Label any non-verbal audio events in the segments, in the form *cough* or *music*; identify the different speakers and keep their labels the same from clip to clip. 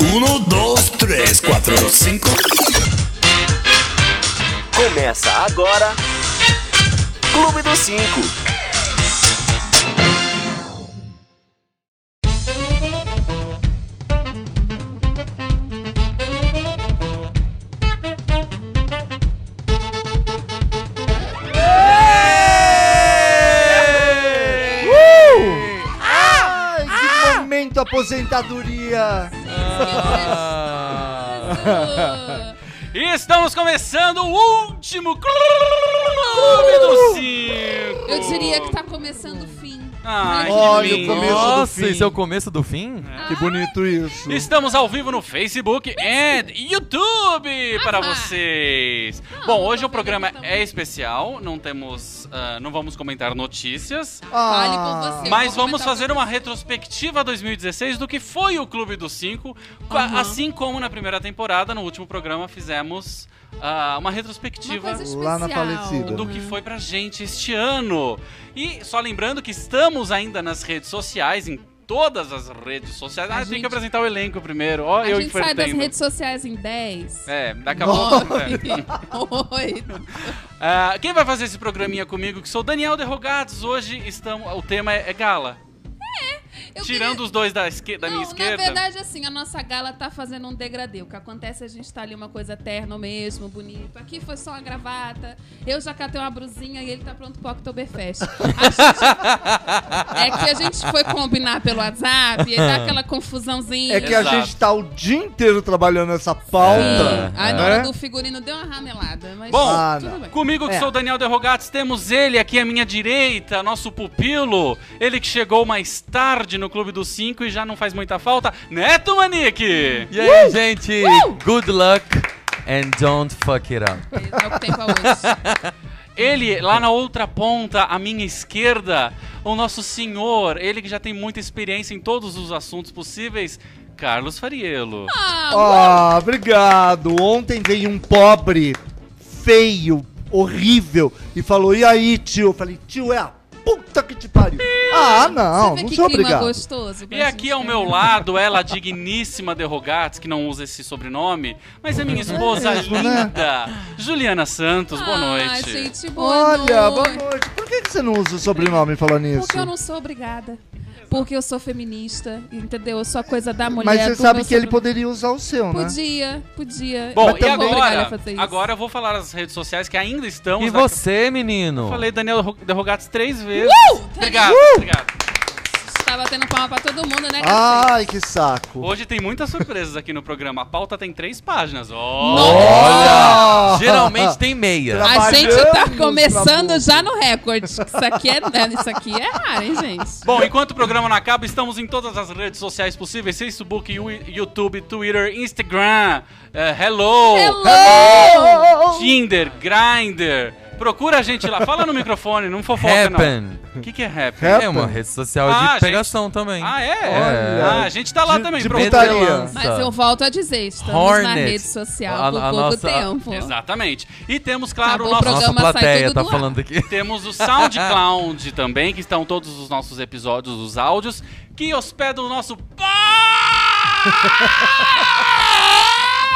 Speaker 1: Um, dois, três, quatro, cinco.
Speaker 2: Começa agora. Clube dos Cinco.
Speaker 3: Ai, que momento aposentadoria!
Speaker 4: E Estamos começando o último Clube do Cinco.
Speaker 5: Eu diria que tá começando o fim.
Speaker 4: Ai,
Speaker 3: Olha
Speaker 4: que
Speaker 3: o
Speaker 4: lindo.
Speaker 3: começo do fim.
Speaker 6: Nossa, esse é o começo do fim?
Speaker 3: Que bonito isso!
Speaker 4: Estamos ao vivo no Facebook e YouTube para
Speaker 5: Aham.
Speaker 4: vocês.
Speaker 5: Ah, Não,
Speaker 4: Bom, hoje
Speaker 5: tô
Speaker 4: o programa
Speaker 5: feliz também.
Speaker 4: é especial, não temos, ah, não vamos comentar notícias,
Speaker 5: Fale
Speaker 3: Ah.
Speaker 5: com você. Eu
Speaker 4: mas
Speaker 5: vou
Speaker 4: vamos
Speaker 5: comentar
Speaker 4: fazer
Speaker 5: com
Speaker 4: uma retrospectiva 2016 do que foi o Clube dos Cinco, a-
Speaker 5: Aham.
Speaker 4: assim como na primeira temporada, no último programa fizemos ah, uma
Speaker 5: Uma
Speaker 4: retrospectiva
Speaker 5: coisa especial.
Speaker 3: Lá na falecida.
Speaker 4: do que foi pra gente este ano. E só lembrando que estamos ainda nas redes sociais, em todas as redes sociais.
Speaker 5: A
Speaker 4: Ah, tem
Speaker 5: gente-
Speaker 4: que apresentar o elenco primeiro. Ó,
Speaker 5: A
Speaker 4: eu
Speaker 5: gente sai das
Speaker 4: invertendo.
Speaker 5: redes sociais em 10.
Speaker 4: É, daqui a pouco.
Speaker 5: Nove, oito.
Speaker 4: Ah, quem vai fazer esse programinha comigo? Que sou o Daniel Derrogados. Hoje estamos, o tema é, é gala.
Speaker 5: Eu
Speaker 4: Tirando os dois da, esque- da
Speaker 5: Não,
Speaker 4: minha esquerda.
Speaker 5: na verdade, assim, a nossa gala tá fazendo um degradê. O que acontece é a gente tá ali uma coisa terno mesmo, bonito. Aqui foi só uma gravata. Eu já catei uma brusinha e ele tá pronto pro Oktoberfest. A
Speaker 4: *laughs*
Speaker 5: gente- é que a gente foi combinar pelo WhatsApp e aí dá aquela confusãozinha.
Speaker 3: É que a
Speaker 4: Exato.
Speaker 3: gente tá o dia inteiro trabalhando essa pauta.
Speaker 5: Sim. Aí na
Speaker 3: né?
Speaker 5: hora do figurino deu uma ramelada. Mas
Speaker 4: Bom,
Speaker 3: Ah,
Speaker 5: tudo
Speaker 3: não.
Speaker 5: bem.
Speaker 4: Comigo, que
Speaker 3: É.
Speaker 4: sou o Daniel Derrogates, temos ele aqui à minha direita, nosso pupilo. Ele que chegou mais tarde no Clube dos Cinco e já não faz muita falta. Neto Manique!
Speaker 6: E aí, gente? Good luck and don't fuck it up.
Speaker 5: É o que tem pra hoje.
Speaker 4: Ele, lá na outra ponta, à minha esquerda, o nosso senhor, ele que já tem muita experiência em todos os assuntos possíveis, Carlos Fariello.
Speaker 5: Ah,
Speaker 3: Ah, obrigado! Ontem veio um pobre, feio, horrível, e falou: E aí, tio? Eu falei: Tio, é a puta que te pariu! Ah, não,
Speaker 5: você vê
Speaker 3: não
Speaker 5: que
Speaker 3: sou
Speaker 5: clima
Speaker 3: obrigado.
Speaker 5: gostoso. pra
Speaker 4: E aqui
Speaker 5: gente
Speaker 4: ao meu
Speaker 5: ter.
Speaker 4: lado, ela, a digníssima Derrogates, que não usa esse sobrenome, mas é minha esposa
Speaker 3: mesmo, né?
Speaker 4: linda, Juliana Santos. Boa
Speaker 5: Ah,
Speaker 4: noite.
Speaker 5: gente, boa
Speaker 3: Olha,
Speaker 5: noite.
Speaker 3: boa noite. Por que, que você não usa o sobrenome falando isso?
Speaker 5: Porque eu não sou obrigada. Porque eu sou feminista, entendeu? Eu sou a coisa da mulher.
Speaker 3: Mas você
Speaker 5: do
Speaker 3: sabe
Speaker 5: meu
Speaker 3: que ele
Speaker 5: sobrenome.
Speaker 3: poderia usar o seu, né?
Speaker 5: Podia, podia.
Speaker 4: Bom,
Speaker 5: Mas
Speaker 4: e
Speaker 5: eu não vou obrigar ele a
Speaker 4: agora,
Speaker 5: fazer isso.
Speaker 4: agora eu vou falar as redes sociais que ainda estão.
Speaker 6: E
Speaker 4: já que
Speaker 6: você, menino?
Speaker 4: Eu falei Daniel Derrogates três
Speaker 5: Uh!
Speaker 4: vezes. Obrigado, obrigado.
Speaker 5: Tá batendo palma pra todo mundo, né, Cacete?
Speaker 3: Ai, que saco.
Speaker 4: Hoje tem muitas surpresas aqui no programa. A pauta tem três páginas.
Speaker 5: Nossa.
Speaker 4: ó.
Speaker 6: Olha! Geralmente tem meia.
Speaker 5: A gente
Speaker 3: trabalhamos
Speaker 5: tá começando
Speaker 3: pra
Speaker 5: já no recorde. Isso aqui é, isso aqui é raro, hein, gente?
Speaker 4: Bom, enquanto o programa não acaba, estamos em todas as redes sociais possíveis: Facebook, Yu- YouTube, Twitter, Instagram, eh, Hello,
Speaker 5: Hello!
Speaker 4: Tinder, Grindr. Procura a gente lá. Fala no microfone, não fofoca
Speaker 6: Happen.
Speaker 4: não. O que, que é Happy?
Speaker 3: Happy?
Speaker 6: É uma rede social
Speaker 4: Ah,
Speaker 6: de
Speaker 4: gente.
Speaker 6: pegação também.
Speaker 4: Ah, é?
Speaker 6: Olha.
Speaker 4: Ah, a gente tá lá
Speaker 3: De-
Speaker 4: também.
Speaker 3: de
Speaker 4: procura.
Speaker 3: putaria.
Speaker 6: Pelança.
Speaker 5: Mas eu volto a dizer, estamos na
Speaker 6: Hornet.
Speaker 5: rede social
Speaker 6: A-
Speaker 5: por
Speaker 6: a
Speaker 5: pouco
Speaker 6: nossa-
Speaker 5: tempo.
Speaker 4: Exatamente. E temos, claro,
Speaker 5: Acabou
Speaker 4: o
Speaker 5: o
Speaker 4: nosso
Speaker 6: Nossa
Speaker 5: programa sai
Speaker 6: plateia
Speaker 5: tudo
Speaker 6: tá
Speaker 5: do ar.
Speaker 6: falando aqui.
Speaker 4: Temos o SoundCloud também, que estão todos os nossos episódios, os áudios, que hospedam o nosso *laughs*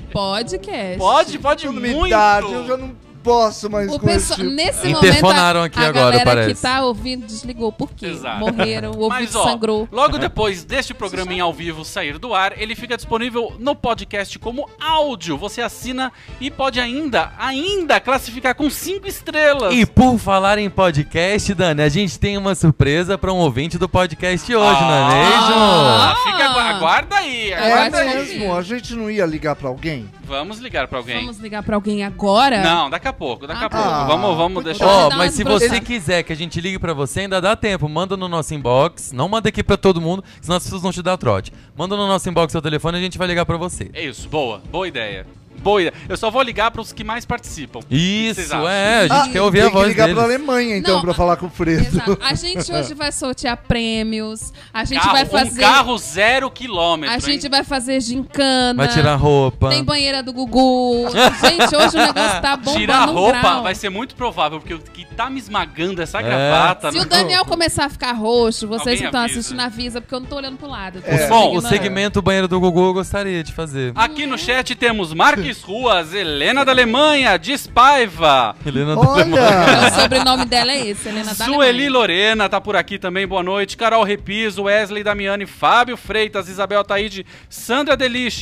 Speaker 4: podcast.
Speaker 5: podcast.
Speaker 4: Pode, pode
Speaker 3: Tu não
Speaker 4: muito.
Speaker 3: me dá, eu já não posso mais
Speaker 5: O
Speaker 3: com esse
Speaker 5: pessoal-
Speaker 3: tipo.
Speaker 5: nesse
Speaker 6: Interfonaram
Speaker 5: momento,
Speaker 6: aqui
Speaker 5: a, a
Speaker 6: agora,
Speaker 5: galera que
Speaker 6: parece.
Speaker 5: tá ouvindo desligou. Por quê?
Speaker 4: Exato.
Speaker 5: Morreram, o ouvido
Speaker 4: Mas, ó,
Speaker 5: sangrou.
Speaker 4: logo depois deste programa em ao vivo sair do ar, ele fica disponível no podcast como áudio. Você assina e pode ainda, ainda classificar com cinco estrelas.
Speaker 6: E por falar em podcast, Dani, a gente tem uma surpresa pra um ouvinte do podcast hoje, não é mesmo?
Speaker 4: Ah, fica, agu- aguarda aí,
Speaker 3: É
Speaker 4: aguarda aí.
Speaker 3: mesmo, a gente não ia ligar pra alguém?
Speaker 4: Vamos ligar pra alguém.
Speaker 5: Vamos ligar pra alguém agora?
Speaker 4: Não, daqui a pouco, daqui a
Speaker 5: Ah,
Speaker 4: pouco.
Speaker 3: tá.
Speaker 4: Vamos, vamos
Speaker 5: Porque-
Speaker 4: deixar.
Speaker 6: Ó,
Speaker 5: Dá
Speaker 6: mas
Speaker 5: umas
Speaker 6: se você
Speaker 5: brochadas.
Speaker 6: quiser que a gente ligue pra você, ainda dá tempo. Manda no nosso inbox. Não manda aqui pra todo mundo, senão as pessoas vão te dar trote. Manda no nosso inbox seu telefone e a gente vai ligar pra você.
Speaker 4: É isso, boa, boa ideia. Boa ideia. Eu só vou ligar pros que mais participam. Vocês
Speaker 6: Isso,
Speaker 4: acham?
Speaker 6: é, a gente
Speaker 5: Ah,
Speaker 6: quer ouvir a
Speaker 3: Tem que
Speaker 6: voz
Speaker 3: ligar
Speaker 6: deles.
Speaker 3: pra Alemanha, então,
Speaker 5: Não,
Speaker 3: pra
Speaker 5: a-
Speaker 3: falar com o
Speaker 6: *laughs*
Speaker 3: Fredo.
Speaker 5: Exato. A gente hoje vai sortear prêmios. A gente
Speaker 4: Carro-
Speaker 5: vai fazer.
Speaker 4: Um carro zero quilômetro.
Speaker 5: a gente
Speaker 4: hein?
Speaker 5: vai fazer gincana.
Speaker 6: Vai tirar roupa.
Speaker 5: Tem banheira do Gugu. gente, hoje o negócio tá bombando
Speaker 4: Tirar a
Speaker 5: um
Speaker 4: roupa
Speaker 5: grau.
Speaker 4: vai ser muito provável, porque o que tá me esmagando essa
Speaker 6: É.
Speaker 4: gravata.
Speaker 5: Se
Speaker 4: né?
Speaker 5: o Daniel começar a ficar roxo, vocês
Speaker 4: Alguém
Speaker 5: que estão
Speaker 4: avisa.
Speaker 5: assistindo avisa, porque eu não tô olhando pro lado. tá? eu tô
Speaker 3: É.
Speaker 4: Bom,
Speaker 6: O
Speaker 5: ignorando.
Speaker 6: segmento banheiro do Gugu eu gostaria de fazer.
Speaker 5: Ah,
Speaker 4: Aqui no chat temos Marques Ruas, Helena da Alemanha, Diz Paiva,
Speaker 6: Helena do
Speaker 5: Então,
Speaker 3: Olha!
Speaker 5: O sobrenome dela é esse, Helena da
Speaker 4: Sueli
Speaker 5: Alemanha.
Speaker 4: Lorena tá por aqui também, boa noite. Carol Repiso, Wesley Damiani, Fábio Freitas, Isabel Taide, Sandra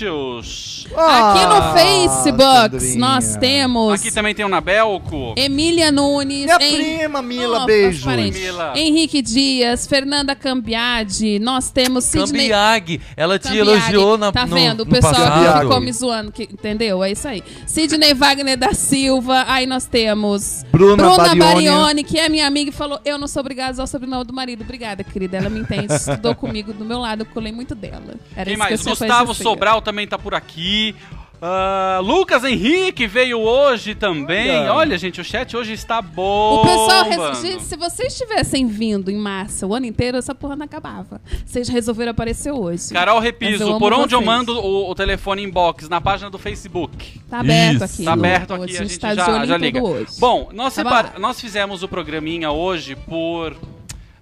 Speaker 4: Delicious.
Speaker 5: Aqui no
Speaker 3: Ah,
Speaker 5: Facebook,
Speaker 3: Sandrinha.
Speaker 5: nós temos
Speaker 4: Aqui tá também tem o Nabelco.
Speaker 5: Emília Nunes,
Speaker 3: Minha
Speaker 5: Hen-
Speaker 3: prima, Mila,
Speaker 5: Não,
Speaker 3: beijos.
Speaker 5: transparente.
Speaker 4: Mila.
Speaker 5: Henrique Dias, Fernanda Cambiade, nós temos Sidney
Speaker 6: Cambiag. Ela te
Speaker 5: Cambiari.
Speaker 6: elogiou na
Speaker 5: Tá
Speaker 6: no-
Speaker 5: vendo? o
Speaker 6: no
Speaker 5: pessoal
Speaker 6: passado.
Speaker 5: que ficou me zoando, que- entendeu? É isso aí. Sidney Wagner da Silva, aí nós temos.
Speaker 3: Bruna
Speaker 5: Bruna
Speaker 3: Barioni.
Speaker 5: Barioni, que é minha amiga e falou: Eu não sou obrigada a usar o sobrenome do marido. Obrigada, querida. Ela me entende, estudou comigo do meu lado, eu colei muito dela.
Speaker 4: Quem
Speaker 5: Era isso que eu
Speaker 4: mais?
Speaker 5: tinha pra
Speaker 4: Gustavo
Speaker 5: dizer.
Speaker 4: Sobral também tá por aqui. Ah, Lucas Henrique veio hoje também. Olha,
Speaker 3: Olha.
Speaker 4: gente, o chat hoje está
Speaker 5: O
Speaker 4: bom.
Speaker 5: pessoal, res- gente, se vocês tivessem vindo em massa o ano inteiro, essa porra não acabava. Vocês resolveram aparecer hoje.
Speaker 4: Carol
Speaker 5: Mas eu
Speaker 4: Repiso,
Speaker 5: amo
Speaker 4: por onde eu
Speaker 5: vocês.
Speaker 4: mando o, o telefone inbox? Na página do Facebook.
Speaker 5: Tá aberto
Speaker 6: Isso.
Speaker 5: aqui.
Speaker 4: Tá aberto
Speaker 5: Hoje
Speaker 4: aqui, a gente
Speaker 5: tá de olho
Speaker 4: já,
Speaker 5: em
Speaker 4: já
Speaker 5: tudo
Speaker 4: liga.
Speaker 5: hoje.
Speaker 4: Bom, nós,
Speaker 5: Tá
Speaker 4: separa-
Speaker 5: babado.
Speaker 4: nós fizemos o programinha hoje por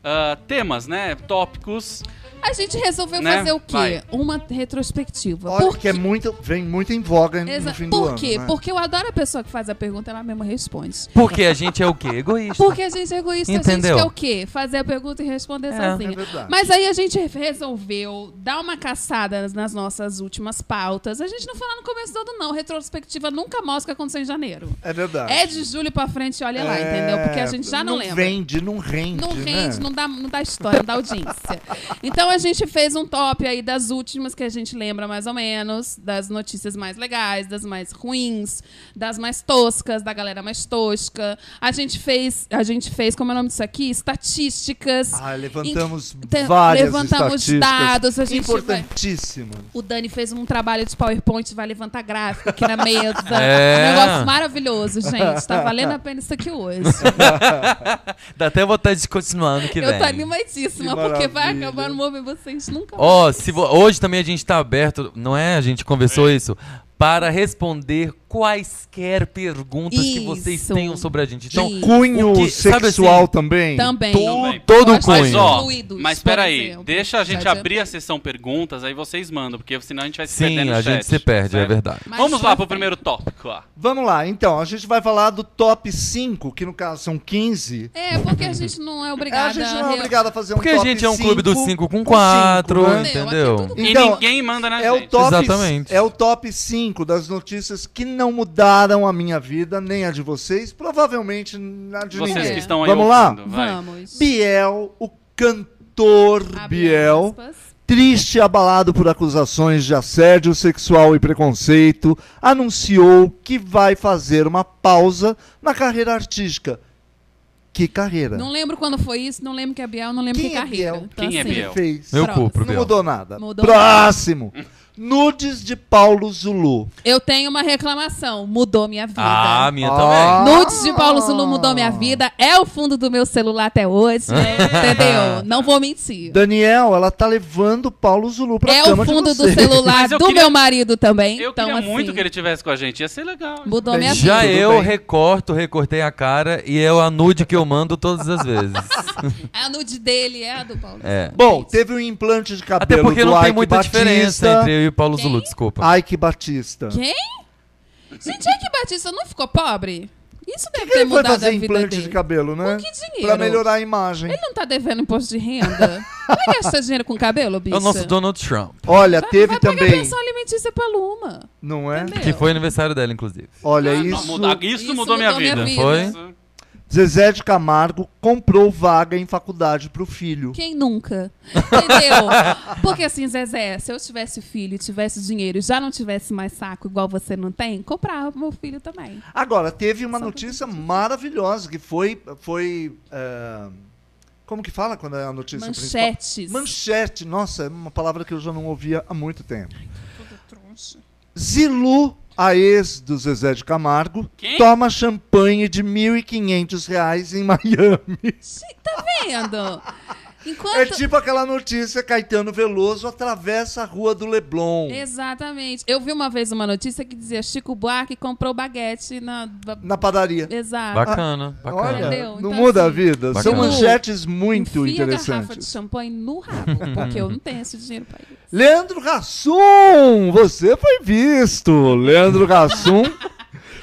Speaker 4: ah, temas, né? Tópicos.
Speaker 5: A gente resolveu
Speaker 4: Né?
Speaker 5: fazer o quê?
Speaker 4: Vai.
Speaker 5: Uma retrospectiva.
Speaker 3: Olha,
Speaker 5: Por
Speaker 3: que é muito, vem muito em voga
Speaker 5: Exa-
Speaker 3: no fim do
Speaker 5: Por
Speaker 3: ano.
Speaker 5: quê?
Speaker 3: né?
Speaker 5: Porque eu adoro a pessoa que faz a pergunta, ela mesma responde.
Speaker 6: Porque a gente é o quê? Egoísta.
Speaker 5: Porque a gente é egoísta,
Speaker 6: Entendeu?
Speaker 5: a gente quer o quê? Fazer a pergunta e responder sozinha.
Speaker 3: é verdade.
Speaker 5: Mas aí a gente resolveu dar uma caçada nas nossas últimas pautas. A gente não foi lá no começo do ano, não. Retrospectiva nunca mostra o que aconteceu em janeiro.
Speaker 3: É verdade.
Speaker 5: É de julho pra frente, olha lá,
Speaker 3: É,
Speaker 5: entendeu? Porque a gente já não, lembra.
Speaker 3: vende, não rende.
Speaker 5: Não
Speaker 3: né?
Speaker 5: rende, não, dá, não dá história, não dá audiência. Então a gente fez um top aí das últimas que a gente lembra mais ou menos, das notícias mais legais, das mais ruins, das mais toscas, da galera mais tosca. A gente fez, a gente fez, como é o nome disso aqui? Estatísticas.
Speaker 3: Ah, levantamos
Speaker 5: Te-
Speaker 3: várias
Speaker 5: levantamos
Speaker 3: estatísticas
Speaker 5: dados, a gente vai-
Speaker 3: Importantíssimo.
Speaker 5: O Dani fez um trabalho de PowerPoint, vai levantar gráfico aqui na
Speaker 3: *laughs*
Speaker 5: mesa.
Speaker 6: É.
Speaker 5: Um negócio maravilhoso, gente. Tá valendo a pena isso aqui hoje.
Speaker 6: Dá até vontade de continuar ano que
Speaker 5: Eu tô
Speaker 6: vem.
Speaker 5: animadíssima,
Speaker 3: Que
Speaker 5: porque vai
Speaker 3: maravilha.
Speaker 5: acabar no momento vocês nunca
Speaker 6: Ó,
Speaker 5: mais.
Speaker 6: se vo- hoje também a gente tá aberto, não é? A gente conversou isso. Para responder quaisquer perguntas que vocês
Speaker 5: Isso.
Speaker 6: tenham sobre a gente. Então,
Speaker 5: Isso.
Speaker 3: Cunho
Speaker 6: O que- sabe
Speaker 3: sexual
Speaker 6: assim,
Speaker 3: também.
Speaker 5: Também.
Speaker 4: Tudo,
Speaker 6: todo
Speaker 5: Gosto de
Speaker 4: Mas
Speaker 6: cunho.
Speaker 4: ó,
Speaker 5: fluidos,
Speaker 4: mas
Speaker 5: por
Speaker 4: peraí,
Speaker 5: exemplo.
Speaker 4: deixa a gente
Speaker 5: Já
Speaker 4: abrir a
Speaker 5: adiantei.
Speaker 4: sessão perguntas, aí vocês mandam, porque senão a gente vai se perder
Speaker 6: Sim,
Speaker 4: no
Speaker 6: a
Speaker 4: chat,
Speaker 6: gente se perde, é
Speaker 3: né?
Speaker 4: certo?
Speaker 6: verdade.
Speaker 5: Mas
Speaker 4: Vamos
Speaker 5: já
Speaker 4: lá pro
Speaker 5: tem.
Speaker 4: primeiro tópico. ó.
Speaker 3: Vamos lá, então, a gente vai falar do top 5, que no caso são 15.
Speaker 5: É, porque a gente não é
Speaker 3: É, a
Speaker 5: obrigada.
Speaker 3: gente não é
Speaker 5: re-
Speaker 3: obrigado a fazer um
Speaker 6: Porque
Speaker 3: top
Speaker 6: a gente é um clube dos 5 com
Speaker 3: cinco,
Speaker 6: 4,
Speaker 3: né?
Speaker 5: Entendeu? Aqui é
Speaker 6: entendeu?
Speaker 5: tudo
Speaker 4: E
Speaker 3: Então,
Speaker 4: ninguém manda na
Speaker 3: É o,
Speaker 4: gente.
Speaker 3: top,
Speaker 6: Exatamente.
Speaker 3: é o top 5 das notícias que não mudaram a minha vida, nem a de vocês, provavelmente a de
Speaker 4: Vocês
Speaker 3: ninguém.
Speaker 4: que estão aí
Speaker 3: Vamos lá?
Speaker 4: ouvindo, vai.
Speaker 5: Vamos.
Speaker 3: Biel, o cantor
Speaker 5: Abre
Speaker 3: Biel,
Speaker 5: aspas.
Speaker 3: triste e abalado por acusações de assédio sexual e preconceito, anunciou que vai fazer uma pausa na carreira artística. Que carreira?
Speaker 5: Não lembro quando foi isso, não lembro que é Biel, não lembro
Speaker 3: Quem
Speaker 5: que
Speaker 3: é
Speaker 5: carreira.
Speaker 3: Biel?
Speaker 5: Então,
Speaker 4: Quem é
Speaker 5: assim,
Speaker 4: Biel?
Speaker 3: fez.
Speaker 6: Meu
Speaker 5: Pronto.
Speaker 6: cu pro
Speaker 3: Não
Speaker 6: Biel.
Speaker 3: mudou nada.
Speaker 5: Mudou
Speaker 3: Próximo. Nudes de Paulo Zulu.
Speaker 5: Eu tenho uma reclamação. Mudou minha vida.
Speaker 6: Ah, a minha
Speaker 3: Ah.
Speaker 5: Nudes de Paulo Zulu mudou minha vida. É o fundo do meu celular até hoje.
Speaker 4: É.
Speaker 5: entendeu? Não vou mentir.
Speaker 3: Daniel, ela tá levando o Paulo Zulu pra
Speaker 5: É
Speaker 3: cama
Speaker 5: o
Speaker 3: de
Speaker 5: fundo do
Speaker 3: vocês.
Speaker 5: celular
Speaker 4: Mas eu
Speaker 5: do
Speaker 4: queria-
Speaker 5: meu marido também.
Speaker 4: Eu
Speaker 5: então,
Speaker 4: queria
Speaker 5: assim,
Speaker 4: muito que ele tivesse com a gente, ia ser legal.
Speaker 5: Mudou minha
Speaker 6: também.
Speaker 5: vida.
Speaker 6: Já
Speaker 3: Tudo
Speaker 6: eu
Speaker 3: bem.
Speaker 6: recorto, recortei a cara e é o nude que eu mando todas as
Speaker 3: *laughs*
Speaker 6: vezes.
Speaker 5: A nude dele é a do Paulo.
Speaker 6: É.
Speaker 5: Zulu.
Speaker 3: Bom,
Speaker 5: Gente.
Speaker 3: teve um implante de cabelo
Speaker 6: Até porque
Speaker 3: do
Speaker 6: não tem
Speaker 3: Ike
Speaker 6: muita
Speaker 3: Batista.
Speaker 6: diferença entre eu e o Paulo Zulu, desculpa.
Speaker 5: Ah,
Speaker 3: Ike Batista.
Speaker 5: Quem? Gente, é que Batista não ficou pobre? Isso deve ter
Speaker 3: Ele foi
Speaker 5: mudado
Speaker 3: fazer
Speaker 5: a vida
Speaker 3: implante
Speaker 5: dele.
Speaker 3: de cabelo, né?
Speaker 5: Com que dinheiro?
Speaker 3: Pra melhorar a imagem.
Speaker 5: Ele não tá devendo imposto de renda? Vai
Speaker 3: *laughs*
Speaker 5: gastar dinheiro com cabelo, bicho?
Speaker 6: É o nosso Donald Trump,
Speaker 3: Olha,
Speaker 5: Vai-
Speaker 3: teve
Speaker 5: vai pagar
Speaker 3: também.
Speaker 5: pensão alimentícia pra Luma.
Speaker 3: Não é?
Speaker 5: Entendeu?
Speaker 6: que foi aniversário dela, inclusive.
Speaker 3: Olha,
Speaker 5: Não, não,
Speaker 4: Não,
Speaker 3: isso.
Speaker 4: muda- isso,
Speaker 5: Isso
Speaker 4: mudou, minha
Speaker 5: mudou minha
Speaker 4: vida.
Speaker 5: vida.
Speaker 6: Foi?
Speaker 4: Isso.
Speaker 3: Zezé de Camargo comprou vaga em faculdade pro filho.
Speaker 5: Quem nunca? Entendeu? Porque assim, Zezé, se eu tivesse filho, e tivesse dinheiro e já não tivesse mais saco igual você não tem, comprava pro meu filho também.
Speaker 3: Agora, teve uma notícia maravilhosa que foi. foi eh, como que fala quando é a notícia principal?
Speaker 5: Manchetes.
Speaker 3: Manchete, nossa, é uma palavra que eu já não ouvia há muito tempo. Zilu a ex do Zezé de Camargo
Speaker 4: Quem?
Speaker 3: toma champanhe de R$ 1.500 reais em Miami.
Speaker 5: Tá vendo? Enquanto...
Speaker 3: É tipo aquela notícia: Caetano Veloso atravessa a rua do Leblon.
Speaker 5: Exatamente. Eu vi uma vez uma notícia que dizia Chico Buarque comprou baguete na...
Speaker 3: Na padaria.
Speaker 5: Exato.
Speaker 6: Bacana, bacana.
Speaker 3: Olha,
Speaker 5: Entendeu?
Speaker 3: não
Speaker 5: Então,
Speaker 3: muda a
Speaker 5: assim,
Speaker 3: vida. São
Speaker 6: Bacana.
Speaker 3: manchetes muito
Speaker 5: Enfia a garrafa de
Speaker 3: interessantes.
Speaker 5: champanhe no rabo, porque eu não tenho esse dinheiro pra isso.
Speaker 3: Leandro Rassum, você foi visto.
Speaker 5: *laughs*
Speaker 3: Leandro Rassum,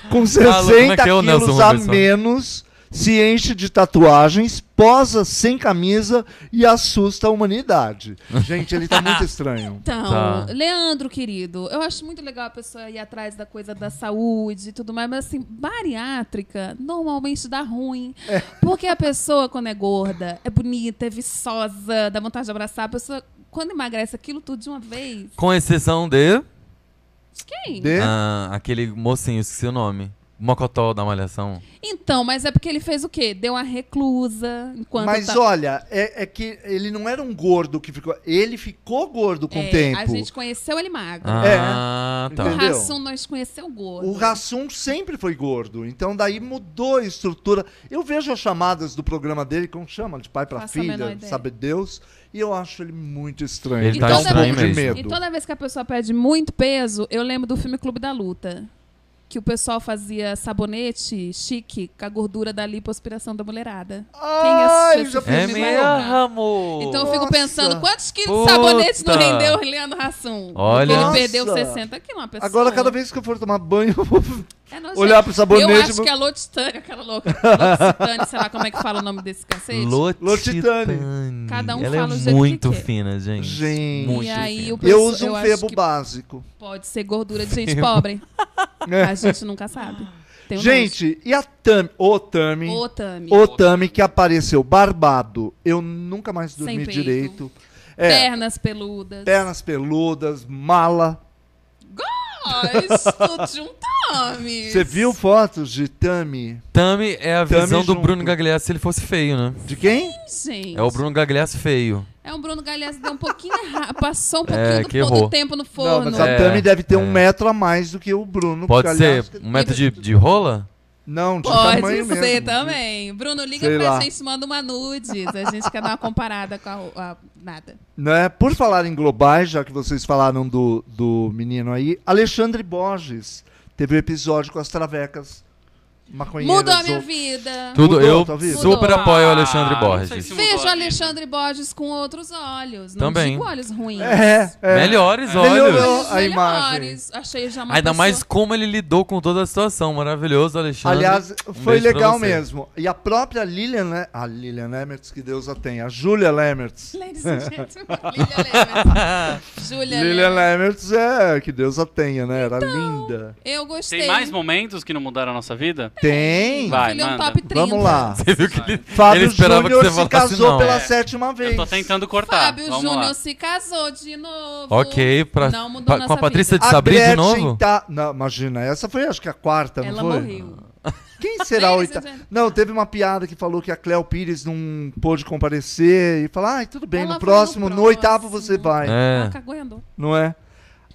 Speaker 3: com 60
Speaker 6: como é que é o Nelson
Speaker 3: quilos a
Speaker 6: Rodrigues?
Speaker 3: menos, se enche de tatuagens, posa sem camisa e assusta a humanidade.
Speaker 6: *laughs*
Speaker 3: Gente, ele tá muito estranho.
Speaker 5: Então,
Speaker 6: Tá.
Speaker 5: Leandro, querido, eu acho muito legal a pessoa ir atrás da coisa da saúde e tudo mais, mas assim, bariátrica normalmente dá ruim.
Speaker 3: É.
Speaker 5: Porque a pessoa, quando é gorda, é bonita, é viçosa, dá vontade de abraçar. A pessoa, quando emagrece aquilo tudo de uma vez,
Speaker 6: Com exceção de.
Speaker 5: quem?
Speaker 3: De-
Speaker 6: ah, aquele mocinho, esqueci o nome. Mocotó da Malhação.
Speaker 5: Então, mas é porque ele fez o quê? Deu uma reclusa enquanto.
Speaker 3: Mas
Speaker 5: tá...
Speaker 3: olha, é, é que ele não era um gordo que ficou. Ele ficou gordo com o
Speaker 5: É,
Speaker 3: tempo.
Speaker 5: A gente conheceu ele
Speaker 3: É.
Speaker 5: magro.
Speaker 6: Ah, tá.
Speaker 5: O
Speaker 3: entendeu?
Speaker 5: Rassum nós conheceu gordo.
Speaker 3: O Rassum sempre foi gordo, então daí mudou a estrutura. Eu vejo as chamadas do programa dele, como chama? De pai pra
Speaker 5: Faço a menor
Speaker 3: filha,
Speaker 5: ideia.
Speaker 3: sabe Deus, e eu acho ele muito estranho.
Speaker 6: Ele
Speaker 5: E
Speaker 6: tá
Speaker 3: dá um
Speaker 5: toda
Speaker 3: pouco
Speaker 6: estranho
Speaker 3: de
Speaker 6: mesmo.
Speaker 5: E
Speaker 3: medo.
Speaker 5: Então, toda vez que a pessoa perde muito peso, eu lembro do filme Clube da Luta. Que o pessoal fazia sabonete chique com a gordura da lipoaspiração da mulherada.
Speaker 3: Ai,
Speaker 5: Quem assistiu
Speaker 3: já
Speaker 5: esse
Speaker 6: É
Speaker 5: filme vai amar.
Speaker 6: mesmo, amor.
Speaker 5: Então eu fico
Speaker 3: Nossa.
Speaker 5: pensando, quantos quilos
Speaker 6: Puta.
Speaker 5: de sabonete não rendeu o Leandro Rassum?
Speaker 6: Olha.
Speaker 5: Porque
Speaker 3: Nossa.
Speaker 5: ele perdeu 60 quilos, uma pessoa.
Speaker 3: Agora, cada vez que eu for tomar banho, *laughs* eu vou
Speaker 5: É nojento.
Speaker 3: olhar pro sabonete.
Speaker 5: Eu acho
Speaker 3: vou-
Speaker 5: que é Lotitânia, aquela louca. Lotitânia, sei lá como é que fala o
Speaker 6: *laughs*
Speaker 5: nome desse cacete.
Speaker 6: Lotitane.
Speaker 3: Lotitane.
Speaker 5: Cada um
Speaker 6: Ela
Speaker 5: fala
Speaker 6: é
Speaker 5: o jeito
Speaker 6: muito
Speaker 5: que quer.
Speaker 6: fina, gente.
Speaker 3: Gente.
Speaker 6: Muito
Speaker 5: E aí,
Speaker 6: fina.
Speaker 5: o
Speaker 3: Eu
Speaker 5: pessoal-
Speaker 3: uso um
Speaker 5: acho
Speaker 3: febo
Speaker 5: que
Speaker 3: básico.
Speaker 5: Pode ser gordura de
Speaker 3: *laughs*
Speaker 5: gente pobre. A gente nunca sabe. Tem um
Speaker 3: É. Gente, e a Tami? Ô, Tami.
Speaker 5: nojo. Ô, Tami.
Speaker 3: Ô, Tami, que apareceu barbado. Eu nunca mais
Speaker 5: Sem
Speaker 3: dormi
Speaker 5: peito.
Speaker 3: direito. É,
Speaker 5: Pernas peludas.
Speaker 3: pernas peludas, mala.
Speaker 5: Gosto de um Tami.
Speaker 3: *laughs* Você viu fotos de Tami?
Speaker 6: Tami é a
Speaker 3: Tami
Speaker 6: visão do
Speaker 3: junto.
Speaker 6: Bruno Gagliasso se ele fosse feio, né?
Speaker 3: De quem?
Speaker 5: Gente.
Speaker 6: É o Bruno Gagliasso feio.
Speaker 5: É um Bruno Galhaço deu um pouquinho errado. Passou um pouquinho
Speaker 6: É,
Speaker 5: do,
Speaker 6: que
Speaker 5: do
Speaker 6: errou.
Speaker 5: tempo no
Speaker 3: Não,
Speaker 5: forno.
Speaker 3: mas a
Speaker 6: É,
Speaker 3: Tami deve ter um
Speaker 6: é.
Speaker 3: metro a mais do que o Bruno.
Speaker 6: Pode
Speaker 3: porque,
Speaker 6: ser
Speaker 3: aliás, que-
Speaker 6: um metro de, de rola?
Speaker 3: Não, de
Speaker 5: Pode
Speaker 3: tamanho
Speaker 5: ser
Speaker 3: mesmo.
Speaker 5: também. Bruno, liga
Speaker 3: Sei
Speaker 5: pra
Speaker 3: lá.
Speaker 5: gente, manda uma nudes. A gente quer dar uma comparada com a, a- nada.
Speaker 3: Né? Por falar em globais, já que vocês falaram do, do menino aí, Alexandre Borges teve um episódio com as travecas maconheiras.
Speaker 5: Mudou a minha
Speaker 3: ou-
Speaker 5: vida.
Speaker 6: Tudo
Speaker 3: Mudou,
Speaker 6: eu
Speaker 3: tá vendo?
Speaker 6: super
Speaker 4: Mudou.
Speaker 6: apoio o
Speaker 4: Ah,
Speaker 6: Alexandre
Speaker 4: não sei
Speaker 6: Borges.
Speaker 4: se-
Speaker 5: Vejo
Speaker 4: Mudou
Speaker 5: o
Speaker 4: a vida.
Speaker 5: Alexandre Borges com outros olhos. Não
Speaker 6: Também.
Speaker 5: digo olhos ruins.
Speaker 3: É, é.
Speaker 6: Melhores olhos.
Speaker 3: Melhorou.
Speaker 5: Olhos
Speaker 3: a
Speaker 5: melhores.
Speaker 3: imagem.
Speaker 5: Achei já uma
Speaker 6: Ainda
Speaker 5: pessoa-
Speaker 6: mais como ele lidou com toda a situação. Maravilhoso, Alexandre.
Speaker 3: Aliás,
Speaker 6: Um
Speaker 3: foi
Speaker 6: beijo pra
Speaker 3: legal
Speaker 6: você.
Speaker 3: mesmo. E a própria Lilian, Le- a Lilian Lemertz, que Deus a tenha, a Julia Lemertz.
Speaker 5: *laughs* Ladies and
Speaker 3: *laughs*
Speaker 5: gentlemen, Lilian Lemertz. Julia
Speaker 3: Lilian
Speaker 5: Lemertz.
Speaker 3: Lemertz é, que Deus a tenha, né? Era linda.
Speaker 5: Eu gostei.
Speaker 4: Tem mais momentos que não mudaram a nossa vida?
Speaker 3: Tem.
Speaker 4: Vai.
Speaker 5: Ele é um
Speaker 4: manda.
Speaker 5: top 30.
Speaker 3: Vamos
Speaker 6: *laughs*
Speaker 3: lá.
Speaker 6: Você viu que ele, ele
Speaker 3: Fábio
Speaker 6: esperava que
Speaker 3: Júnior
Speaker 6: você
Speaker 3: se
Speaker 6: falasse
Speaker 3: casou
Speaker 6: não.
Speaker 3: pela
Speaker 4: É.
Speaker 3: sétima vez.
Speaker 4: Eu tô tentando cortar.
Speaker 5: Fábio
Speaker 4: Vamos
Speaker 5: Júnior
Speaker 4: lá.
Speaker 5: se casou de novo.
Speaker 6: Ok, pra,
Speaker 5: Não mudou
Speaker 6: pra-
Speaker 5: nossa
Speaker 6: com a Patrícia
Speaker 5: vida.
Speaker 6: de Sabri de
Speaker 3: Gretchen
Speaker 6: novo?
Speaker 3: tá- Não, imagina, essa foi acho que a quarta,
Speaker 5: Ela
Speaker 3: não foi?
Speaker 5: morreu.
Speaker 3: Quem será a
Speaker 5: Ladies and
Speaker 3: oitava?
Speaker 5: gentlemen.
Speaker 3: Não, teve uma piada que falou que a Cléo Pires não pôde comparecer e falar, ai, tudo bem,
Speaker 5: Ela
Speaker 3: no
Speaker 5: foi
Speaker 3: próximo,
Speaker 5: no
Speaker 3: no,
Speaker 5: próximo.
Speaker 3: oitavo você vai,
Speaker 5: Ela
Speaker 6: É.
Speaker 5: cagou e andou.
Speaker 3: não é?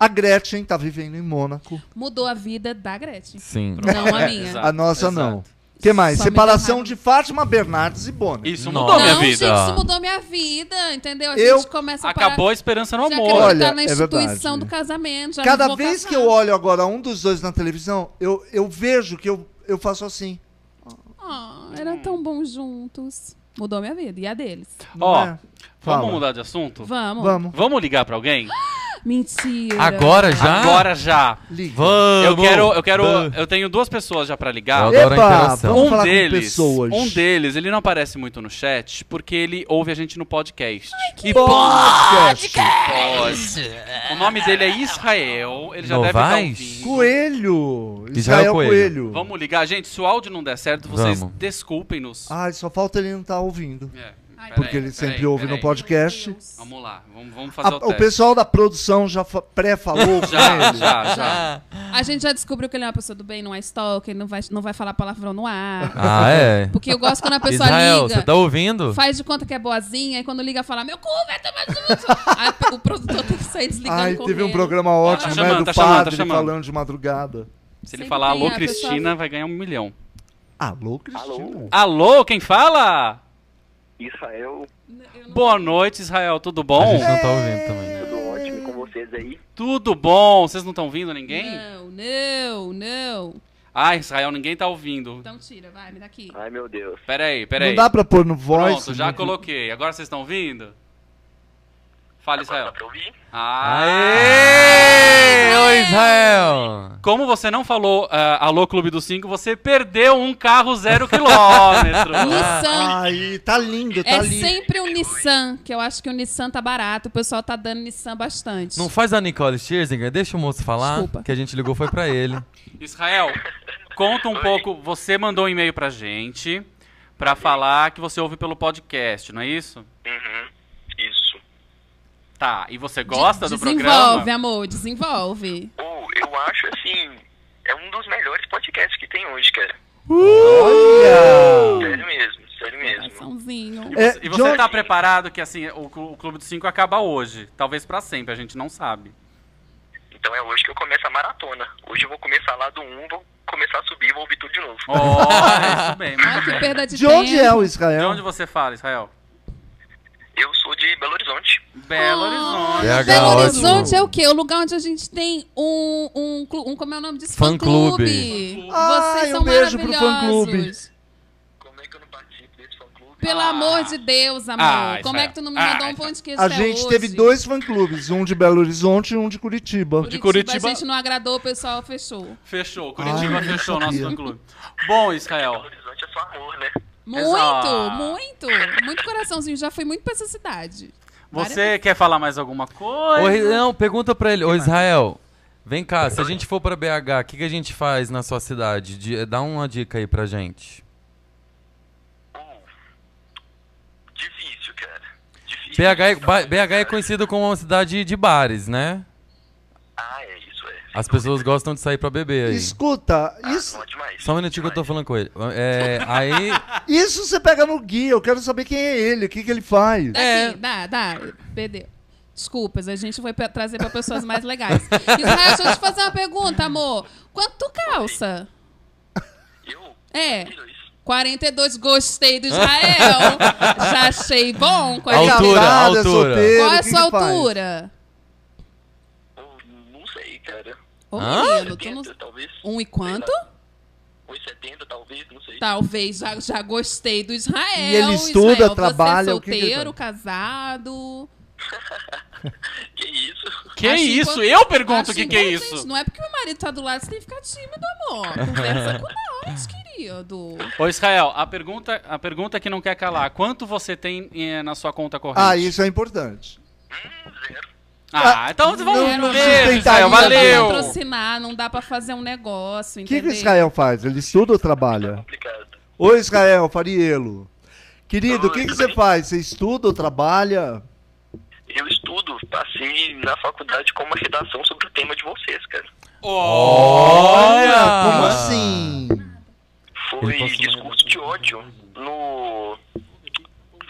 Speaker 3: A Gretchen tá vivendo em Mônaco,
Speaker 5: Mudou a vida da Gretchen.
Speaker 6: Sim.
Speaker 5: Não a
Speaker 4: É,
Speaker 5: minha.
Speaker 4: exato.
Speaker 3: a nossa
Speaker 4: exato.
Speaker 3: não. que mais?
Speaker 5: Só me
Speaker 3: Separação
Speaker 5: deu
Speaker 3: de Fátima Bernardes e Bonner.
Speaker 4: Isso
Speaker 6: Não.
Speaker 4: mudou minha
Speaker 5: não,
Speaker 4: vida.
Speaker 5: gente, isso mudou minha vida, entendeu? A
Speaker 3: Eu-
Speaker 5: gente começa a parar...
Speaker 4: Acabou a esperança no
Speaker 5: já
Speaker 4: amor.
Speaker 5: acreditar
Speaker 3: Olha,
Speaker 5: na
Speaker 3: é
Speaker 5: instituição
Speaker 3: verdade.
Speaker 5: do casamento. Já
Speaker 3: Cada
Speaker 5: vou
Speaker 3: vez
Speaker 5: casar.
Speaker 3: que eu olho agora um dos dois na televisão, eu, eu vejo que eu, eu faço assim.
Speaker 5: Ah, era tão bom juntos. Mudou minha vida. E a deles.
Speaker 3: não
Speaker 4: Ó,
Speaker 3: é? Fala.
Speaker 4: vamos mudar de assunto?
Speaker 5: Vamos.
Speaker 3: Vamos.
Speaker 4: Vamos ligar pra alguém?
Speaker 5: Mentira.
Speaker 6: Agora
Speaker 3: Ah.
Speaker 6: já?
Speaker 4: Agora já.
Speaker 3: Liga.
Speaker 6: Vamos!
Speaker 4: Eu quero, eu quero,
Speaker 6: Vamos.
Speaker 4: eu tenho duas pessoas já pra ligar.
Speaker 6: Eu adoro a
Speaker 3: Eba,
Speaker 6: interação.
Speaker 3: vamos
Speaker 4: um
Speaker 3: falar
Speaker 4: deles,
Speaker 3: com pessoas.
Speaker 4: um deles, ele não aparece muito no chat porque ele ouve a gente no podcast. e
Speaker 3: Podcast.
Speaker 4: pode. O nome dele é Israel, ele já
Speaker 6: Novaes?
Speaker 4: deve estar ouvindo.
Speaker 3: Coelho.
Speaker 6: Israel
Speaker 3: Israel
Speaker 6: Coelho.
Speaker 3: Coelho.
Speaker 4: Vamos ligar, gente. Se o áudio não der certo, vocês
Speaker 6: Vamos.
Speaker 4: desculpem-nos.
Speaker 3: Ai, só falta ele não estar tá ouvindo.
Speaker 4: É.
Speaker 5: Ai,
Speaker 3: Ah, porque
Speaker 4: Peraí,
Speaker 3: ele
Speaker 4: peraí,
Speaker 3: sempre ouve
Speaker 4: peraí.
Speaker 3: no podcast.
Speaker 5: meu Deus.
Speaker 4: Vamos lá, vamos, vamos
Speaker 3: A-
Speaker 4: fazer o
Speaker 3: o
Speaker 4: teste.
Speaker 3: pessoal da produção já fa- pré-falou
Speaker 4: *laughs*
Speaker 3: com
Speaker 4: Já,
Speaker 3: ele.
Speaker 4: já, já.
Speaker 5: A gente já descobriu que ele é uma pessoa do bem, não é stalker, não vai, não vai falar palavrão no ar.
Speaker 6: Ah, é?
Speaker 5: Porque eu gosto quando a pessoa
Speaker 6: Israel,
Speaker 5: liga.
Speaker 6: você tá ouvindo?
Speaker 5: Faz de conta que é boazinha, e quando liga, fala: Meu cu vai tomar no cu."
Speaker 6: *laughs*
Speaker 5: Aí o produtor tem que sair desligando.
Speaker 3: Ai, teve um
Speaker 5: correndo.
Speaker 3: programa ótimo,
Speaker 4: Tá
Speaker 3: né?
Speaker 4: chamando,
Speaker 3: Do
Speaker 4: tá chamando, tá
Speaker 3: padre
Speaker 4: chamando.
Speaker 3: falando de madrugada.
Speaker 4: Se ele
Speaker 5: Sempre
Speaker 4: falar
Speaker 5: tem
Speaker 4: alô,
Speaker 5: a pessoa-
Speaker 4: Cristina, vai ganhar um milhão.
Speaker 3: Alô, Cristina.
Speaker 2: Alô?
Speaker 5: Ah,
Speaker 4: Alô, quem fala?
Speaker 2: Israel,
Speaker 5: Eu não-
Speaker 4: Boa noite, Israel, tudo
Speaker 6: A
Speaker 4: bom?
Speaker 6: gente não tá ouvindo também.
Speaker 2: tudo ótimo com vocês aí?
Speaker 4: Tudo bom? Vocês não estão ouvindo ninguém?
Speaker 5: Não, não, não.
Speaker 4: Ah, Israel, ninguém tá ouvindo.
Speaker 5: Então tira, vai, me dá aqui.
Speaker 4: Ah.
Speaker 2: Ai, meu Deus.
Speaker 4: Peraí,
Speaker 3: Não
Speaker 4: peraí.
Speaker 3: dá pra pôr no voice.
Speaker 4: Pronto, já
Speaker 3: né?
Speaker 4: coloquei. Agora vocês estão ouvindo? Fala, Israel. Ah.
Speaker 2: pra ouvir?
Speaker 4: Aê!
Speaker 6: Oi, Israel!
Speaker 4: Como você não falou ah, Alô Clube dos Cinco, você perdeu um carro zero quilômetro.
Speaker 6: Ah,
Speaker 5: Nissan.
Speaker 3: Ai, tá lindo, tá
Speaker 5: Então, é
Speaker 3: lindo.
Speaker 5: sempre um Nissan, que eu acho que o Nissan tá barato. O pessoal tá dando Nissan bastante.
Speaker 6: Não faz a Nicole Scherzinger, deixa o moço falar,
Speaker 5: Desculpa.
Speaker 6: que a gente ligou foi pra ele.
Speaker 4: Israel, conta um pouco. Você mandou um e-mail pra gente pra falar que você ouve pelo podcast, não é isso?
Speaker 2: Uhum, isso.
Speaker 4: Tá, e você gosta do
Speaker 5: desenvolve,
Speaker 4: programa?
Speaker 5: amor, desenvolve.
Speaker 2: Pô, eu acho assim, é um dos melhores podcasts que tem hoje, cara.
Speaker 3: Olha!
Speaker 2: Sério mesmo, sério mesmo.
Speaker 5: Coraçãozinho.
Speaker 4: *laughs*
Speaker 3: É,
Speaker 4: E você
Speaker 3: John-
Speaker 4: tá preparado que assim, o, clu- o Clube dos Cinco acaba hoje. Talvez pra sempre, a gente não sabe.
Speaker 2: Então é hoje que eu começo a maratona. Hoje eu vou começar lá do 1, vou começar a subir e vou ouvir tudo de novo.
Speaker 4: Oh, é isso bem,
Speaker 5: Olha
Speaker 4: muito
Speaker 5: Ah, que
Speaker 4: bem.
Speaker 5: perda de,
Speaker 3: De
Speaker 5: tempo.
Speaker 3: onde é o
Speaker 4: De
Speaker 3: Israel?
Speaker 4: onde você fala, Israel?
Speaker 2: Eu sou de Belo Horizonte.
Speaker 4: Belo Horizonte.
Speaker 6: BH,
Speaker 5: Belo
Speaker 6: ótimo.
Speaker 5: Horizonte é o quê? O lugar onde a gente tem um. um, clu- um como é o nome disso?
Speaker 6: Fã-clube.
Speaker 5: Fã-clube.
Speaker 3: Ah,
Speaker 5: Vocês
Speaker 3: um
Speaker 5: são
Speaker 3: beijo pro fã-clube.
Speaker 5: maravilhosos.
Speaker 2: Como é que eu não participo desse fã-clube?
Speaker 5: Pelo
Speaker 4: Ah.
Speaker 5: amor de Deus, amor.
Speaker 4: Ah,
Speaker 5: como
Speaker 4: Israel.
Speaker 5: é que tu não me
Speaker 4: Ah,
Speaker 5: mandou um
Speaker 4: Israel.
Speaker 5: pão de queijo
Speaker 3: A
Speaker 5: até
Speaker 3: gente
Speaker 5: hoje?
Speaker 3: teve dois fã-clubes, um de Belo Horizonte e um de Curitiba.
Speaker 4: De Curitiba.
Speaker 5: A gente não agradou, o pessoal fechou.
Speaker 4: Fechou. Curitiba
Speaker 3: Ai,
Speaker 4: fechou o
Speaker 3: não
Speaker 4: nosso
Speaker 3: Ah, sabia.
Speaker 4: fã-clube. Bom, Israel.
Speaker 2: Belo Horizonte é só amor, né?
Speaker 5: Muito,
Speaker 4: Exato.
Speaker 5: muito. Muito coraçãozinho. Já fui muito pra essa cidade.
Speaker 4: Você quer falar mais alguma coisa?
Speaker 6: Oi, não, pergunta pra ele. Ô, Israel, vem cá, se a gente for pra BH, o que, que a gente faz na sua cidade? Di- dá uma dica aí pra gente.
Speaker 2: Pô, difícil, cara. Difícil.
Speaker 6: BH é, ba- BH é conhecido como uma cidade de bares, né?
Speaker 2: Ah, é isso, é.
Speaker 6: As pessoas gostam de sair pra beber aí.
Speaker 3: Escuta,
Speaker 2: Ah,
Speaker 3: isso,
Speaker 2: não é demais.
Speaker 6: Só um minutinho que eu tô falando com ele. É, *laughs* aí.
Speaker 3: isso você pega no guia, eu quero saber quem é ele, o que, que ele faz.
Speaker 5: Daqui, dá, dá. Perdeu. Desculpas, a gente vai pra- trazer pra pessoas mais legais. Israel, deixa eu te fazer uma pergunta, amor. Quanto tu calça?
Speaker 2: Eu?
Speaker 5: É.
Speaker 2: Dois.
Speaker 5: 42, gostei do Israel. Já achei bom. 42.
Speaker 6: Altura,
Speaker 3: Casado, é
Speaker 6: altura.
Speaker 3: solteiro,
Speaker 5: Qual é
Speaker 3: o
Speaker 5: a
Speaker 3: que
Speaker 5: sua
Speaker 3: que faz?
Speaker 5: altura?
Speaker 2: Pô, não sei, cara.
Speaker 5: Ô,
Speaker 6: Hã?
Speaker 5: menino, tu
Speaker 2: 70,
Speaker 5: não...
Speaker 2: talvez.
Speaker 5: Um e quanto?
Speaker 2: 1,70, talvez, não sei.
Speaker 5: Talvez, já, já gostei do Israel.
Speaker 3: E ele estuda,
Speaker 5: Israel, você é
Speaker 3: trabalha, o que que ele
Speaker 5: solteiro,
Speaker 3: faz?
Speaker 5: casado.
Speaker 3: Tá.
Speaker 2: Que isso?
Speaker 4: Que
Speaker 5: Acho
Speaker 4: isso?
Speaker 5: impo-
Speaker 4: Eu pergunto o
Speaker 5: acho
Speaker 4: que, que é
Speaker 5: importante.
Speaker 4: isso.
Speaker 5: Assim, Não é porque meu marido tá do lado, você tem que ficar tímido, amor. Conversa com nós, querido.
Speaker 4: Ô, Israel, a pergunta, a pergunta que não quer calar. Quanto você tem eh, na sua conta corrente?
Speaker 3: Ah, isso é importante.
Speaker 4: Ah, então vamos
Speaker 3: não, não
Speaker 4: ver,
Speaker 3: sustentaria.
Speaker 4: Israel.
Speaker 5: Não dá pra
Speaker 4: Valeu.
Speaker 5: patrocinar, não dá pra fazer um negócio,
Speaker 3: O que,
Speaker 5: entendeu?
Speaker 3: que o Israel faz? Ele estuda ou trabalha?
Speaker 2: Complicado.
Speaker 3: Ô Israel, Farielo. Querido, o
Speaker 2: Oi,
Speaker 3: que, que
Speaker 2: tudo
Speaker 3: você
Speaker 2: bem?
Speaker 3: faz? Você estuda ou trabalha?
Speaker 2: Eu estudo, passei na faculdade com uma redação sobre o tema de vocês, cara.
Speaker 6: Olha!
Speaker 3: Ah, Como assim?
Speaker 6: Ele
Speaker 2: Foi
Speaker 6: passou na
Speaker 2: discurso de ódio no.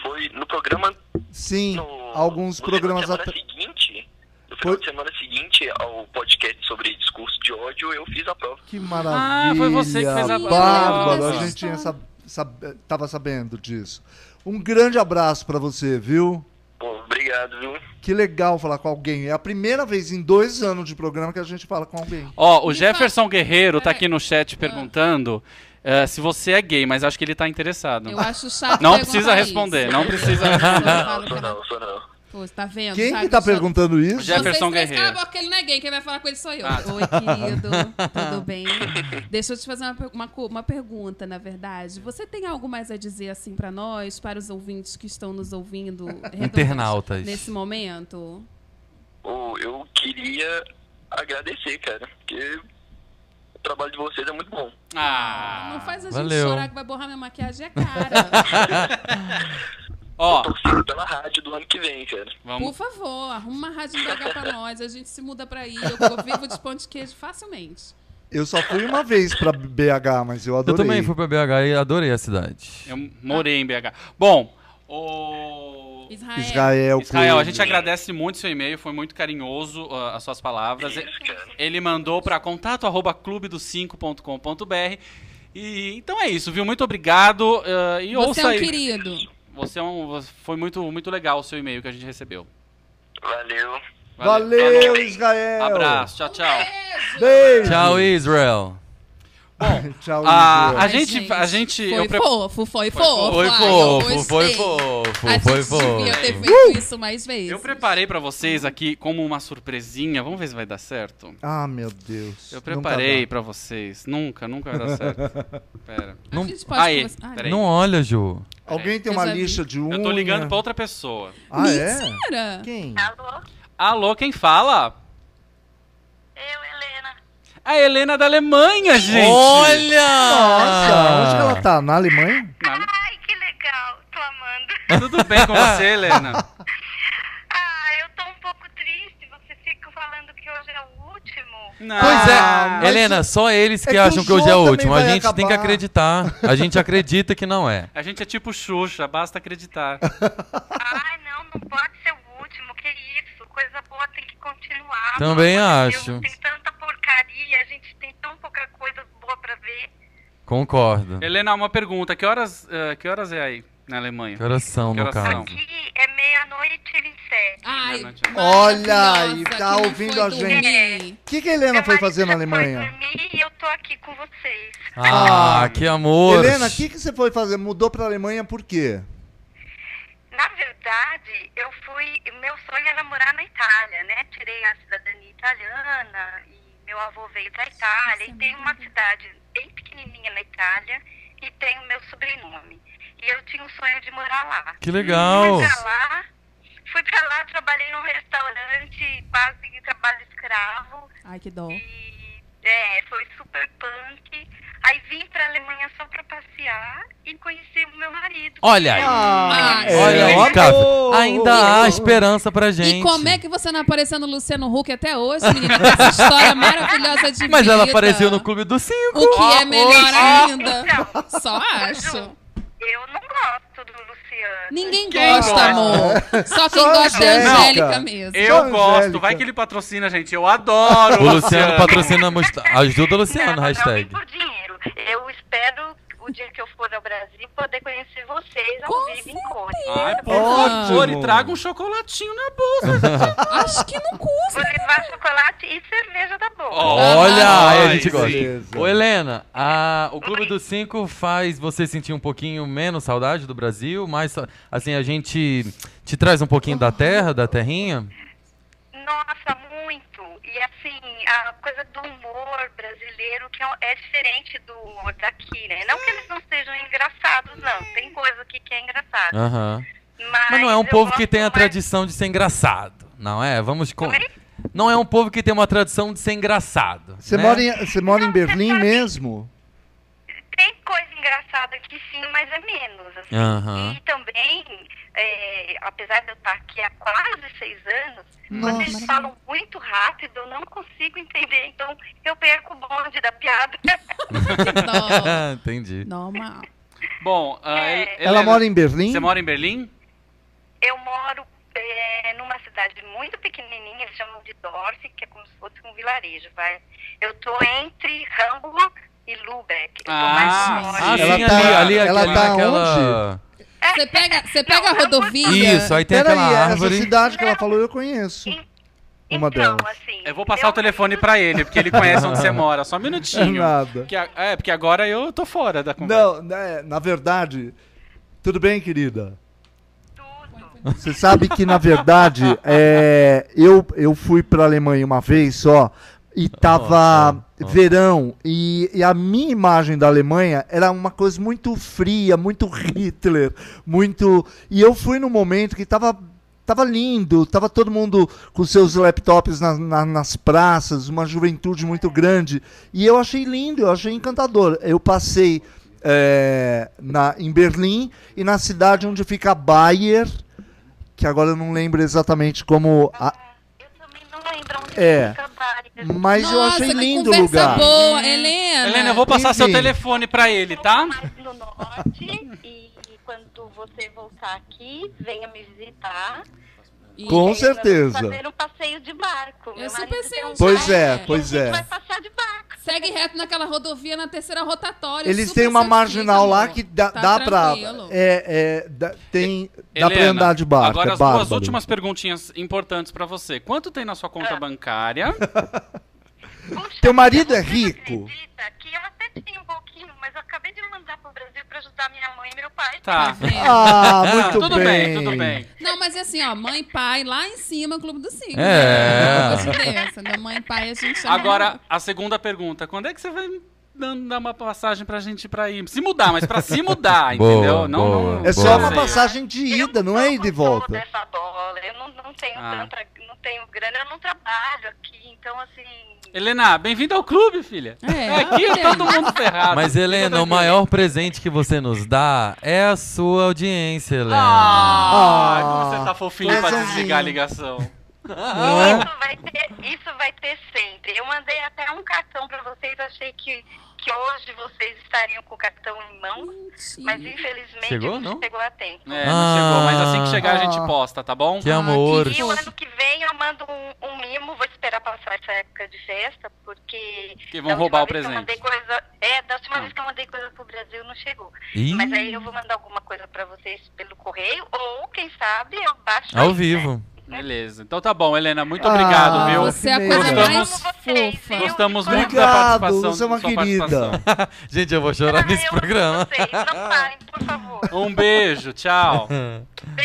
Speaker 2: Foi no programa.
Speaker 3: Sim,
Speaker 2: No,
Speaker 3: alguns
Speaker 2: no
Speaker 3: programas
Speaker 2: final de
Speaker 4: é
Speaker 3: atrás.
Speaker 2: semana seguinte. No final
Speaker 3: Foi-
Speaker 2: de semana seguinte ao podcast sobre discurso de ódio, eu fiz a prova.
Speaker 3: Que maravilha.
Speaker 4: Ah, foi você que fez a prova.
Speaker 3: Bárbaro, a
Speaker 5: Nossa.
Speaker 3: gente tinha sab... sab- tava sabendo disso. Um grande abraço pra você, viu?
Speaker 2: Pô, obrigado, viu?
Speaker 3: Que legal falar com alguém. É a primeira vez em dois anos de programa que a gente fala com alguém.
Speaker 4: Ó, o
Speaker 5: Me
Speaker 4: Jefferson Guerreiro tá
Speaker 5: Peraí. Ah.
Speaker 4: aqui no chat perguntando eh, se você é gay, mas acho que ele tá interessado.
Speaker 5: Eu acho chato
Speaker 4: Não
Speaker 5: perguntar
Speaker 4: precisa
Speaker 5: isso.
Speaker 4: responder, não
Speaker 5: *laughs*
Speaker 4: precisa.
Speaker 5: Eu falo
Speaker 3: Tá.
Speaker 2: Não, sou
Speaker 5: pra-
Speaker 2: não, sou não.
Speaker 5: Pô, você tá vendo?
Speaker 3: Quem
Speaker 5: sabe?
Speaker 3: que tá
Speaker 5: Eu sou-
Speaker 3: perguntando isso?
Speaker 4: Já- Jefferson
Speaker 5: Vocês três,
Speaker 4: Guerreiro.
Speaker 5: Cala a boca, ele não é gay, quem vai falar com ele sou eu.
Speaker 4: Ah.
Speaker 6: tá.
Speaker 5: Oi, querido, tudo bem? Deixa eu te fazer uma, per- uma, co- uma pergunta, na verdade. Você tem algo mais a dizer assim pra nós, para os ouvintes que estão nos ouvindo? redondos,
Speaker 6: Internautas.
Speaker 5: Nesse momento?
Speaker 2: Pô, eu queria agradecer, cara, porque o trabalho de vocês é muito bom.
Speaker 4: Ah,
Speaker 5: não faz a gente
Speaker 6: valeu.
Speaker 5: chorar que vai borrar minha maquiagem, é cara.
Speaker 2: Eu
Speaker 4: Ó,
Speaker 2: torcendo pela rádio do ano que vem, cara.
Speaker 5: Por
Speaker 4: vamos.
Speaker 5: favor, arruma uma rádio em BH pra nós. A gente se muda pra aí. Eu, eu vivo de pão de queijo facilmente.
Speaker 3: Eu só fui uma vez pra BH, mas eu
Speaker 6: Eu
Speaker 3: adorei.
Speaker 6: também fui pra BH e adorei a cidade.
Speaker 4: Eu morei É um em BH. Bom, o.
Speaker 5: Israel.
Speaker 3: Israel. um-
Speaker 4: Israel, a
Speaker 3: Coelho.
Speaker 4: gente agradece muito seu e-mail, foi muito carinhoso ah, as suas palavras.
Speaker 2: É Isso, cara.
Speaker 4: Ele mandou para contato arroba clube do 5.com.br. E então é isso, viu? Muito obrigado. ah, e
Speaker 5: Você
Speaker 4: ouça
Speaker 5: é um
Speaker 4: aí.
Speaker 5: querido.
Speaker 4: Você é um. Foi muito, muito legal o seu e-mail que a gente recebeu.
Speaker 2: Valeu.
Speaker 3: Valeu, Israel.
Speaker 4: Abraço, tchau, tchau.
Speaker 5: Um
Speaker 3: Beijo.
Speaker 6: Tchau, Israel.
Speaker 3: Tchau, Israel.
Speaker 4: Ah, a
Speaker 5: Ai,
Speaker 4: gente. A gente
Speaker 5: Foi
Speaker 4: eu pre-
Speaker 5: fofo, foi fofo.
Speaker 6: Foi
Speaker 5: Ai, eu
Speaker 6: fofo, foi
Speaker 5: gostei.
Speaker 6: fofo,
Speaker 5: A
Speaker 6: foi
Speaker 5: gente
Speaker 6: fofo.
Speaker 5: devia
Speaker 3: Uh!
Speaker 5: ter feito isso mais vezes.
Speaker 4: Eu preparei pra vocês aqui como uma surpresinha. Vamos ver se vai dar certo.
Speaker 3: Ah, meu Deus. tá
Speaker 4: Eu
Speaker 3: Nunca
Speaker 4: preparei
Speaker 3: dá.
Speaker 4: pra vocês. Nunca, nunca vai dar certo.
Speaker 3: *laughs*
Speaker 4: Pera.
Speaker 5: A
Speaker 6: Não-
Speaker 5: gente pode
Speaker 4: Aí,
Speaker 5: conversar- Ai,
Speaker 4: peraí.
Speaker 6: Não olha, Ju.
Speaker 3: Alguém tem
Speaker 5: Eu
Speaker 3: uma
Speaker 5: já vi.
Speaker 3: lixa de unha?
Speaker 4: Eu tô ligando pra um outra pessoa.
Speaker 3: Ah, é?
Speaker 5: Mentira!
Speaker 3: Quem?
Speaker 7: Alô?
Speaker 4: Alô, quem fala?
Speaker 7: Eu, Helena.
Speaker 4: A Helena da Alemanha, gente!
Speaker 3: Nossa,
Speaker 4: Ah.
Speaker 3: onde que
Speaker 6: Olha!
Speaker 3: ela tá? Na Alemanha?
Speaker 4: Na-
Speaker 7: Ai, que legal. Tô amando.
Speaker 4: Tudo bem com você,
Speaker 3: *laughs*
Speaker 4: Helena?
Speaker 7: *laughs* Ah, eu tô um pouco triste. Vocês ficam falando que hoje é o último.
Speaker 4: Não.
Speaker 6: Pois é,
Speaker 3: Ah, mas
Speaker 6: Helena, só eles
Speaker 3: é
Speaker 6: que
Speaker 3: que
Speaker 6: acham
Speaker 3: o
Speaker 6: que hoje é
Speaker 3: Jô
Speaker 6: o
Speaker 3: também
Speaker 6: último. A
Speaker 3: vai
Speaker 6: gente tem que
Speaker 3: acabar.
Speaker 6: acreditar. A gente acredita que não é.
Speaker 4: A gente é tipo Xuxa, basta
Speaker 3: *laughs*
Speaker 4: acreditar.
Speaker 7: Ai, não, não pode ser o último. Que isso? Coisa boa tem que continuar.
Speaker 6: Também
Speaker 7: Pelo amor de
Speaker 6: acho.
Speaker 7: Deus, Tem tanta porcaria. A gente tem tão pouca coisa boa pra ver.
Speaker 6: Concordo.
Speaker 4: Helena, uma pergunta. Que horas, eh, que horas é aí na Alemanha?
Speaker 6: Que horas são,
Speaker 4: Que
Speaker 6: no
Speaker 4: horas são?
Speaker 6: caso?
Speaker 7: Aqui é meia-noite e 27.
Speaker 5: Ai,
Speaker 4: Não, não tinha.
Speaker 3: Olha aí,
Speaker 5: maravilhosa,
Speaker 3: tá
Speaker 5: que não
Speaker 3: ouvindo
Speaker 5: foi
Speaker 3: a gente.
Speaker 5: dormir.
Speaker 3: O que, que a Helena foi fazer na
Speaker 7: Meu marido já
Speaker 3: Alemanha?
Speaker 7: Foi dormir e eu tô aqui com vocês.
Speaker 6: Ah, que amor.
Speaker 3: Helena, o que, que você foi fazer? Mudou pra Alemanha por quê?
Speaker 7: Na verdade, eu fui. Meu sonho era morar na Itália, né? Tirei a cidadania italiana e meu avô veio da Itália. E tem uma cidade bem pequenininha na Itália e tem o meu sobrenome. E eu tinha um sonho de morar lá.
Speaker 6: Que legal.
Speaker 7: Fui pra lá, fui pra lá, trabalhei num restaurante, quase trabalho escravo.
Speaker 5: Ai, que dó.
Speaker 7: E é, foi super punk. Aí vim pra Alemanha só pra passear e conheci o meu marido.
Speaker 6: Olha aí.
Speaker 5: Ah,
Speaker 3: é.
Speaker 6: Olha aí,
Speaker 3: Olha,
Speaker 6: Cássio.
Speaker 3: ô,
Speaker 6: Ainda
Speaker 3: ô,
Speaker 6: há
Speaker 3: ô.
Speaker 6: esperança pra gente.
Speaker 5: E como é que você não apareceu no Luciano Huck até hoje, menina? Com essa história maravilhosa de
Speaker 6: Mas
Speaker 5: vida.
Speaker 6: ela apareceu no Clube dos Cinco.
Speaker 5: O que é melhor
Speaker 7: Ah,
Speaker 5: ainda.
Speaker 7: então.
Speaker 5: Só acho.
Speaker 7: Eu não gosto do Luciano.
Speaker 5: Ninguém
Speaker 4: Quem
Speaker 5: gosta,
Speaker 4: gosta?
Speaker 5: amor. Só quem
Speaker 3: Só
Speaker 5: gosta é a
Speaker 3: Angélica.
Speaker 5: Angélica mesmo.
Speaker 4: Eu
Speaker 3: Só
Speaker 4: gosto,
Speaker 3: Angélica.
Speaker 4: vai que ele patrocina, gente. Eu adoro.
Speaker 6: O Luciano patrocina. muito- Ajuda o Luciano,
Speaker 7: não,
Speaker 6: hashtag.
Speaker 5: é
Speaker 7: Não, vim por dinheiro. Eu espero o dia que eu for ao Brasil poder conhecer vocês ao
Speaker 5: Com
Speaker 7: vivo em Cone.
Speaker 4: Ai, por
Speaker 3: Ótimo.
Speaker 4: favor, e traga um chocolatinho na bolsa.
Speaker 5: Acho que não
Speaker 7: Vou
Speaker 5: custa.
Speaker 7: levar chocolate e cerveja da boca.
Speaker 6: Olha, aí a
Speaker 4: Ai,
Speaker 6: gente
Speaker 3: beleza.
Speaker 6: gosta. Ô, Helena, a- o Clube dos Cinco faz você sentir um pouquinho menos saudade do Brasil, mas assim, a gente te traz um pouquinho da terra, da terrinha.
Speaker 7: Nossa, muito. E assim, a coisa do humor brasileiro que é é diferente do humor daqui, né? Não que eles não sejam engraçados, não. Tem coisa que que é engraçada.
Speaker 6: Aham.
Speaker 7: Mas,
Speaker 6: Mas não é um
Speaker 7: eu
Speaker 6: povo que
Speaker 7: gosto
Speaker 6: tem a
Speaker 7: mais-
Speaker 6: tradição de ser engraçado, não é? Vamos com...
Speaker 7: Oi?
Speaker 6: Não é um povo que tem uma tradição de ser engraçado.
Speaker 3: Você
Speaker 6: né?
Speaker 3: mora em, você mora em Berlim mesmo?
Speaker 7: Tem coisa engraçada aqui sim, mas é menos. assim.
Speaker 6: Aham.
Speaker 7: E também, é, apesar de eu estar aqui há quase seis anos, vocês
Speaker 5: Nossa.
Speaker 7: falam muito rápido, eu não consigo entender, então eu perco o bonde da piada. *laughs*
Speaker 6: *laughs*
Speaker 5: Não.
Speaker 6: Entendi.
Speaker 5: Normal.
Speaker 4: Bom, ah, Hel-
Speaker 7: É.
Speaker 3: Ela
Speaker 4: Helena,
Speaker 3: mora em Berlim?
Speaker 4: Você mora em Berlim?
Speaker 7: Eu moro é, numa cidade muito pequenininha, eles chamam de Dorf, que é como se fosse um vilarejo, vai. Eu tô entre Hamburgo e Lubeck. Eu tô
Speaker 4: Ah,
Speaker 7: mais
Speaker 4: ah,
Speaker 7: longe.
Speaker 6: sim,
Speaker 3: Ela
Speaker 6: ali,
Speaker 3: tá-
Speaker 6: ali, é
Speaker 3: ela
Speaker 6: ali
Speaker 3: tá
Speaker 6: naquela...
Speaker 5: Você pega, você pega a rodovia.
Speaker 6: Isso, aí tem
Speaker 3: Peraí, é
Speaker 6: aquela
Speaker 3: essa
Speaker 6: árvore.
Speaker 3: cidade que ela falou eu conheço.
Speaker 7: Em-
Speaker 3: Uma
Speaker 7: então,
Speaker 3: delas.
Speaker 7: assim.
Speaker 4: Eu vou passar
Speaker 7: meu
Speaker 4: o telefone
Speaker 7: marido-
Speaker 4: pra ele, porque ele conhece
Speaker 3: *laughs*
Speaker 4: onde você mora. Só um
Speaker 3: É
Speaker 4: minutinho.
Speaker 3: nada.
Speaker 4: Que a- é, porque agora eu tô fora da conversa.
Speaker 3: Não, né, na verdade. Tudo bem, querida?
Speaker 7: Tudo.
Speaker 3: Você sabe que, na verdade, é, eu, eu fui pra Alemanha uma vez só e tava
Speaker 6: ó, ó.
Speaker 3: verão e, e a minha imagem da Alemanha era uma coisa muito fria, muito Hitler, muito... E eu fui num momento que tava, tava lindo, tava todo mundo com seus laptops na- na- nas praças, uma juventude muito grande. E eu achei lindo, eu achei encantador. Eu passei é, na, em Berlim e na cidade onde fica Bayer, que agora eu não lembro exatamente como. a-
Speaker 7: Eu também não lembro onde
Speaker 3: É.
Speaker 7: fica Bahia.
Speaker 3: mas eu
Speaker 5: Nossa,
Speaker 3: achei
Speaker 5: que
Speaker 3: lindo o
Speaker 5: conversa
Speaker 3: lugar.
Speaker 5: boa, Helena.
Speaker 4: Helena, eu vou passar
Speaker 3: Enfim.
Speaker 4: seu telefone pra ele, tá?
Speaker 7: mais no norte e quando você voltar aqui, venha me visitar.
Speaker 5: E-
Speaker 3: Com
Speaker 7: E aí nós
Speaker 3: certeza.
Speaker 7: vamos Fazer um passeio de barco.
Speaker 5: Eu
Speaker 7: Meu
Speaker 5: super
Speaker 7: marido
Speaker 5: sei
Speaker 7: tem um
Speaker 5: onde
Speaker 3: Pois
Speaker 5: é.
Speaker 3: é,
Speaker 5: Então
Speaker 3: pois
Speaker 7: barco,
Speaker 3: é.
Speaker 7: Vai passear de barco.
Speaker 5: Segue reto naquela rodovia na terceira rotatória.
Speaker 3: Eles
Speaker 5: super
Speaker 3: têm uma
Speaker 5: certinho,
Speaker 3: marginal lá
Speaker 5: amor.
Speaker 3: que dá,
Speaker 5: Tá
Speaker 3: dá pra.
Speaker 5: tranquilo.
Speaker 3: É, é, dá, tem, dá pra
Speaker 4: Helena,
Speaker 3: andar de barco.
Speaker 4: Agora
Speaker 3: é
Speaker 4: as duas
Speaker 3: bárbaro.
Speaker 4: últimas perguntinhas importantes pra você. Quanto tem na sua
Speaker 5: Ah.
Speaker 4: conta bancária?
Speaker 7: Puxa,
Speaker 3: Teu marido é
Speaker 7: você
Speaker 3: rico?
Speaker 7: Acredita que eu até tenho um pouquinho, mas eu acabei de mandar pro Brasil pra ajudar minha mãe e meu pai.
Speaker 5: *laughs* Tá
Speaker 4: Tá.
Speaker 5: vendo?
Speaker 4: *laughs*
Speaker 3: Ah,
Speaker 4: Ah,
Speaker 3: muito
Speaker 4: tudo bem. tudo bem.
Speaker 5: Não, mas é assim, ó, mãe e pai lá em cima, Clube do
Speaker 6: É.
Speaker 5: Cinco. Né? Pelo amor de Deus, entendeu? mãe e pai a gente chama.
Speaker 4: Agora, a segunda pergunta. Quando é que você vai dando- dar uma passagem pra gente ir pra ir? Se mudar, mas pra se
Speaker 3: *laughs*
Speaker 4: mudar,
Speaker 6: Boa,
Speaker 4: entendeu? Não,
Speaker 6: boa.
Speaker 4: não-
Speaker 3: É só uma
Speaker 4: Sei.
Speaker 3: passagem de
Speaker 7: Eu
Speaker 3: ida, não é
Speaker 7: sou
Speaker 3: ida e volta.
Speaker 7: dessa bola. Eu não, não tenho
Speaker 4: Ah.
Speaker 7: tanta, não tenho grana, eu não trabalho aqui, então assim.
Speaker 4: Helena, bem-vinda ao clube, filha.
Speaker 5: É,
Speaker 4: Aqui é
Speaker 5: olha
Speaker 4: todo
Speaker 5: aí.
Speaker 4: mundo ferrado.
Speaker 6: Mas, Helena, o maior presente que você nos dá é a sua audiência, Helena.
Speaker 4: Ah,
Speaker 3: Ah,
Speaker 4: como você tá fofinho pra
Speaker 3: coisazinha.
Speaker 4: desligar a ligação.
Speaker 7: Isso vai ter, isso vai ter sempre. Eu mandei até um cartão pra vocês, achei que, que hoje vocês estariam com o cartão em mãos, mas
Speaker 5: Mentira.
Speaker 7: infelizmente
Speaker 6: Chegou,
Speaker 7: não
Speaker 6: não?
Speaker 7: chegou a tempo.
Speaker 4: É, não chegou, mas assim que chegar a
Speaker 3: Ah.
Speaker 4: gente posta, tá bom?
Speaker 6: Que amor.
Speaker 7: E o ano que vem eu mando um, um mimo, vou esperar passar essa época de festa, porque.
Speaker 4: Que vão
Speaker 5: Então,
Speaker 7: da última
Speaker 4: roubar o
Speaker 7: vez que eu
Speaker 4: presente.
Speaker 7: mandei coisa- é, da última vez que eu mandei coisa pro Brasil não chegou.
Speaker 6: Ih,
Speaker 7: Mas aí eu vou mandar alguma coisa pra vocês pelo correio, ou quem sabe eu baixo.
Speaker 6: ao
Speaker 7: aí, né?
Speaker 6: vivo.
Speaker 4: Beleza. Então tá bom, Helena. Muito
Speaker 3: Ah,
Speaker 4: obrigado, viu?
Speaker 5: Você é a
Speaker 3: que
Speaker 5: coisa
Speaker 4: beleza.
Speaker 5: mais
Speaker 7: Gostamos.
Speaker 5: fofa.
Speaker 4: Gostamos
Speaker 7: Obrigado,
Speaker 4: muito da participação.
Speaker 3: você é uma
Speaker 4: sua
Speaker 3: querida.
Speaker 4: participação.
Speaker 6: Gente, eu vou chorar
Speaker 7: *laughs* Ah,
Speaker 6: nesse
Speaker 7: eu amo
Speaker 6: programa.
Speaker 7: vocês, Não parem, por favor.
Speaker 4: Um beijo, tchau.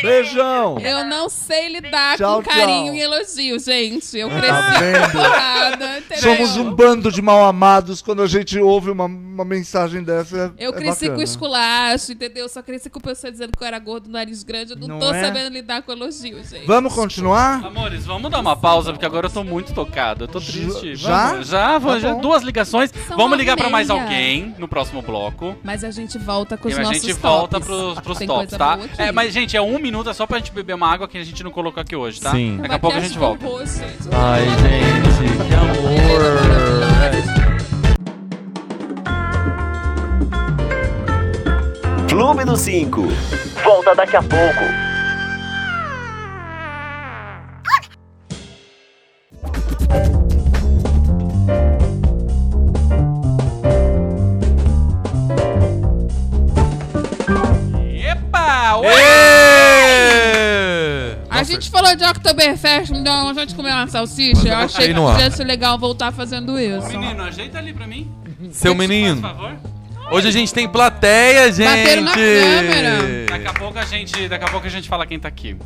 Speaker 3: Beijão!
Speaker 5: Eu não sei lidar
Speaker 3: Tchau,
Speaker 5: com carinho
Speaker 3: tchau.
Speaker 5: e elogio, gente. Eu
Speaker 3: Tá
Speaker 5: cresci
Speaker 3: vendo?
Speaker 5: nada, entendeu?
Speaker 3: Somos um bando de mal amados quando a gente ouve uma, uma mensagem dessa. é-
Speaker 5: Eu
Speaker 3: é
Speaker 5: cresci com
Speaker 3: bacana.
Speaker 5: esculacho, entendeu? Eu só cresci com pessoa dizendo que eu era gordo, nariz grande. Eu não,
Speaker 3: Não
Speaker 5: tô
Speaker 3: é?
Speaker 5: sabendo lidar com elogio, gente.
Speaker 3: Vamos continuar?
Speaker 4: Amores, vamos dar uma pausa, porque agora eu tô muito tocado. Eu tô triste.
Speaker 3: já?
Speaker 4: Vamos, já, vamos,
Speaker 3: Tá
Speaker 4: já
Speaker 3: bom.
Speaker 4: duas ligações.
Speaker 5: São nove
Speaker 4: vamos
Speaker 5: e
Speaker 4: ligar pra mais
Speaker 5: meia.
Speaker 4: alguém no próximo bloco.
Speaker 5: Mas a gente volta com
Speaker 4: E
Speaker 5: os
Speaker 4: a
Speaker 5: nossos
Speaker 4: gente volta
Speaker 5: tops. Ah,
Speaker 4: pros, pros
Speaker 5: Tem
Speaker 4: tops,
Speaker 5: coisa
Speaker 4: tá?
Speaker 5: boa aqui.
Speaker 4: É, mas, gente, é um minuto, é só pra gente beber uma água que a gente não colocou aqui hoje, tá?
Speaker 6: Sim.
Speaker 4: Daqui a pouco a gente volta.
Speaker 6: Ai, gente, que amor.
Speaker 1: Clube do 5.
Speaker 8: Volta daqui a pouco.
Speaker 4: Epa! Oi!
Speaker 6: É.
Speaker 5: A gente falou de Oktoberfest, então me deu uma vontade de comer uma salsicha. Eu achei
Speaker 6: Aí
Speaker 5: que
Speaker 6: no ar.
Speaker 5: podia ser legal voltar fazendo isso.
Speaker 4: Menino, ajeita ali pra mim,
Speaker 6: Seu
Speaker 4: por
Speaker 6: menino,
Speaker 4: um favor.
Speaker 6: hoje a gente tem plateia, gente.
Speaker 5: Bateram na
Speaker 4: Daqui a pouco a gente, daqui a pouco a gente fala quem tá aqui.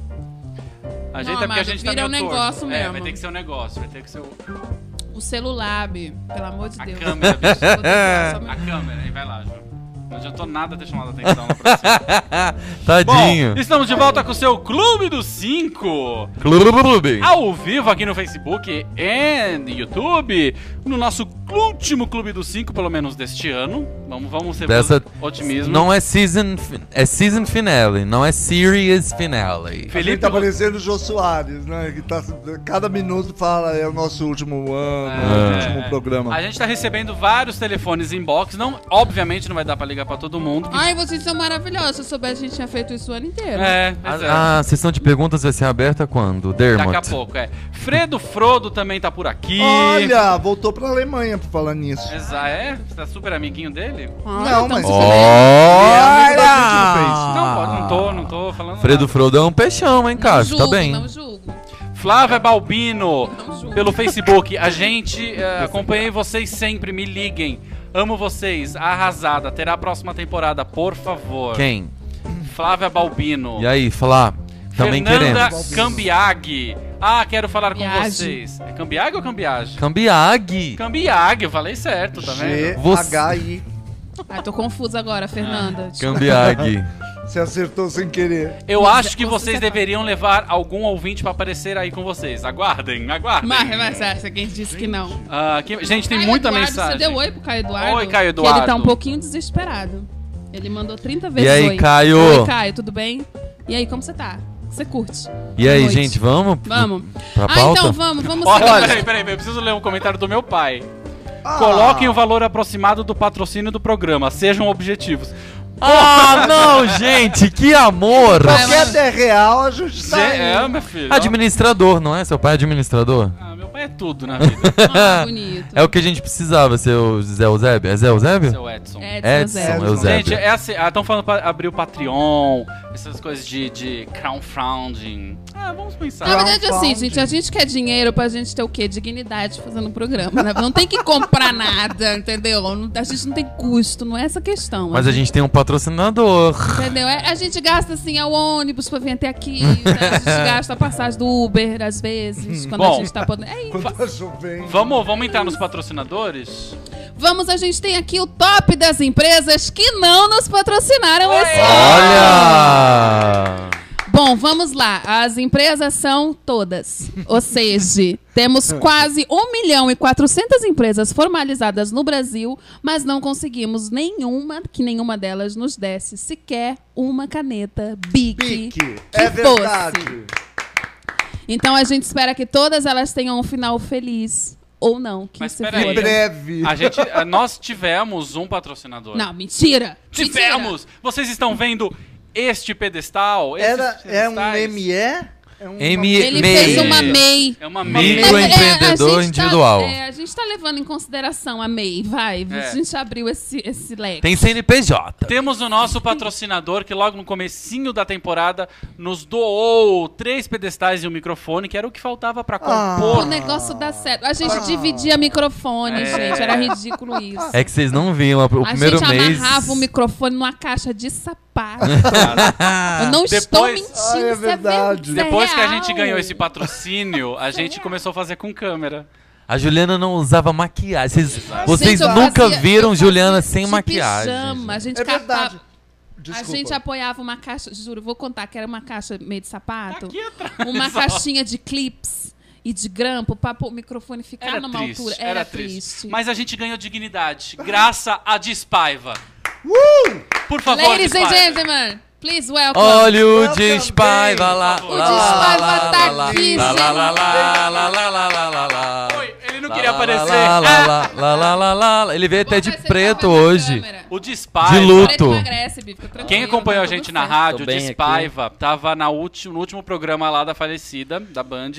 Speaker 4: Ajeita
Speaker 5: Não,
Speaker 4: porque a
Speaker 5: amado,
Speaker 4: gente tá
Speaker 5: vira
Speaker 4: meio
Speaker 5: um
Speaker 4: torto.
Speaker 5: negócio
Speaker 4: É,
Speaker 5: mesmo.
Speaker 4: vai ter que ser um negócio, vai ter que ser o-
Speaker 5: O celular, Bi, pelo amor de
Speaker 4: a
Speaker 5: Deus.
Speaker 4: câmera, bicho.
Speaker 5: Vou desligar só
Speaker 4: A
Speaker 5: meu-
Speaker 4: câmera, e vai lá, Ju. Não adiantou nada ter chamado a
Speaker 6: *laughs*
Speaker 4: atenção na próxima.
Speaker 6: *laughs* Tadinho.
Speaker 4: Bom, estamos de volta com o seu Clube dos 5.
Speaker 6: Clube.
Speaker 4: Ao vivo aqui no Facebook e YouTube. No nosso último Clube dos 5, pelo menos deste ano. Vamos, vamos ser
Speaker 6: Dessa-
Speaker 4: otimismo.
Speaker 6: Não é season, fi- é season finale, não é series finale.
Speaker 3: Felipe
Speaker 4: Felipe,
Speaker 3: tá parecendo o Jô Soares, né? Que tá, cada minuto fala, é o nosso último ano, é o nosso
Speaker 4: É.
Speaker 3: último programa.
Speaker 4: A gente tá recebendo vários telefones inbox. Não, obviamente não vai dar pra ligar pra todo mundo. que-
Speaker 5: *laughs* Ai, vocês são maravilhosos. Se eu soubesse, a gente tinha feito isso o ano inteiro.
Speaker 4: É, pois é.
Speaker 6: Ah, A, a sessão de perguntas vai ser aberta quando, Dermot?
Speaker 4: Daqui a pouco, é. Fredo Frodo também tá por aqui.
Speaker 3: Olha, voltou pra Alemanha pra falar nisso.
Speaker 4: Exa- é? Você tá super amiguinho dele?
Speaker 5: Olha,
Speaker 3: Não,
Speaker 5: tão
Speaker 3: mas-
Speaker 5: bom.
Speaker 6: Olha!
Speaker 4: Não, pode, não tô, não tô falando
Speaker 6: Ah. Fredo
Speaker 4: nada.
Speaker 6: Frodo é um peixão, hein,
Speaker 5: Não
Speaker 6: Cássio?
Speaker 5: julgo,
Speaker 6: Tá bem.
Speaker 5: não julgo. É.
Speaker 4: Flávia Balbino,
Speaker 5: Não julgo.
Speaker 4: pelo Facebook. A gente, eh, acompanhei vocês sempre, me liguem. Amo vocês, arrasada. Terá a próxima temporada, por favor.
Speaker 6: Quem?
Speaker 4: Flávia Balbino.
Speaker 6: E aí, Flá? Também
Speaker 4: Fernanda
Speaker 6: queremos.
Speaker 4: Cambiag. Ah, quero falar com
Speaker 5: Cambiage.
Speaker 4: vocês. É Cambiag ou Cambiage?
Speaker 6: Cambiag.
Speaker 4: Cambiag, eu falei certo, tá vendo?
Speaker 3: G-H-I.
Speaker 5: Ah, tô confusa agora,
Speaker 4: Ah,
Speaker 5: Fernanda. Desculpa.
Speaker 6: Cambiag.
Speaker 3: Você acertou sem querer.
Speaker 4: Eu acho que
Speaker 5: Você
Speaker 4: vocês
Speaker 5: separa.
Speaker 4: deveriam levar algum ouvinte pra aparecer aí com vocês. Aguardem, aguardem.
Speaker 5: Mas, mas é, essa quem disse que não.
Speaker 4: Ah, que- gente, tem
Speaker 5: Caio
Speaker 4: muita
Speaker 5: Eduardo,
Speaker 4: mensagem.
Speaker 5: Você deu oi pro Caio Eduardo?
Speaker 4: Oi, Caio
Speaker 5: Que ele tá
Speaker 4: Eduardo.
Speaker 5: um pouquinho desesperado. Ele mandou 30 vezes
Speaker 6: aí,
Speaker 5: oi.
Speaker 6: Caio?
Speaker 5: Oi, Caio, tudo bem? E aí, como você tá? Você curte?
Speaker 6: E aí,
Speaker 5: Boa noite.
Speaker 6: gente, vamos?
Speaker 5: Vamos.
Speaker 6: Pra
Speaker 5: Ah,
Speaker 6: pauta?
Speaker 5: então vamos, vamos
Speaker 4: Olha,
Speaker 5: seguir.
Speaker 4: peraí, peraí, eu preciso ler um comentário do meu pai.
Speaker 3: Ah,
Speaker 4: Coloquem o valor aproximado do patrocínio do programa, sejam objetivos.
Speaker 6: Ah, não, gente, que amor!
Speaker 5: Vai,
Speaker 3: Qualquer 10 real, a gente
Speaker 4: Zé-
Speaker 3: tá aí.
Speaker 4: é, meu
Speaker 5: Ah,
Speaker 4: filho.
Speaker 6: Administrador, não é? Seu pai é administrador?
Speaker 4: Ah, meu pai é tudo na vida,
Speaker 5: Ah, bonito.
Speaker 6: É o que a gente precisava, seu Zé Eusébio. *laughs* É Zé Eusébio?
Speaker 4: seu Edson.
Speaker 5: *laughs* É,
Speaker 6: Edson,
Speaker 5: Edson.
Speaker 6: Eusébio.
Speaker 4: Gente, é assim, estão falando pra abrir o Patreon, essas coisas de, de crowdfunding. Ah, vamos pensar.
Speaker 5: Na verdade, assim,
Speaker 3: Crowdfunding.
Speaker 5: gente, a gente quer dinheiro pra gente ter o quê? Dignidade fazendo um programa. né? Não tem que comprar nada, entendeu? Não- A gente não tem custo, não é essa questão.
Speaker 6: Mas a gente tem um patrocinador.
Speaker 5: Entendeu? É- A gente gasta, assim, ao ônibus pra vir até aqui. né? A gente gasta a passagem do Uber, às vezes, quando a
Speaker 4: Bom.
Speaker 5: gente tá podendo. É isso.
Speaker 3: Quando tá chovendo.
Speaker 4: Vamos, vamos entrar nos patrocinadores?
Speaker 5: Vamos, a gente tem aqui o top das empresas que não nos patrocinaram esse ano.
Speaker 6: Olha!
Speaker 5: Bom, vamos lá. As empresas são todas. Ou seja, temos quase 1 milhão e 400 empresas formalizadas no Brasil, mas não conseguimos nenhuma, que nenhuma delas nos desse sequer uma caneta Bic.
Speaker 3: Pique.
Speaker 5: que
Speaker 3: é
Speaker 5: fosse.
Speaker 3: verdade.
Speaker 5: Então a gente espera que todas elas tenham um final feliz. Ou não, que
Speaker 4: Mas
Speaker 5: se
Speaker 4: peraí.
Speaker 5: foda.
Speaker 3: Em breve.
Speaker 4: A
Speaker 5: *laughs*
Speaker 4: gente, ah, nós tivemos um patrocinador.
Speaker 5: Não, mentira! Mentira.
Speaker 4: Tivemos! Vocês estão vendo este pedestal? Esses
Speaker 3: Era, é um
Speaker 4: pedestais?
Speaker 3: ME? É um-
Speaker 6: M-
Speaker 5: Ele
Speaker 6: MEI.
Speaker 5: fez uma MEI.
Speaker 4: É uma
Speaker 6: Micro
Speaker 4: meia.
Speaker 5: É, é,
Speaker 6: Microempreendedor
Speaker 5: a gente tá-
Speaker 6: individual.
Speaker 5: é, a gente tá levando em consideração a MEI, vai.
Speaker 4: É.
Speaker 5: A gente abriu esse, esse leque.
Speaker 6: Tem CNPJ.
Speaker 4: Temos o nosso patrocinador que logo no comecinho da temporada nos doou três pedestais e um microfone, que era o que faltava pra
Speaker 5: O
Speaker 4: compor.
Speaker 5: negócio dá certo. A gente dividia microfone,
Speaker 4: Ah. É.
Speaker 5: gente. Era
Speaker 6: *laughs*
Speaker 5: ridículo isso.
Speaker 6: É que vocês não viram a- o
Speaker 5: a
Speaker 6: primeiro
Speaker 5: gente
Speaker 6: mês.
Speaker 5: amarrava o microfone numa caixa de sapato.
Speaker 4: cara.
Speaker 5: Eu não estou
Speaker 4: Depois-
Speaker 5: mentindo,
Speaker 3: Ah, é
Speaker 5: isso é
Speaker 3: verdade.
Speaker 5: verdade.
Speaker 4: Depois que a gente ganhou esse patrocínio, a gente começou a fazer com câmera.
Speaker 6: *laughs* A Juliana não usava maquiagem. Vocês, vocês
Speaker 5: Gente, eu
Speaker 6: nunca
Speaker 5: fazia- eu
Speaker 6: viram
Speaker 5: fazia
Speaker 6: Juliana sem
Speaker 5: de
Speaker 6: maquiagem.
Speaker 5: Pijama. A gente
Speaker 3: É
Speaker 5: capa-
Speaker 3: verdade. Desculpa.
Speaker 5: A gente apoiava uma caixa, juro, vou contar que era uma caixa meio de
Speaker 4: Tá
Speaker 5: sapato.
Speaker 4: Aqui atrás. *laughs*
Speaker 5: Tá uma caixinha de clips e de grampo pra pô- o microfone ficar
Speaker 4: Era
Speaker 5: numa
Speaker 4: triste,
Speaker 5: altura.
Speaker 4: era,
Speaker 5: Era,
Speaker 4: triste.
Speaker 5: triste.
Speaker 4: Mas a gente ganhou dignidade, graça a Despaiva.
Speaker 3: Uh!
Speaker 4: Por favor,
Speaker 5: Ladies and
Speaker 4: Despaiva.
Speaker 5: gentlemen, please welcome.
Speaker 6: Olha o
Speaker 3: Welcome
Speaker 6: Despai,
Speaker 3: back.
Speaker 6: vai lá.
Speaker 4: O
Speaker 6: lá, lá,
Speaker 5: Despaiva
Speaker 6: lá,
Speaker 5: tá
Speaker 6: lá,
Speaker 5: aqui,
Speaker 6: lá, lá,
Speaker 5: gente.
Speaker 6: lá, lá, lá, lá, lá, lá, lá, lá.
Speaker 4: Oi, ele não queria
Speaker 6: Lá, lá,
Speaker 4: aparecer.
Speaker 6: Lá, lá,
Speaker 4: *laughs*
Speaker 6: lá, lá, lá, lá, lá, lá. Ele veio até de
Speaker 5: Vai ser
Speaker 6: preto
Speaker 5: tapa na
Speaker 6: hoje.
Speaker 5: câmera.
Speaker 4: O Despaiva.
Speaker 6: De luto.
Speaker 5: Preto emagrece, Bi, fica tranquilo,
Speaker 4: Quem acompanhou
Speaker 5: tá
Speaker 4: a
Speaker 5: tudo
Speaker 4: gente na
Speaker 5: certo.
Speaker 4: rádio,
Speaker 9: Tô
Speaker 4: o
Speaker 9: bem
Speaker 4: Despaiva, tava na ulti- no último programa lá da falecida, da Band,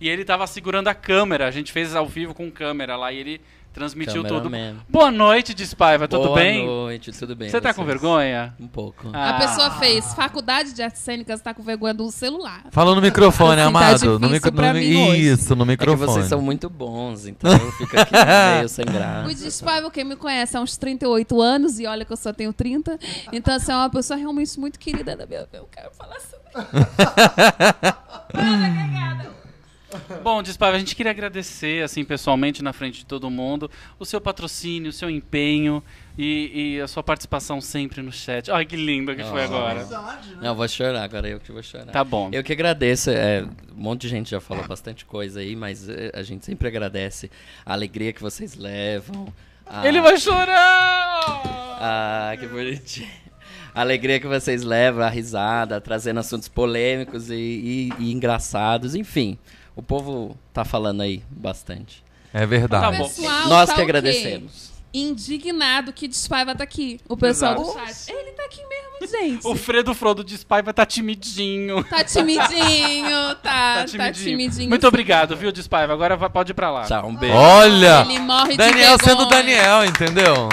Speaker 4: e ele tava segurando a câmera. A gente fez ao vivo com câmera lá e ele transmitiu tudo.
Speaker 9: Cameraman.
Speaker 4: Boa noite, Despaiva, tudo
Speaker 9: Boa
Speaker 4: bem?
Speaker 9: noite, tudo bem.
Speaker 4: Você tá com
Speaker 9: vocês?
Speaker 4: vergonha?
Speaker 9: Um pouco.
Speaker 5: A
Speaker 4: Ah.
Speaker 5: pessoa fez faculdade de artes cênicas, tá com vergonha do celular.
Speaker 6: Fala no microfone,
Speaker 5: Assim, tá
Speaker 6: amado. No
Speaker 5: difícil
Speaker 6: micro...
Speaker 5: pra
Speaker 6: no-
Speaker 5: mim hoje.
Speaker 6: Isso, no
Speaker 9: É que
Speaker 6: microfone.
Speaker 9: vocês são muito bons, então eu fico aqui
Speaker 4: *laughs*
Speaker 9: meio sem
Speaker 5: O
Speaker 9: graça.
Speaker 5: Despaiva, quem me conhece há uns 38 anos, e olha que eu só tenho 30, então assim, é uma pessoa realmente muito querida da minha vida. Eu quero falar sobre isso.
Speaker 4: Bom, Despaiva, a gente queria agradecer, assim, pessoalmente, na frente de todo mundo, o seu patrocínio, o seu empenho e, e a sua participação sempre no chat. Ai, que linda que foi agora.
Speaker 9: Não, vou chorar agora, eu que vou chorar.
Speaker 4: Tá bom.
Speaker 9: Eu que agradeço. é, um monte de gente já falou bastante coisa aí, mas é, a gente sempre agradece a alegria que vocês levam. a-
Speaker 4: Ele vai chorar!
Speaker 9: Ah, que bonitinho. A alegria que vocês levam, a risada, trazendo assuntos polêmicos e, e- e engraçados, enfim. O povo tá falando aí bastante.
Speaker 6: *laughs* É
Speaker 4: Tá
Speaker 6: verdade.
Speaker 4: bom.
Speaker 5: Pessoal, tá
Speaker 9: Nós que
Speaker 5: o quê?
Speaker 9: agradecemos.
Speaker 5: Indignado que Despaiva tá aqui. O pessoal do chat. Ele tá aqui mesmo, gente.
Speaker 4: O Fredo Frodo Despaiva tá timidinho.
Speaker 5: Tá timidinho, tá, tá timidinho.
Speaker 4: Muito obrigado, viu, Despaiva? Agora vai- pode ir pra lá.
Speaker 9: Tchau, um beijo.
Speaker 6: Olha!
Speaker 5: Ele morre de
Speaker 6: Daniel
Speaker 5: vergonha.
Speaker 6: sendo Daniel, entendeu?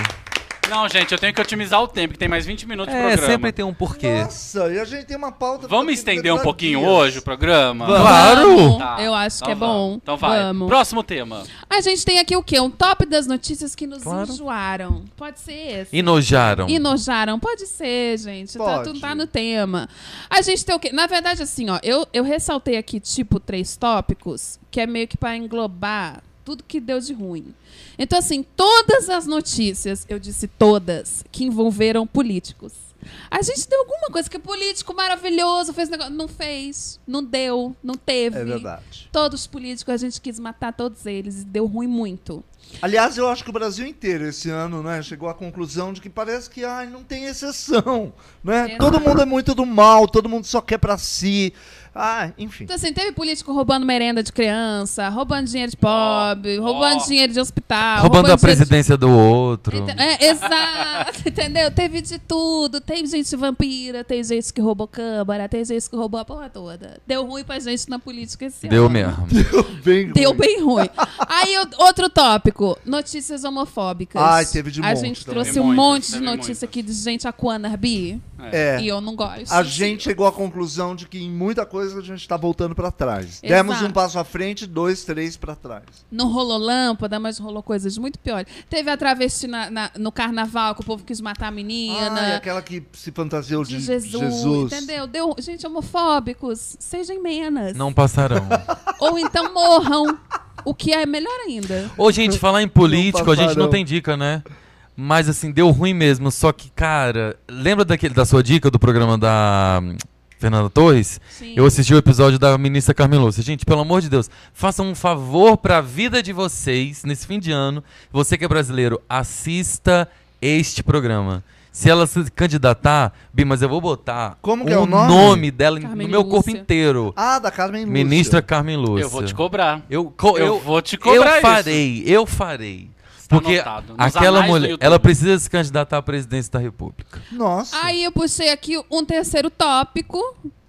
Speaker 4: Não, gente, eu tenho que otimizar o tempo, que tem mais 20 minutos de
Speaker 6: É,
Speaker 4: programa.
Speaker 6: sempre tem um porquê.
Speaker 3: Nossa, e a gente tem uma pauta. pra
Speaker 4: Vamos
Speaker 3: daqui
Speaker 4: estender um
Speaker 3: 30
Speaker 4: pouquinho
Speaker 3: dias.
Speaker 4: hoje o programa?
Speaker 6: Vamos.
Speaker 5: Vamos.
Speaker 6: Claro!
Speaker 4: Tá,
Speaker 5: Eu acho
Speaker 4: então
Speaker 5: que é
Speaker 4: vamos.
Speaker 5: bom.
Speaker 4: Então vai.
Speaker 5: Vamos.
Speaker 4: Próximo tema.
Speaker 5: A gente tem aqui o quê? Um top das notícias que nos
Speaker 6: Claro.
Speaker 5: enjoaram. Pode ser esse?
Speaker 6: Enojaram.
Speaker 5: Enojaram. Pode ser, gente. Tá,
Speaker 3: Então- Pode.
Speaker 5: tu tá no tema. A gente tem o quê? Na verdade, assim, ó, eu, eu ressaltei aqui, tipo, três tópicos, que é meio que pra englobar tudo que deu de ruim. Então, assim, todas as notícias, eu disse todas, que envolveram políticos. A gente deu alguma coisa, que político maravilhoso fez negócio. Não fez, não deu, não teve.
Speaker 3: É verdade.
Speaker 5: Todos os políticos, a gente quis matar todos eles e deu ruim muito.
Speaker 3: Aliás, eu acho que o Brasil inteiro esse ano, né, chegou à conclusão de que parece que ai, não tem exceção, né?
Speaker 5: Exato.
Speaker 3: Todo mundo é muito do mal, todo mundo só quer pra si. Ah, enfim.
Speaker 5: Então, assim, teve político roubando merenda de criança, roubando dinheiro de pobre, roubando dinheiro de hospital.
Speaker 6: Roubando a
Speaker 5: dinheiro de-
Speaker 6: presidência do outro.
Speaker 5: Ente- É, exato, *laughs* entendeu? Teve de tudo. Tem gente vampira, tem gente que roubou câmara, tem gente que roubou a porra toda. Deu ruim pra gente na política esse
Speaker 6: Deu
Speaker 5: ano.
Speaker 6: mesmo.
Speaker 3: *laughs* Bem
Speaker 5: Deu
Speaker 3: ruim.
Speaker 5: bem ruim. Aí, o- outro tópico: notícias homofóbicas.
Speaker 3: Ai, teve de
Speaker 5: A
Speaker 3: monte
Speaker 5: gente
Speaker 3: também.
Speaker 5: trouxe
Speaker 4: Teve
Speaker 5: um
Speaker 4: muitas,
Speaker 5: monte de
Speaker 4: teve muitas.
Speaker 5: notícia aqui de gente aquando bi.
Speaker 3: É.
Speaker 5: E eu não gosto.
Speaker 3: A gente chegou à conclusão de que em muita coisa a gente está voltando para trás. Demos um passo à frente, dois, três para trás.
Speaker 5: Não rolou lâmpada, mas rolou coisas muito piores. Teve a travesti na- na- no carnaval que o povo quis matar a menina.
Speaker 3: Ah, e aquela que se fantasiou de,
Speaker 5: de Jesus, entendeu? Deu, gente, homofóbicos, sejam menos.
Speaker 6: Não passarão.
Speaker 5: Ou então morram, o que é melhor ainda.
Speaker 6: Ô, gente, falar em político, a gente não
Speaker 3: passarão.
Speaker 6: tem dica, né? Mas assim, deu ruim mesmo. Só que, cara, lembra daquele, da sua dica do programa da hum, Fernanda Torres?
Speaker 5: Sim.
Speaker 6: Eu assisti o episódio da ministra Carmen Lúcia. Gente, pelo amor de Deus, façam um favor pra vida de vocês nesse fim de ano. Você que é brasileiro, assista este programa. Se ela se candidatar, Bi, mas eu vou botar
Speaker 3: Como
Speaker 6: o
Speaker 3: que é o nome?
Speaker 6: dela em-
Speaker 5: Carmen
Speaker 6: no meu corpo
Speaker 5: Lúcia.
Speaker 6: inteiro.
Speaker 3: Ah, da Carmen Lúcia.
Speaker 6: Ministra Carmen Lúcia.
Speaker 4: Eu vou te cobrar.
Speaker 6: Eu, co-
Speaker 4: Eu
Speaker 6: eu-
Speaker 4: vou te cobrar
Speaker 6: Eu farei, eu farei.
Speaker 4: Está
Speaker 6: porque
Speaker 4: anotado. Nos
Speaker 6: aquela
Speaker 4: anais do
Speaker 6: mulher,
Speaker 4: YouTube.
Speaker 6: ela precisa se candidatar à presidência da República.
Speaker 3: Nossa.
Speaker 5: Aí eu puxei aqui um terceiro tópico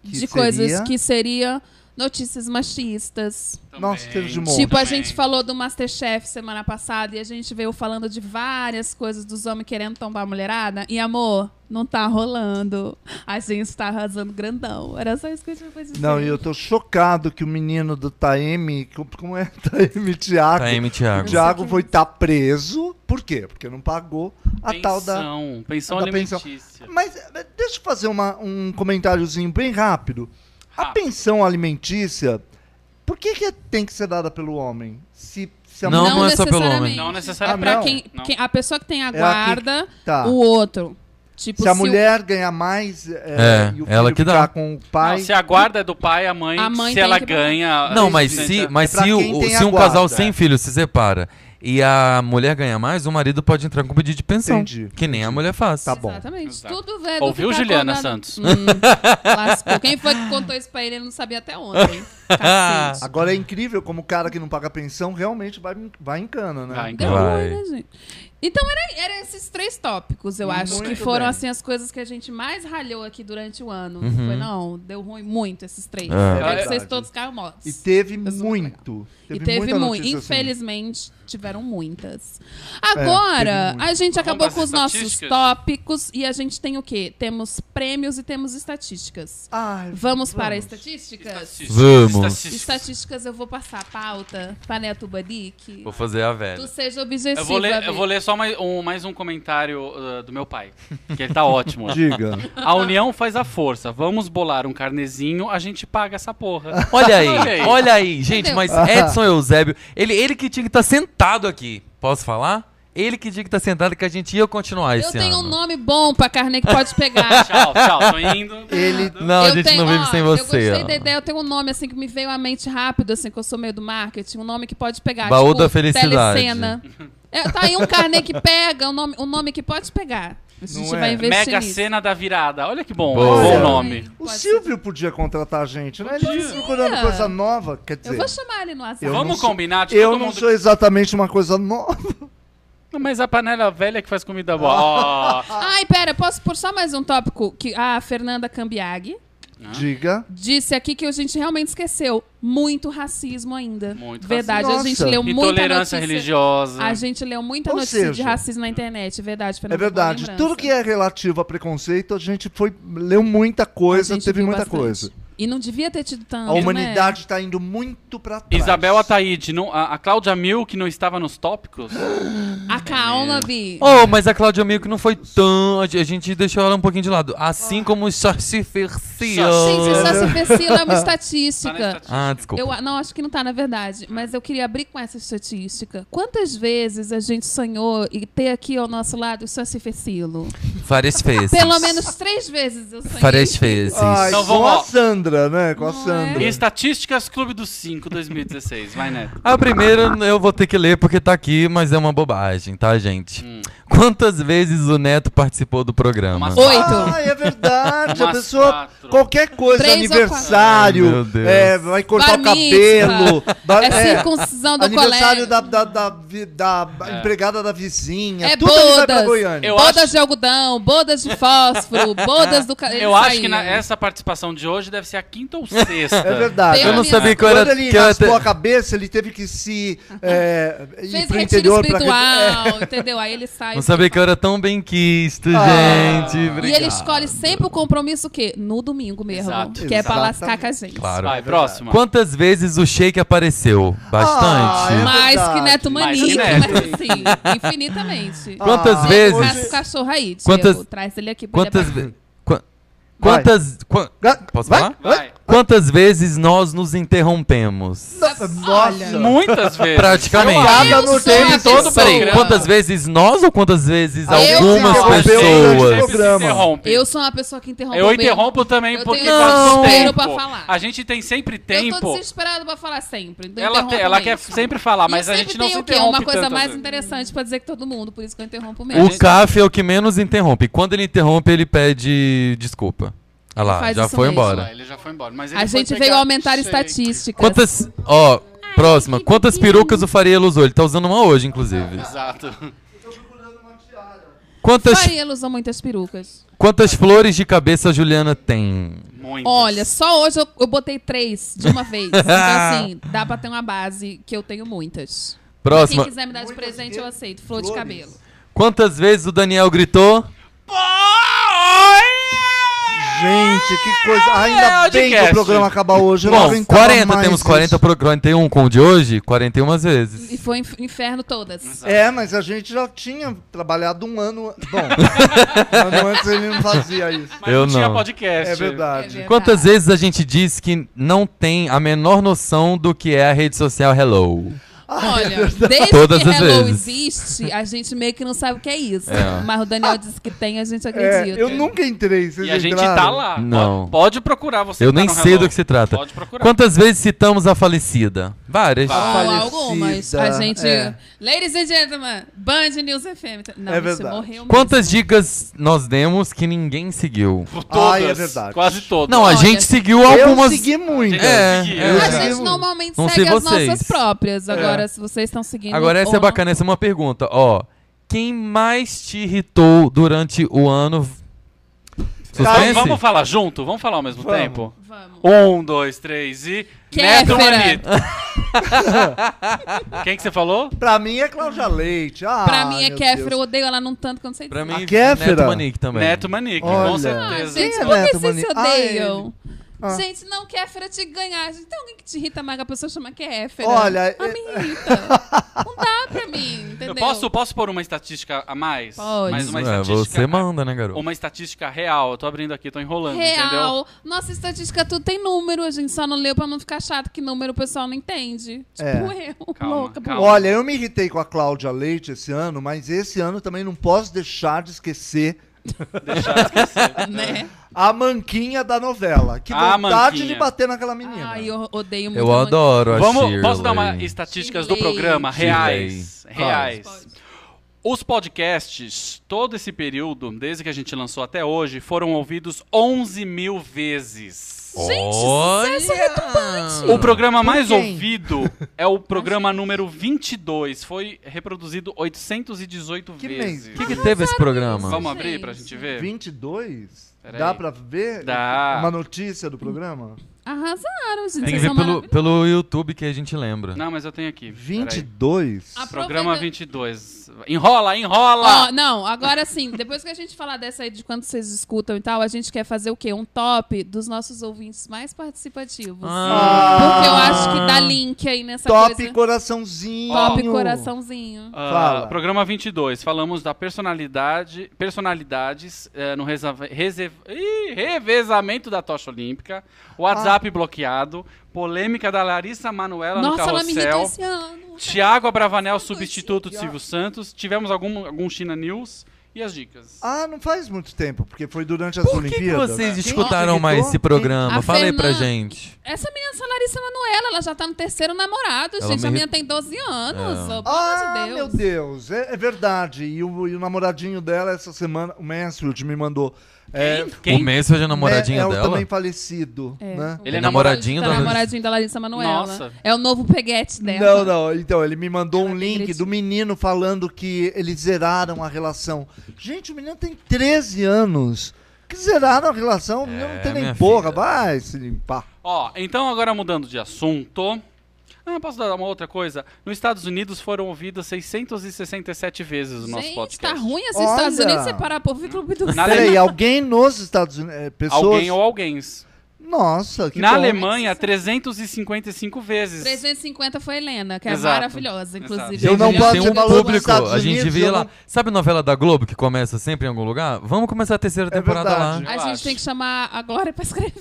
Speaker 5: de
Speaker 3: seria?
Speaker 5: coisas que seria notícias machistas.
Speaker 3: Nossa, teve de monte.
Speaker 5: Tipo, a
Speaker 4: também.
Speaker 5: gente falou do Masterchef semana passada e a gente veio falando de várias coisas dos homens querendo tombar a mulherada. E, amor, não tá rolando. A gente tá arrasando grandão. Era só isso que eu tinha pra dizer.
Speaker 3: Não, e eu tô chocado que o menino do Taeme, co- como é *laughs* Taeme Thiago?
Speaker 6: Taeme
Speaker 3: O
Speaker 6: Tá Thiago.
Speaker 3: Thiago foi estar preso. Por quê? Porque não pagou a tal da
Speaker 4: Pensão, pensão
Speaker 3: da pensão.
Speaker 4: alimentícia.
Speaker 3: Mas eh, deixa eu fazer uma- um comentáriozinho bem rápido. A
Speaker 4: Rápido.
Speaker 3: pensão alimentícia, por que, que tem que ser dada pelo homem? Se, se a
Speaker 6: Não,
Speaker 3: mulher-
Speaker 6: não é só pelo homem.
Speaker 5: necessariamente.
Speaker 4: Não
Speaker 5: É
Speaker 4: necessariamente.
Speaker 5: pra
Speaker 3: não.
Speaker 5: quem,
Speaker 4: Não.
Speaker 5: quem- A pessoa que tem a
Speaker 3: aqui-
Speaker 5: guarda,
Speaker 3: É
Speaker 6: é
Speaker 3: tá.
Speaker 5: o outro. Tipo,
Speaker 3: se a
Speaker 5: o-
Speaker 3: mulher ganhar mais eh,
Speaker 6: É,
Speaker 3: e o filho
Speaker 6: ela que
Speaker 3: ficar
Speaker 6: dá.
Speaker 3: com o
Speaker 4: Não,
Speaker 3: pai,
Speaker 4: se a guarda é do pai, a mãe,
Speaker 5: A mãe
Speaker 4: se
Speaker 5: tem
Speaker 4: ela
Speaker 5: que-
Speaker 4: ganha...
Speaker 6: Não, mas
Speaker 4: Sim,
Speaker 6: se,
Speaker 4: tá.
Speaker 6: mas
Speaker 3: pra
Speaker 6: se, o-
Speaker 3: quem
Speaker 6: o-
Speaker 3: tem
Speaker 6: se
Speaker 3: a
Speaker 6: um casal
Speaker 3: guarda.
Speaker 6: sem filho se separa e a mulher ganha mais, o marido pode entrar com pedido de pensão.
Speaker 3: Entendi.
Speaker 6: Que nem a mulher faz.
Speaker 3: tá bom.
Speaker 5: Exatamente.
Speaker 4: Exato.
Speaker 5: Tudo é do
Speaker 4: Ouviu,
Speaker 5: ficar
Speaker 4: Juliana
Speaker 5: acordado.
Speaker 4: Santos?
Speaker 5: Hum, lascou. Quem foi que contou isso pra ele? Ele não sabia até
Speaker 3: *laughs*
Speaker 5: ontem. Tá Cacete.
Speaker 3: Agora é incrível como o cara que não paga pensão realmente vai, vai em cana, né?
Speaker 4: Vai em
Speaker 5: Deu
Speaker 4: cana.
Speaker 6: Vai.
Speaker 5: ruim, né, gente? Então, era, era esses três tópicos, eu acho,
Speaker 3: Muito
Speaker 5: que foram
Speaker 3: bem.
Speaker 5: assim as coisas que a gente mais ralhou aqui durante o ano. Não
Speaker 6: Uhum.
Speaker 5: Foi, não, deu ruim muito esses três.
Speaker 6: É.
Speaker 5: Eu quero
Speaker 4: É
Speaker 5: que vocês
Speaker 3: verdade.
Speaker 5: todos caiam mortos.
Speaker 3: E teve
Speaker 5: Isso é muito
Speaker 3: muito.
Speaker 5: E
Speaker 3: Teve
Speaker 5: teve
Speaker 3: muita
Speaker 5: muito.
Speaker 3: notícia assim. É,
Speaker 5: Infelizmente, tiveram muitas. Agora,
Speaker 3: teve
Speaker 5: a gente acabou
Speaker 4: Vamos
Speaker 5: com os
Speaker 4: às
Speaker 5: nossos
Speaker 4: estatísticas?
Speaker 5: tópicos e a gente tem o quê? Temos prêmios e temos estatísticas.
Speaker 3: Ai,
Speaker 5: Vamos, para estatísticas?
Speaker 4: Estatística.
Speaker 6: Vamos.
Speaker 4: Estatística.
Speaker 5: Estatísticas eu vou passar a pauta para Neto Banic.
Speaker 6: Vou fazer a velha.
Speaker 5: Tu seja objetiva.
Speaker 4: Eu vou ler,
Speaker 5: Bê.
Speaker 4: eu vou ler só mais um, mais um comentário uh, do meu pai, que ele tá
Speaker 3: *laughs*
Speaker 4: ótimo.
Speaker 3: Diga.
Speaker 4: A união faz a força. Vamos bolar um carnezinho, a gente paga essa porra.
Speaker 6: Olha
Speaker 4: Olha aí.
Speaker 6: aí, olha aí. Gente,
Speaker 5: Entendeu?
Speaker 3: *laughs*
Speaker 6: mas
Speaker 3: Ah.
Speaker 6: Edson Eusébio, ele, ele que tinha que estar sentado aqui. Posso falar? Ele que tinha que estar sentado que a gente ia continuar
Speaker 5: Eu
Speaker 6: esse
Speaker 5: tenho
Speaker 6: ano.
Speaker 5: um nome bom pra carne que pode pegar.
Speaker 4: Tchau, tchau, tô indo.
Speaker 3: Ele-
Speaker 6: *laughs* Não,
Speaker 5: eu
Speaker 6: a gente
Speaker 5: tenho-
Speaker 6: não vive
Speaker 5: ó,
Speaker 6: sem
Speaker 5: Eu
Speaker 6: você.
Speaker 5: gostei
Speaker 6: ó.
Speaker 5: da ideia, eu tenho um nome assim que me veio à mente rápido, assim, que eu sou meio do marketing, um nome que pode pegar.
Speaker 6: Baú
Speaker 5: tipo,
Speaker 6: da Felicidade.
Speaker 5: Telecena. É, tá aí um carnê que pega, um nome, um nome que pode pegar. A gente
Speaker 3: Não
Speaker 5: vai
Speaker 3: é?
Speaker 5: investir
Speaker 4: Mega
Speaker 5: nisso.
Speaker 4: cena da virada. Olha que bom.
Speaker 6: Boa.
Speaker 4: Bom
Speaker 3: Olha.
Speaker 4: nome.
Speaker 3: O
Speaker 5: Pode
Speaker 3: Silvio podia contratar a gente, né? Ele vive procurando coisa nova, quer
Speaker 5: Eu
Speaker 3: dizer.
Speaker 5: vou chamar ele no WhatsApp.
Speaker 3: Eu não
Speaker 4: Vamos
Speaker 3: sou-
Speaker 4: combinar de
Speaker 3: Eu
Speaker 4: todo
Speaker 3: não
Speaker 4: mundo.
Speaker 3: sou exatamente uma
Speaker 4: *laughs*
Speaker 3: coisa nova.
Speaker 4: Não, Mas a panela velha que faz comida boa. Ó.
Speaker 5: Ai, pera, posso pôr só mais um tópico? que A Fernanda Cambiaghi
Speaker 3: Diga. É
Speaker 5: disse aqui que a gente realmente esqueceu. Muito racismo ainda.
Speaker 4: Muito
Speaker 5: Verdade,
Speaker 3: racismo.
Speaker 5: a gente
Speaker 3: Nossa.
Speaker 5: leu muita
Speaker 4: Intolerância
Speaker 5: notícia.
Speaker 4: religiosa.
Speaker 5: A gente leu muita
Speaker 3: É. Ou
Speaker 5: notícia de
Speaker 3: seja,
Speaker 5: racismo na internet, verdade. Fernanda,
Speaker 3: É
Speaker 5: boa
Speaker 3: verdade.
Speaker 5: lembrança.
Speaker 3: Tudo que é relativo a preconceito, a gente foi leu muita
Speaker 5: A
Speaker 3: coisa,
Speaker 5: gente
Speaker 3: teve
Speaker 5: viu
Speaker 3: muita
Speaker 5: bastante.
Speaker 3: coisa.
Speaker 5: E não é. devia ter tido tanto. né?
Speaker 3: A humanidade está indo muito para trás.
Speaker 4: Isabel Ataíde, não, a, a Cláudia Mil, que não estava nos tópicos.
Speaker 5: Né? Acalma, Vi.
Speaker 4: É.
Speaker 6: Oh, mas a Cláudia Mil que não foi tão. A gente deixou ela um pouquinho de lado. Assim como o Saci
Speaker 5: Gente,
Speaker 6: Ferciano.
Speaker 5: isso só se persila
Speaker 3: *laughs*
Speaker 5: é uma
Speaker 4: Tá na
Speaker 5: estatística.
Speaker 4: estatística.
Speaker 6: Ah, desculpa.
Speaker 5: Eu, a- não, acho que não tá, na verdade. Mas eu queria abrir com essa estatística. Quantas vezes a gente sonhou e ter aqui ao nosso lado o Saci Fecilo?
Speaker 6: Várias vezes.
Speaker 5: Pelo menos três vezes eu sonhei.
Speaker 6: Várias vezes.
Speaker 3: Ai,
Speaker 4: Então
Speaker 3: com
Speaker 4: vamos, ó.
Speaker 3: a Sandra, né? Com a
Speaker 5: Não é?
Speaker 3: Sandra.
Speaker 4: E Estatísticas Clube dos 5, 2016. Vai, Neto.
Speaker 6: A primeira eu vou ter que ler porque tá aqui, mas é uma bobagem, tá, gente?
Speaker 5: Hum.
Speaker 6: Quantas vezes o Neto participou do programa?
Speaker 4: Umas
Speaker 5: Oito.
Speaker 3: Ah, é verdade. a
Speaker 4: Umas
Speaker 3: pessoa.
Speaker 4: quatro.
Speaker 3: Qualquer coisa,
Speaker 5: Três ou
Speaker 6: quatro.
Speaker 3: aniversário.
Speaker 6: Ai, meu Deus.
Speaker 3: é, vai cortar
Speaker 5: Bar
Speaker 3: o cabelo. ba-
Speaker 5: É
Speaker 3: é,
Speaker 5: circuncisão do colégio.
Speaker 3: aniversário da, da, da, vi- da
Speaker 4: É.
Speaker 3: empregada da vizinha.
Speaker 5: É
Speaker 3: tudo ele vai pra
Speaker 5: bodas.
Speaker 3: Goiânia.
Speaker 4: Eu
Speaker 5: bodas
Speaker 4: acho-
Speaker 5: de algodão, bodas
Speaker 4: *laughs*
Speaker 5: de fósforo, bodas do... ca- ele
Speaker 4: Eu acho
Speaker 5: saía.
Speaker 4: que na- essa participação de hoje deve ser a quinta ou sexta.
Speaker 3: *laughs* É verdade.
Speaker 5: Eu não
Speaker 6: sabia que eu
Speaker 3: Quando
Speaker 6: era-
Speaker 3: ele
Speaker 6: que eu era
Speaker 3: raspou
Speaker 6: te-
Speaker 3: a cabeça, ele teve que se é, ir
Speaker 5: Fez
Speaker 3: pro
Speaker 5: retiro
Speaker 3: interior pra... É.
Speaker 4: *laughs*
Speaker 5: espiritual,
Speaker 4: É.
Speaker 5: entendeu? Aí ele sai...
Speaker 6: Não sabia que eu era tão bem quisto,
Speaker 3: Ah.
Speaker 6: gente.
Speaker 5: E
Speaker 6: Obrigado.
Speaker 5: ele escolhe sempre o compromisso o quê? No domingo mesmo.
Speaker 4: Exato.
Speaker 5: Que é pra
Speaker 3: Exatamente.
Speaker 5: lascar com a gente.
Speaker 6: Claro.
Speaker 4: Vai, próxima.
Speaker 6: Quantas vezes o shake apareceu? Bastante.
Speaker 3: Ah,
Speaker 5: Mais que
Speaker 3: Verdade.
Speaker 5: Neto Maníaco,
Speaker 4: é Mais que
Speaker 5: mas assim, infinitamente.
Speaker 3: Ah,
Speaker 6: Quantas vezes?
Speaker 5: Traz o cachorro aí, Diego.
Speaker 6: Quantas-
Speaker 5: Traz ele aqui. pra
Speaker 6: Quantas
Speaker 5: ele abraçar.
Speaker 6: vezes. Quantas. qua-
Speaker 3: Ga-
Speaker 6: Posso
Speaker 3: vai?
Speaker 6: falar?
Speaker 4: Vai.
Speaker 6: Quantas vezes nós nos interrompemos? *laughs*
Speaker 3: Nossa.
Speaker 4: Muitas vezes.
Speaker 6: Praticamente.
Speaker 3: Cada
Speaker 5: Eu
Speaker 3: no
Speaker 5: sou
Speaker 3: tempo
Speaker 5: a
Speaker 3: todo
Speaker 5: pessoa.
Speaker 6: Peraí, quantas vezes nós ou quantas vezes
Speaker 3: Eu
Speaker 6: algumas
Speaker 3: interrompo durante o
Speaker 6: pessoas?
Speaker 4: Sempre se
Speaker 3: programa.
Speaker 4: interrompe.
Speaker 5: Eu sou uma pessoa que interrompe
Speaker 4: Eu interrompo também
Speaker 5: Eu
Speaker 4: porque
Speaker 5: tenho
Speaker 4: não
Speaker 5: desespero
Speaker 4: tempo.
Speaker 5: pra falar.
Speaker 4: A gente tem sempre
Speaker 5: Eu tô
Speaker 4: tempo.
Speaker 5: desesperada pra falar sempre. então eu
Speaker 4: Ela, te-
Speaker 5: interrompo
Speaker 4: ela
Speaker 5: mesmo.
Speaker 4: quer sempre falar,
Speaker 5: E
Speaker 4: mas a
Speaker 5: sempre
Speaker 4: gente não
Speaker 5: tem
Speaker 4: se
Speaker 5: o quê? Uma
Speaker 4: interrompe
Speaker 5: coisa
Speaker 4: tantas
Speaker 5: mais
Speaker 4: vezes.
Speaker 5: interessante pra dizer que todo mundo, por isso que eu interrompo mesmo.
Speaker 6: O CAF é o que menos interrompe. Quando ele interrompe, ele pede desculpa. Ah lá,
Speaker 5: Faz
Speaker 6: já
Speaker 5: isso
Speaker 6: foi
Speaker 5: mesmo.
Speaker 6: embora.
Speaker 4: Ah, ele já foi embora. Mas ele
Speaker 5: A
Speaker 4: foi
Speaker 5: gente
Speaker 4: pegar
Speaker 5: veio aumentar
Speaker 4: shake.
Speaker 5: estatísticas.
Speaker 6: Quantas. Ó, próxima.
Speaker 5: que
Speaker 6: Quantas
Speaker 5: bonitinho.
Speaker 6: perucas o Faria usou? Ele tá usando uma hoje, inclusive.
Speaker 4: Exato.
Speaker 6: Quantas,
Speaker 5: Faria usou muitas perucas.
Speaker 6: quantas flores de cabeça a Juliana tem?
Speaker 4: Muitas.
Speaker 5: Olha, só hoje eu, eu botei três de uma
Speaker 6: *laughs*
Speaker 5: vez. Então, assim, dá pra ter uma base que eu tenho muitas.
Speaker 6: Próxima.
Speaker 5: Quem quiser me dar de presente, eu aceito. Flor de
Speaker 3: Flores.
Speaker 5: cabelo.
Speaker 6: Quantas vezes o Daniel gritou?
Speaker 3: Gente, que coisa. Ainda
Speaker 4: É,
Speaker 3: bem que
Speaker 4: podcast.
Speaker 3: o programa acaba hoje. eu não
Speaker 6: Bom,
Speaker 3: aguentava
Speaker 6: 40,
Speaker 3: mais
Speaker 6: temos
Speaker 3: isso.
Speaker 6: 40, pro- 41 com o de hoje, 41 vezes.
Speaker 5: E foi inf- inferno todas.
Speaker 3: É, mas a gente já tinha trabalhado um ano. Bom, um ano antes ele não fazia isso.
Speaker 4: Mas
Speaker 6: Eu
Speaker 4: não tinha
Speaker 6: não.
Speaker 4: podcast.
Speaker 3: É verdade.
Speaker 5: É
Speaker 6: Quantas
Speaker 5: verdade.
Speaker 6: vezes a gente disse que não tem a menor noção do que é a rede social Hello?
Speaker 5: Olha, desde
Speaker 6: *laughs* Todas
Speaker 5: que
Speaker 6: as
Speaker 5: Hello
Speaker 6: vezes.
Speaker 5: existe, a gente meio que não sabe o que é isso.
Speaker 6: É.
Speaker 5: Mas o Daniel disse que tem, a gente
Speaker 3: É,
Speaker 5: acredita.
Speaker 3: eu nunca entrei. Vocês
Speaker 4: E a gente
Speaker 3: entraram?
Speaker 4: tá lá.
Speaker 6: Não.
Speaker 4: Pode, pode procurar você.
Speaker 6: Eu
Speaker 4: que tá
Speaker 6: nem
Speaker 4: no
Speaker 6: sei
Speaker 4: Hello.
Speaker 6: do que se trata.
Speaker 4: Pode procurar.
Speaker 6: Quantas vezes citamos a falecida? Várias.
Speaker 5: Ou
Speaker 3: Falecida,
Speaker 5: algumas. A gente.
Speaker 3: é.
Speaker 5: Ladies and gentlemen, Band News FM. Não,
Speaker 3: É
Speaker 5: isso
Speaker 3: verdade.
Speaker 5: morreu mesmo.
Speaker 6: Quantas dicas nós demos que ninguém seguiu?
Speaker 4: Todas.
Speaker 3: Ai, é verdade.
Speaker 4: Quase todas.
Speaker 6: Não, a
Speaker 5: Olha,
Speaker 6: gente seguiu
Speaker 3: Eu
Speaker 6: algumas.
Speaker 3: segui muito.
Speaker 6: É,
Speaker 4: Eu
Speaker 5: A
Speaker 3: já- um-
Speaker 5: gente
Speaker 3: Eu-
Speaker 5: normalmente
Speaker 6: Não
Speaker 5: segue
Speaker 6: sei
Speaker 5: as
Speaker 6: vocês.
Speaker 5: nossas próprias. Agora, se vocês estão seguindo.
Speaker 6: Agora,
Speaker 5: ou
Speaker 6: essa é
Speaker 5: não-
Speaker 6: bacana, essa é uma pergunta. Ó, quem mais te irritou durante o ano?
Speaker 4: Então,
Speaker 6: Suspense?
Speaker 4: vamos falar junto? Vamos falar ao mesmo
Speaker 3: Vamos.
Speaker 4: tempo?
Speaker 5: Vamos.
Speaker 4: Um, dois, três e. Neto
Speaker 5: Kéfera.
Speaker 4: Manito.
Speaker 3: *laughs*
Speaker 4: Quem que você falou?
Speaker 3: Pra mim é Cláudia Leite. Ah,
Speaker 5: Pra mim é
Speaker 3: meu
Speaker 5: Kéfera, eu
Speaker 3: Deus.
Speaker 5: odeio ela num tanto quanto vocês
Speaker 6: Pra mim,
Speaker 3: A Kéfera.
Speaker 6: Neto Manique também.
Speaker 4: Neto Manique, com
Speaker 3: Olha.
Speaker 5: Ah,
Speaker 4: certeza.
Speaker 5: gente,
Speaker 3: Quem é
Speaker 5: por que
Speaker 3: Neto
Speaker 5: vocês se
Speaker 3: Mani- Ah, ele.
Speaker 5: odeiam?
Speaker 3: Ah.
Speaker 5: Gente, não Kéfera te ganhar. Gente, Tem alguém que te irrita mais que a pessoa chama Kéfera.
Speaker 3: Olha,
Speaker 5: A
Speaker 3: é-
Speaker 5: mim
Speaker 3: *laughs*
Speaker 5: irrita. não dá pra mim, entendeu?
Speaker 4: Eu posso, posso pôr uma estatística a mais?
Speaker 5: Pode.
Speaker 4: Mais uma
Speaker 6: É,
Speaker 4: estatística.
Speaker 6: você manda, né, garoto?
Speaker 4: Uma estatística real. Eu tô abrindo aqui, tô enrolando,
Speaker 5: *laughs*
Speaker 4: entendeu?
Speaker 5: Real. Nossa estatística tudo tem número, a gente só não leu pra não ficar chato que número o pessoal não entende. Tipo
Speaker 3: É.
Speaker 5: eu,
Speaker 4: Calma,
Speaker 5: louca.
Speaker 4: calma.
Speaker 5: boa.
Speaker 3: Olha, eu me irritei com a Cláudia Leite esse ano, mas esse ano também não posso deixar de esquecer
Speaker 4: Deixa eu esquecer.
Speaker 5: Né?
Speaker 3: a manquinha da novela. Que
Speaker 4: A Ah,
Speaker 3: vontade
Speaker 4: manquinha.
Speaker 3: de bater naquela menina.
Speaker 5: Ai, eu odeio muito.
Speaker 6: Eu
Speaker 5: a
Speaker 6: adoro a
Speaker 4: Vamos,
Speaker 6: Shirley.
Speaker 4: posso dar uma estatísticas do
Speaker 5: Shirley.
Speaker 4: programa?
Speaker 6: Shirley.
Speaker 4: Reais.
Speaker 6: Fala.
Speaker 4: Reais. Os podcasts, todo esse período, desde que a gente lançou até hoje, foram ouvidos 11 mil vezes.
Speaker 5: Gente,
Speaker 6: Olha!
Speaker 5: sucesso retumbante.
Speaker 4: O programa mais
Speaker 3: quem? *laughs*
Speaker 4: ouvido é o programa número 22. Foi reproduzido 818
Speaker 3: Que
Speaker 4: vezes.
Speaker 3: mês?
Speaker 6: O que, que teve esse programa?
Speaker 4: Vamos
Speaker 5: Gente.
Speaker 4: abrir pra gente ver?
Speaker 3: 22?
Speaker 4: Peraí.
Speaker 3: Dá pra ver
Speaker 4: Dá.
Speaker 3: uma notícia do programa?
Speaker 5: Arrasaram, gente.
Speaker 6: Tem que
Speaker 5: Vocês
Speaker 6: ver
Speaker 5: são
Speaker 6: pelo,
Speaker 5: maravilhosos.
Speaker 6: pelo YouTube que a gente lembra.
Speaker 4: Não, mas eu tenho aqui.
Speaker 3: 22?
Speaker 5: A-
Speaker 4: Peraí. Programa
Speaker 5: Aproveita-
Speaker 4: 22. Enrola, enrola!
Speaker 5: Ó, não, agora sim, depois que a gente falar dessa aí de quanto vocês escutam e tal, a gente quer fazer o quê? Um top dos nossos ouvintes mais participativos.
Speaker 6: Ah.
Speaker 5: Porque eu acho que dá link aí nessa
Speaker 3: Top
Speaker 5: coisa.
Speaker 3: coraçãozinho.
Speaker 5: Top coraçãozinho.
Speaker 4: Ah,
Speaker 3: Fala.
Speaker 4: programa 22. Falamos da personalidade, personalidades eh, no resa- rese- Ih, revezamento da tocha olímpica, WhatsApp bloqueado, polêmica da Larissa Manuela no
Speaker 5: Nossa, ela me irritou
Speaker 4: carrossel,
Speaker 5: esse ano.
Speaker 4: Tiago Abravanel, substituto de Silvio Santos, tivemos algum, algum China News e as dicas.
Speaker 3: Ah, não faz muito tempo, porque foi durante as
Speaker 6: Por que, que
Speaker 3: Olimpíadas. né?
Speaker 6: vocês
Speaker 3: Quem
Speaker 6: escutaram
Speaker 3: que
Speaker 6: mais
Speaker 3: gritou?
Speaker 6: esse programa?
Speaker 5: A
Speaker 6: Fala aí pra
Speaker 5: Fernanda-
Speaker 6: gente.
Speaker 5: Essa menina, essa Larissa Manoela, ela já tá no terceiro namorado,
Speaker 6: Ela me
Speaker 5: gente. A menina
Speaker 6: irrita-
Speaker 5: tem 12 anos.
Speaker 6: É.
Speaker 5: ó, pelo
Speaker 3: Ah,
Speaker 5: amor de
Speaker 3: meu
Speaker 5: Deus.
Speaker 3: Deus, é, é verdade. E o, e o namoradinho dela essa semana, o Mansfield, me mandou. É,
Speaker 6: O Messi é namoradinha
Speaker 3: é, é o
Speaker 6: dela?
Speaker 3: também falecido, né?
Speaker 4: Ele é
Speaker 6: namoradinho
Speaker 5: tá
Speaker 6: da-
Speaker 5: namoradinho da Larissa Manoela.
Speaker 4: Nossa.
Speaker 5: É o novo peguete dela.
Speaker 3: Não, não. Então, ele me mandou
Speaker 5: Ela
Speaker 3: um
Speaker 5: tem
Speaker 3: link
Speaker 5: direitinho.
Speaker 3: do menino falando que eles zeraram a relação. Gente, o menino tem 13 anos. Que zeraram a relação? O menino
Speaker 6: É,
Speaker 3: não tem
Speaker 6: minha
Speaker 3: nem porra.
Speaker 6: filha.
Speaker 3: Vai se limpar.
Speaker 4: Ó, então agora mudando de assunto. Ah, posso dar uma outra coisa? Nos Estados Unidos foram ouvidas 667 vezes o nosso
Speaker 5: Gente,
Speaker 4: podcast.
Speaker 5: tá ruim esses
Speaker 3: Olha.
Speaker 5: Estados Unidos separar povo do clube do
Speaker 4: Na
Speaker 3: Peraí,
Speaker 4: Alemanha-
Speaker 3: alguém nos Estados Unidos. é, Pessoas.
Speaker 4: Alguém ou alguém.
Speaker 3: Nossa, que
Speaker 4: Na
Speaker 3: bom.
Speaker 4: Alemanha, 355 vezes.
Speaker 5: 350 foi Helena, que é
Speaker 4: Exato.
Speaker 5: maravilhosa, inclusive.
Speaker 4: Exato.
Speaker 3: Eu não
Speaker 5: Helena.
Speaker 3: posso
Speaker 6: tem
Speaker 3: ser
Speaker 6: um
Speaker 3: valor dos
Speaker 6: público,
Speaker 3: Estados
Speaker 6: a gente
Speaker 3: Unidos,
Speaker 6: vê
Speaker 3: eu
Speaker 6: lá.
Speaker 3: não-
Speaker 6: Sabe novela da Globo que começa sempre em algum lugar? Vamos começar a terceira temporada
Speaker 3: É verdade.
Speaker 6: lá.
Speaker 5: A
Speaker 4: Eu
Speaker 5: gente
Speaker 4: acho.
Speaker 5: tem que chamar a Glória pra escrever.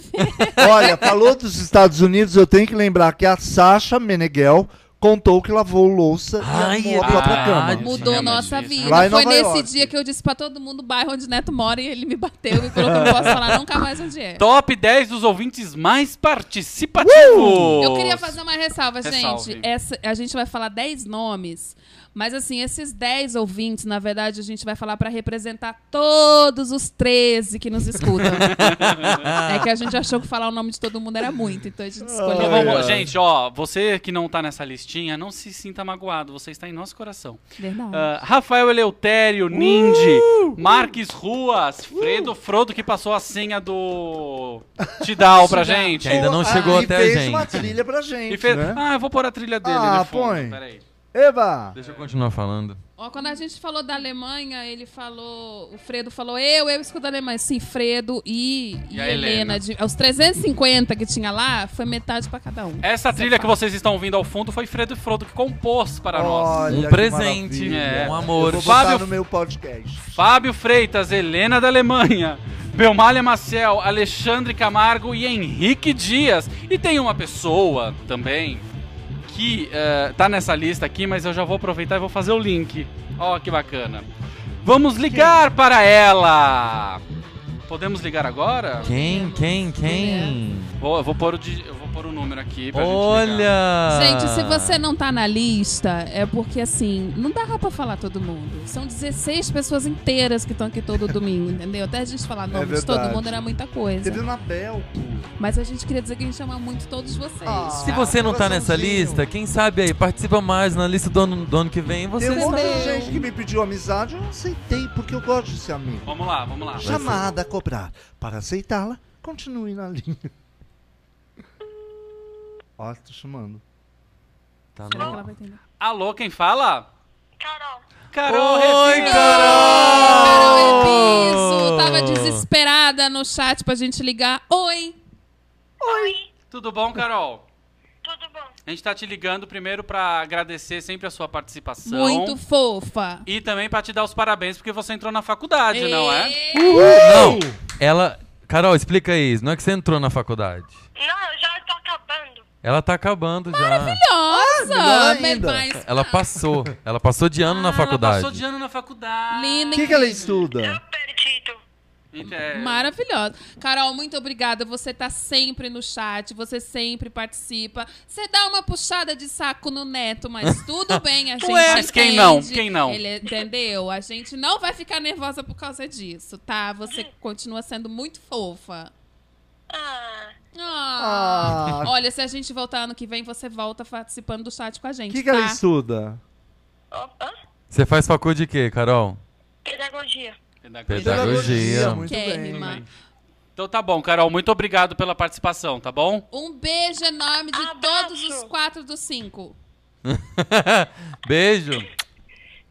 Speaker 3: Olha, falou dos Estados Unidos, eu tenho que lembrar que a Sasha Meneghel contou que lavou louça
Speaker 6: Ai,
Speaker 3: e arrumou
Speaker 6: é
Speaker 3: a própria
Speaker 6: verdade.
Speaker 3: cama.
Speaker 5: Mudou
Speaker 4: Realmente,
Speaker 5: nossa
Speaker 4: isso.
Speaker 5: vida.
Speaker 3: Lá em
Speaker 5: Foi
Speaker 3: Nova
Speaker 5: nesse
Speaker 3: York.
Speaker 5: dia que eu disse pra todo mundo o bairro onde Neto mora e ele me bateu e falou que eu não posso falar nunca mais onde é.
Speaker 4: Top 10 dos ouvintes mais participativos.
Speaker 5: Eu queria fazer uma ressalva,
Speaker 4: Ressalve.
Speaker 5: gente. Essa, a gente vai falar 10 nomes, mas assim, esses 10 ouvintes, na verdade, a gente vai falar pra representar todos os 13 que nos
Speaker 4: *laughs*
Speaker 5: escutam. é que a gente achou que falar o nome de todo mundo era muito, então a gente escolheu.
Speaker 4: Então vamos- gente, ó, você que não tá nessa listinha, não se sinta magoado, você está em nosso coração.
Speaker 5: Verdade.
Speaker 4: Ah, Rafael Eleutério, Nindy,
Speaker 3: Uh!
Speaker 4: Marques Ruas, Fredo Frodo, que passou a senha do Tidal pra
Speaker 5: Tidal.
Speaker 4: gente.
Speaker 6: Que ainda não
Speaker 3: Ah,
Speaker 6: chegou
Speaker 3: e
Speaker 6: até a
Speaker 3: fez
Speaker 6: gente.
Speaker 3: uma trilha pra gente,
Speaker 4: E fez...
Speaker 3: né?
Speaker 4: Ah, eu vou pôr a trilha dele
Speaker 3: Ah,
Speaker 4: de fundo.
Speaker 3: põe.
Speaker 4: Peraí.
Speaker 3: Eva!
Speaker 6: Deixa eu continuar falando.
Speaker 5: Ó, quando a gente falou da Alemanha, ele falou. O Fredo falou, eu, eu escuto a Alemanha. Sim, Fredo e,
Speaker 4: E
Speaker 5: e
Speaker 4: a
Speaker 5: Helena.
Speaker 4: Helena.
Speaker 5: de- os 350 que tinha lá, foi metade pra cada um.
Speaker 4: Essa trilha que vocês estão ouvindo ao fundo foi Fredo Frodo que compôs para nós.
Speaker 3: Olha
Speaker 6: Um
Speaker 3: que
Speaker 6: presente,
Speaker 3: maravilha.
Speaker 4: É.
Speaker 6: um
Speaker 3: Eu
Speaker 6: amor.
Speaker 3: vou botar
Speaker 4: Fábio-
Speaker 3: no meu podcast.
Speaker 4: Fábio Freitas, Helena da Alemanha, Belmalha Maciel, Alexandre Camargo e Henrique Dias. E tem uma pessoa também que eh, tá nessa lista aqui, mas eu já vou aproveitar e vou fazer o link. Ó, que bacana. Vamos ligar para ela! Podemos ligar agora?
Speaker 6: Quem, quem, quem?
Speaker 4: Vou, eu, vou pôr o, di- eu vou pôr o número aqui pra gente ligar.
Speaker 6: Olha!
Speaker 5: Gente, se você não tá na lista, é porque assim, não dá pra falar todo mundo. São 16 pessoas inteiras que estão aqui todo domingo, entendeu? Até a gente falar nome de todo
Speaker 3: É verdade.
Speaker 5: mundo era muita coisa.
Speaker 3: Teve na Bel.
Speaker 5: Mas a gente queria dizer que a gente ama muito todos vocês.
Speaker 3: Ah.
Speaker 6: Se você não tá nessa
Speaker 3: coraçãozinho.
Speaker 6: lista, quem sabe aí, participa mais na lista do ano, do ano que vem. Você
Speaker 3: Tem um monte de
Speaker 5: sabem.
Speaker 3: gente que me pediu amizade, eu não aceitei, porque eu gosto de ser amigo.
Speaker 4: Vamos lá, vamos lá.
Speaker 3: Chamada a cobrar. Para aceitá-la, continue na linha. Ó, tô chamando.
Speaker 6: tá
Speaker 5: Será que
Speaker 6: no...
Speaker 5: ela vai entender?
Speaker 4: Alô, quem fala?
Speaker 7: Carol,
Speaker 4: Carol
Speaker 6: Oi,
Speaker 4: Revilla!
Speaker 3: Oh!
Speaker 6: Carol!
Speaker 5: Carol Episo, tava desesperada no chat pra gente ligar. Oi!
Speaker 4: Tudo bom, Carol?
Speaker 7: tudo bom?
Speaker 4: A gente tá te ligando primeiro pra agradecer sempre a sua participação.
Speaker 5: Muito fofa.
Speaker 4: E também pra te dar os parabéns, porque você entrou na faculdade, não é?
Speaker 6: Não, ela... Carol, explica aí. Não é que você entrou na faculdade.
Speaker 7: Não, eu já tô acabando.
Speaker 6: Ela tá acabando já.
Speaker 5: Nossa!
Speaker 3: melhor
Speaker 5: bem
Speaker 3: ainda.
Speaker 5: mais
Speaker 6: Ela passou. Ela passou de ano
Speaker 4: Ah,
Speaker 6: na faculdade.
Speaker 4: Ela passou de ano na faculdade.
Speaker 3: O
Speaker 5: linda,
Speaker 3: que, que ela
Speaker 5: incrível.
Speaker 3: estuda?
Speaker 7: Eu perdido.
Speaker 4: Ent- é.
Speaker 5: Maravilhosa. Carol, muito obrigada. Você tá sempre no chat, você sempre participa. Você dá uma puxada de saco no neto,
Speaker 4: *laughs*
Speaker 5: mas tudo bem, a gente
Speaker 4: Ué, mas quem não?
Speaker 5: entende.
Speaker 4: Quem não?
Speaker 5: Ele- entendeu? A gente não vai ficar nervosa por causa disso, tá? Você continua sendo muito fofa.
Speaker 7: Ah,
Speaker 5: Ah.
Speaker 3: Ah,
Speaker 5: Olha, se a gente voltar ano que vem, você volta participando do chat com a
Speaker 3: o
Speaker 5: gente,
Speaker 3: que, que é
Speaker 5: tá?
Speaker 3: ela estuda?
Speaker 7: opa,
Speaker 6: Você faz faculdade de quê, Carol? *laughs*
Speaker 7: pedagogia.
Speaker 4: Pedagogia.
Speaker 6: Pedagogia.
Speaker 3: Muito bem.
Speaker 5: Quérrima.
Speaker 4: Então tá bom, Carol, muito obrigado pela participação, tá bom?
Speaker 5: Um beijo enorme de
Speaker 7: Abraço.
Speaker 5: todos os quatro dos cinco.
Speaker 6: Beijo.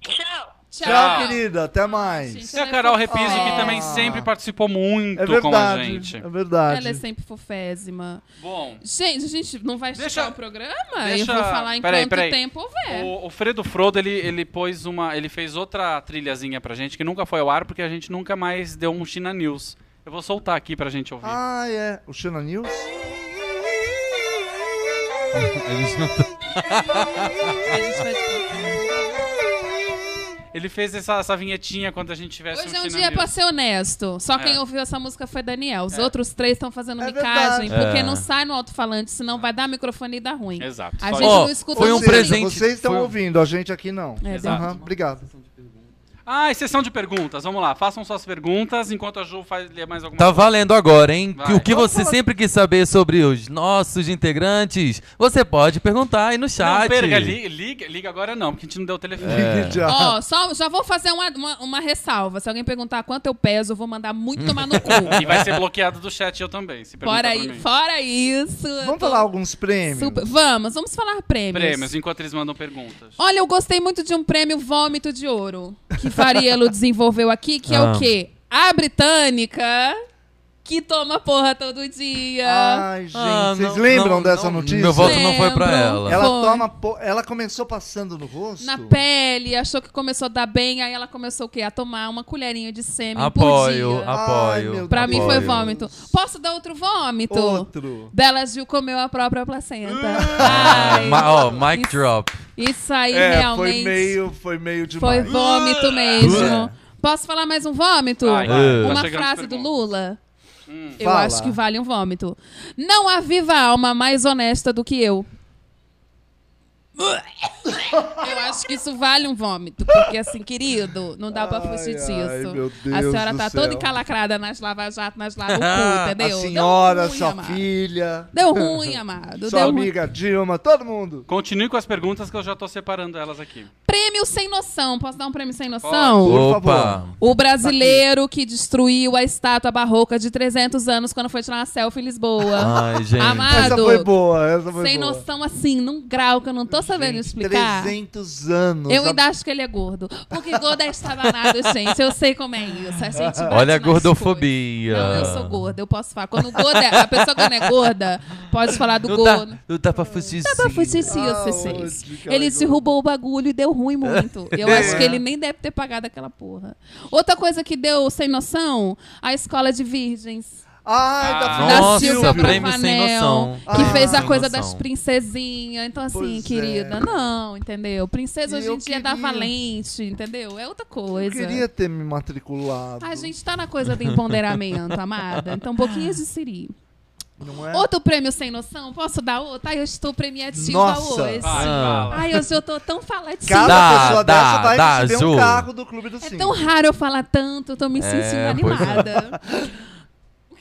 Speaker 7: Tchau.
Speaker 5: Tchau,
Speaker 3: Tchau,
Speaker 4: Ah.
Speaker 3: querida. Até mais.
Speaker 5: Gente,
Speaker 4: E a Carol Repiso, que
Speaker 3: Ah.
Speaker 4: também sempre participou muito
Speaker 3: É verdade.
Speaker 4: com a gente.
Speaker 3: É verdade.
Speaker 5: Ela é sempre fofésima.
Speaker 4: Bom,
Speaker 5: Gente, a gente não vai esticar
Speaker 4: Deixa-
Speaker 5: o programa?
Speaker 4: deixa-
Speaker 5: Eu vou falar em
Speaker 4: peraí,
Speaker 5: quanto
Speaker 4: peraí.
Speaker 5: tempo houver.
Speaker 4: o, o Fredo Frodo, ele, ele pôs uma. Ele fez outra trilhazinha pra gente que nunca foi ao ar, porque a gente nunca mais deu um China News. Eu vou soltar aqui pra gente ouvir.
Speaker 3: Ah, é. O China News?
Speaker 6: Eles não tão-
Speaker 5: A gente vai descansar.
Speaker 4: Ele fez essa, essa vinhetinha quando a gente tivesse
Speaker 5: Hoje
Speaker 4: um
Speaker 5: é um
Speaker 4: China
Speaker 5: dia
Speaker 4: News.
Speaker 5: pra ser honesto. Só quem
Speaker 4: É.
Speaker 5: ouviu essa música foi Daniel. Os outros três estão fazendo
Speaker 3: É
Speaker 5: micagem,
Speaker 3: verdade.
Speaker 5: porque
Speaker 6: É.
Speaker 5: não sai no alto-falante, senão vai dar microfone e dar ruim.
Speaker 4: Exato.
Speaker 5: A
Speaker 4: só
Speaker 5: gente
Speaker 4: isso.
Speaker 6: Ó,
Speaker 5: não escuta
Speaker 6: foi um
Speaker 5: nunca.
Speaker 6: presente.
Speaker 3: Vocês estão
Speaker 6: Foi um-
Speaker 3: ouvindo, a gente aqui não.
Speaker 5: É,
Speaker 4: Exato.
Speaker 3: Aham, obrigado.
Speaker 4: Ah, e sessão de perguntas. Vamos lá, façam suas perguntas enquanto a Ju faz lê mais alguma
Speaker 6: Tá valendo agora, hein?
Speaker 4: Vai.
Speaker 6: Que- O que você sempre quis saber sobre os nossos integrantes, você pode perguntar aí no chat. É.
Speaker 4: Não, perca, li- liga, liga agora não, porque a gente não deu o telefone.
Speaker 3: *laughs* Já.
Speaker 5: É. Ó, só, já vou fazer uma, uma, uma ressalva. Se alguém perguntar quanto eu peso, eu vou mandar muito tomar no cu.
Speaker 4: E vai ser bloqueado do chat eu também, se perguntar
Speaker 5: fora,
Speaker 4: pra
Speaker 5: aí,
Speaker 4: mim.
Speaker 5: fora isso.
Speaker 3: Vamos falar alguns prêmios?
Speaker 5: Super- Vamos, vamos falar prêmios.
Speaker 4: Prêmios, enquanto eles mandam perguntas.
Speaker 5: Olha, eu gostei muito de um prêmio Vômito de Ouro que Fariello desenvolveu aqui, que é
Speaker 6: Ah.
Speaker 5: o quê? A britânica que toma porra todo dia.
Speaker 3: Ai, gente,
Speaker 6: Ah,
Speaker 3: vocês
Speaker 6: não-
Speaker 3: lembram
Speaker 6: não-
Speaker 3: dessa
Speaker 6: não-
Speaker 3: notícia?
Speaker 6: Meu voto não foi pra
Speaker 5: Lembro.
Speaker 6: ela.
Speaker 3: Ela
Speaker 5: Foi.
Speaker 3: toma, po- ela começou passando no rosto.
Speaker 5: Na pele, achou que começou a dar bem, aí ela começou o quê? A tomar uma colherinha de sêmen por
Speaker 6: Apoio,
Speaker 5: dia.
Speaker 6: apoio.
Speaker 3: Ai, meu
Speaker 5: É Pra mim foi
Speaker 6: apoio.
Speaker 5: vômito. Posso dar outro vômito?
Speaker 3: Outro.
Speaker 5: Bela Gil comeu a própria placenta.
Speaker 6: Ah,
Speaker 5: Ai,
Speaker 6: ma- ó, mic
Speaker 5: isso-
Speaker 6: drop.
Speaker 5: Isso aí
Speaker 3: É,
Speaker 5: realmente
Speaker 3: foi meio, foi meio
Speaker 5: foi
Speaker 3: demais.
Speaker 5: vômito mesmo.
Speaker 6: É.
Speaker 5: Posso falar mais um vômito?
Speaker 4: Ai, vai,
Speaker 3: É.
Speaker 6: tá
Speaker 5: Uma
Speaker 4: chegando
Speaker 5: frase
Speaker 4: as
Speaker 5: do
Speaker 4: perguntas.
Speaker 5: Lula. Eu
Speaker 3: Fala.
Speaker 5: acho que vale um vômito. Não há viva alma mais honesta do que eu. Eu acho que isso vale um vômito, porque assim, querido, não dá pra
Speaker 3: Ai,
Speaker 5: fugir disso.
Speaker 3: ai, meu
Speaker 5: a
Speaker 3: Deus
Speaker 5: senhora
Speaker 3: do
Speaker 5: tá
Speaker 3: céu.
Speaker 5: toda encalacrada nas lava-jato, nas lava-cu,
Speaker 3: *laughs* A
Speaker 5: entendeu? Deu um
Speaker 3: senhora,
Speaker 5: ruim,
Speaker 3: sua
Speaker 5: amado.
Speaker 3: filha,
Speaker 5: Deu ruim, amado.
Speaker 3: sua
Speaker 5: Deu um ruim.
Speaker 3: amiga Dilma, todo mundo.
Speaker 4: Continue com as perguntas que eu já tô separando elas aqui.
Speaker 5: Prêmio sem noção. Posso dar um prêmio sem noção?
Speaker 3: Por
Speaker 6: Opa.
Speaker 3: favor.
Speaker 5: O brasileiro que destruiu a estátua barroca de 300 anos quando foi tirar uma selfie em Lisboa.
Speaker 6: Ai, gente.
Speaker 5: Amado.
Speaker 3: Essa foi boa, essa Ah, foi
Speaker 5: Sem
Speaker 3: boa.
Speaker 5: noção assim, num grau que eu não tô sabendo explicar.
Speaker 3: 300 anos.
Speaker 5: Eu
Speaker 3: a-
Speaker 5: ainda acho que ele é gordo. Porque gordo é
Speaker 3: *laughs*
Speaker 5: estabanado, gente. Eu sei como é isso. A gente bate
Speaker 6: Olha a
Speaker 5: nas
Speaker 6: gordofobia.
Speaker 5: coisas. Não, eu sou gorda, eu posso falar. Quando o gordo é, a pessoa quando é gorda, pode falar do
Speaker 6: Não
Speaker 5: gordo.
Speaker 6: dá, não dá pra fugir.
Speaker 5: Dá pra
Speaker 6: sim.
Speaker 5: fugir sim,
Speaker 3: Ah,
Speaker 5: vocês.
Speaker 3: onde que ela
Speaker 5: Ele
Speaker 3: jogou?
Speaker 5: derrubou o bagulho e deu ruim
Speaker 3: *laughs*
Speaker 5: muito. Eu acho que ele nem deve ter pagado aquela porra. Outra coisa que deu sem noção, a escola de virgens.
Speaker 3: Ai, da
Speaker 4: Ah,
Speaker 3: filha
Speaker 5: da
Speaker 6: Nossa,
Speaker 5: Silvia
Speaker 3: Silvia.
Speaker 6: prêmio sem
Speaker 5: Bravanel,
Speaker 6: noção.
Speaker 5: Que
Speaker 3: Ah.
Speaker 5: fez a
Speaker 6: Sem
Speaker 5: coisa
Speaker 6: noção.
Speaker 5: das princesinhas. Então, assim,
Speaker 3: Pois é.
Speaker 5: querida, não, entendeu? Princesa hoje
Speaker 3: Eu
Speaker 5: em dia dá
Speaker 3: queria.
Speaker 5: valente, entendeu? É outra
Speaker 3: Eu
Speaker 5: coisa.
Speaker 3: queria ter me matriculado.
Speaker 5: A gente tá na coisa do empoderamento, amada. Então, pouquinhos de siri.
Speaker 3: Não é?
Speaker 5: Outro prêmio sem noção? Posso dar outro? Ai, eu estou premiativa
Speaker 3: Nossa.
Speaker 4: Vai,
Speaker 5: hoje.
Speaker 6: Ah.
Speaker 4: fala.
Speaker 5: Ai, hoje eu tô tão falativa.
Speaker 3: Cada
Speaker 6: Dá,
Speaker 3: pessoa
Speaker 6: dá,
Speaker 3: dessa vai
Speaker 6: dá,
Speaker 3: receber
Speaker 6: Ju.
Speaker 3: um carro do Clube do
Speaker 5: É
Speaker 3: Cinco.
Speaker 5: tão raro eu falar tanto, eu tô me sentindo
Speaker 6: pois é.
Speaker 5: animada.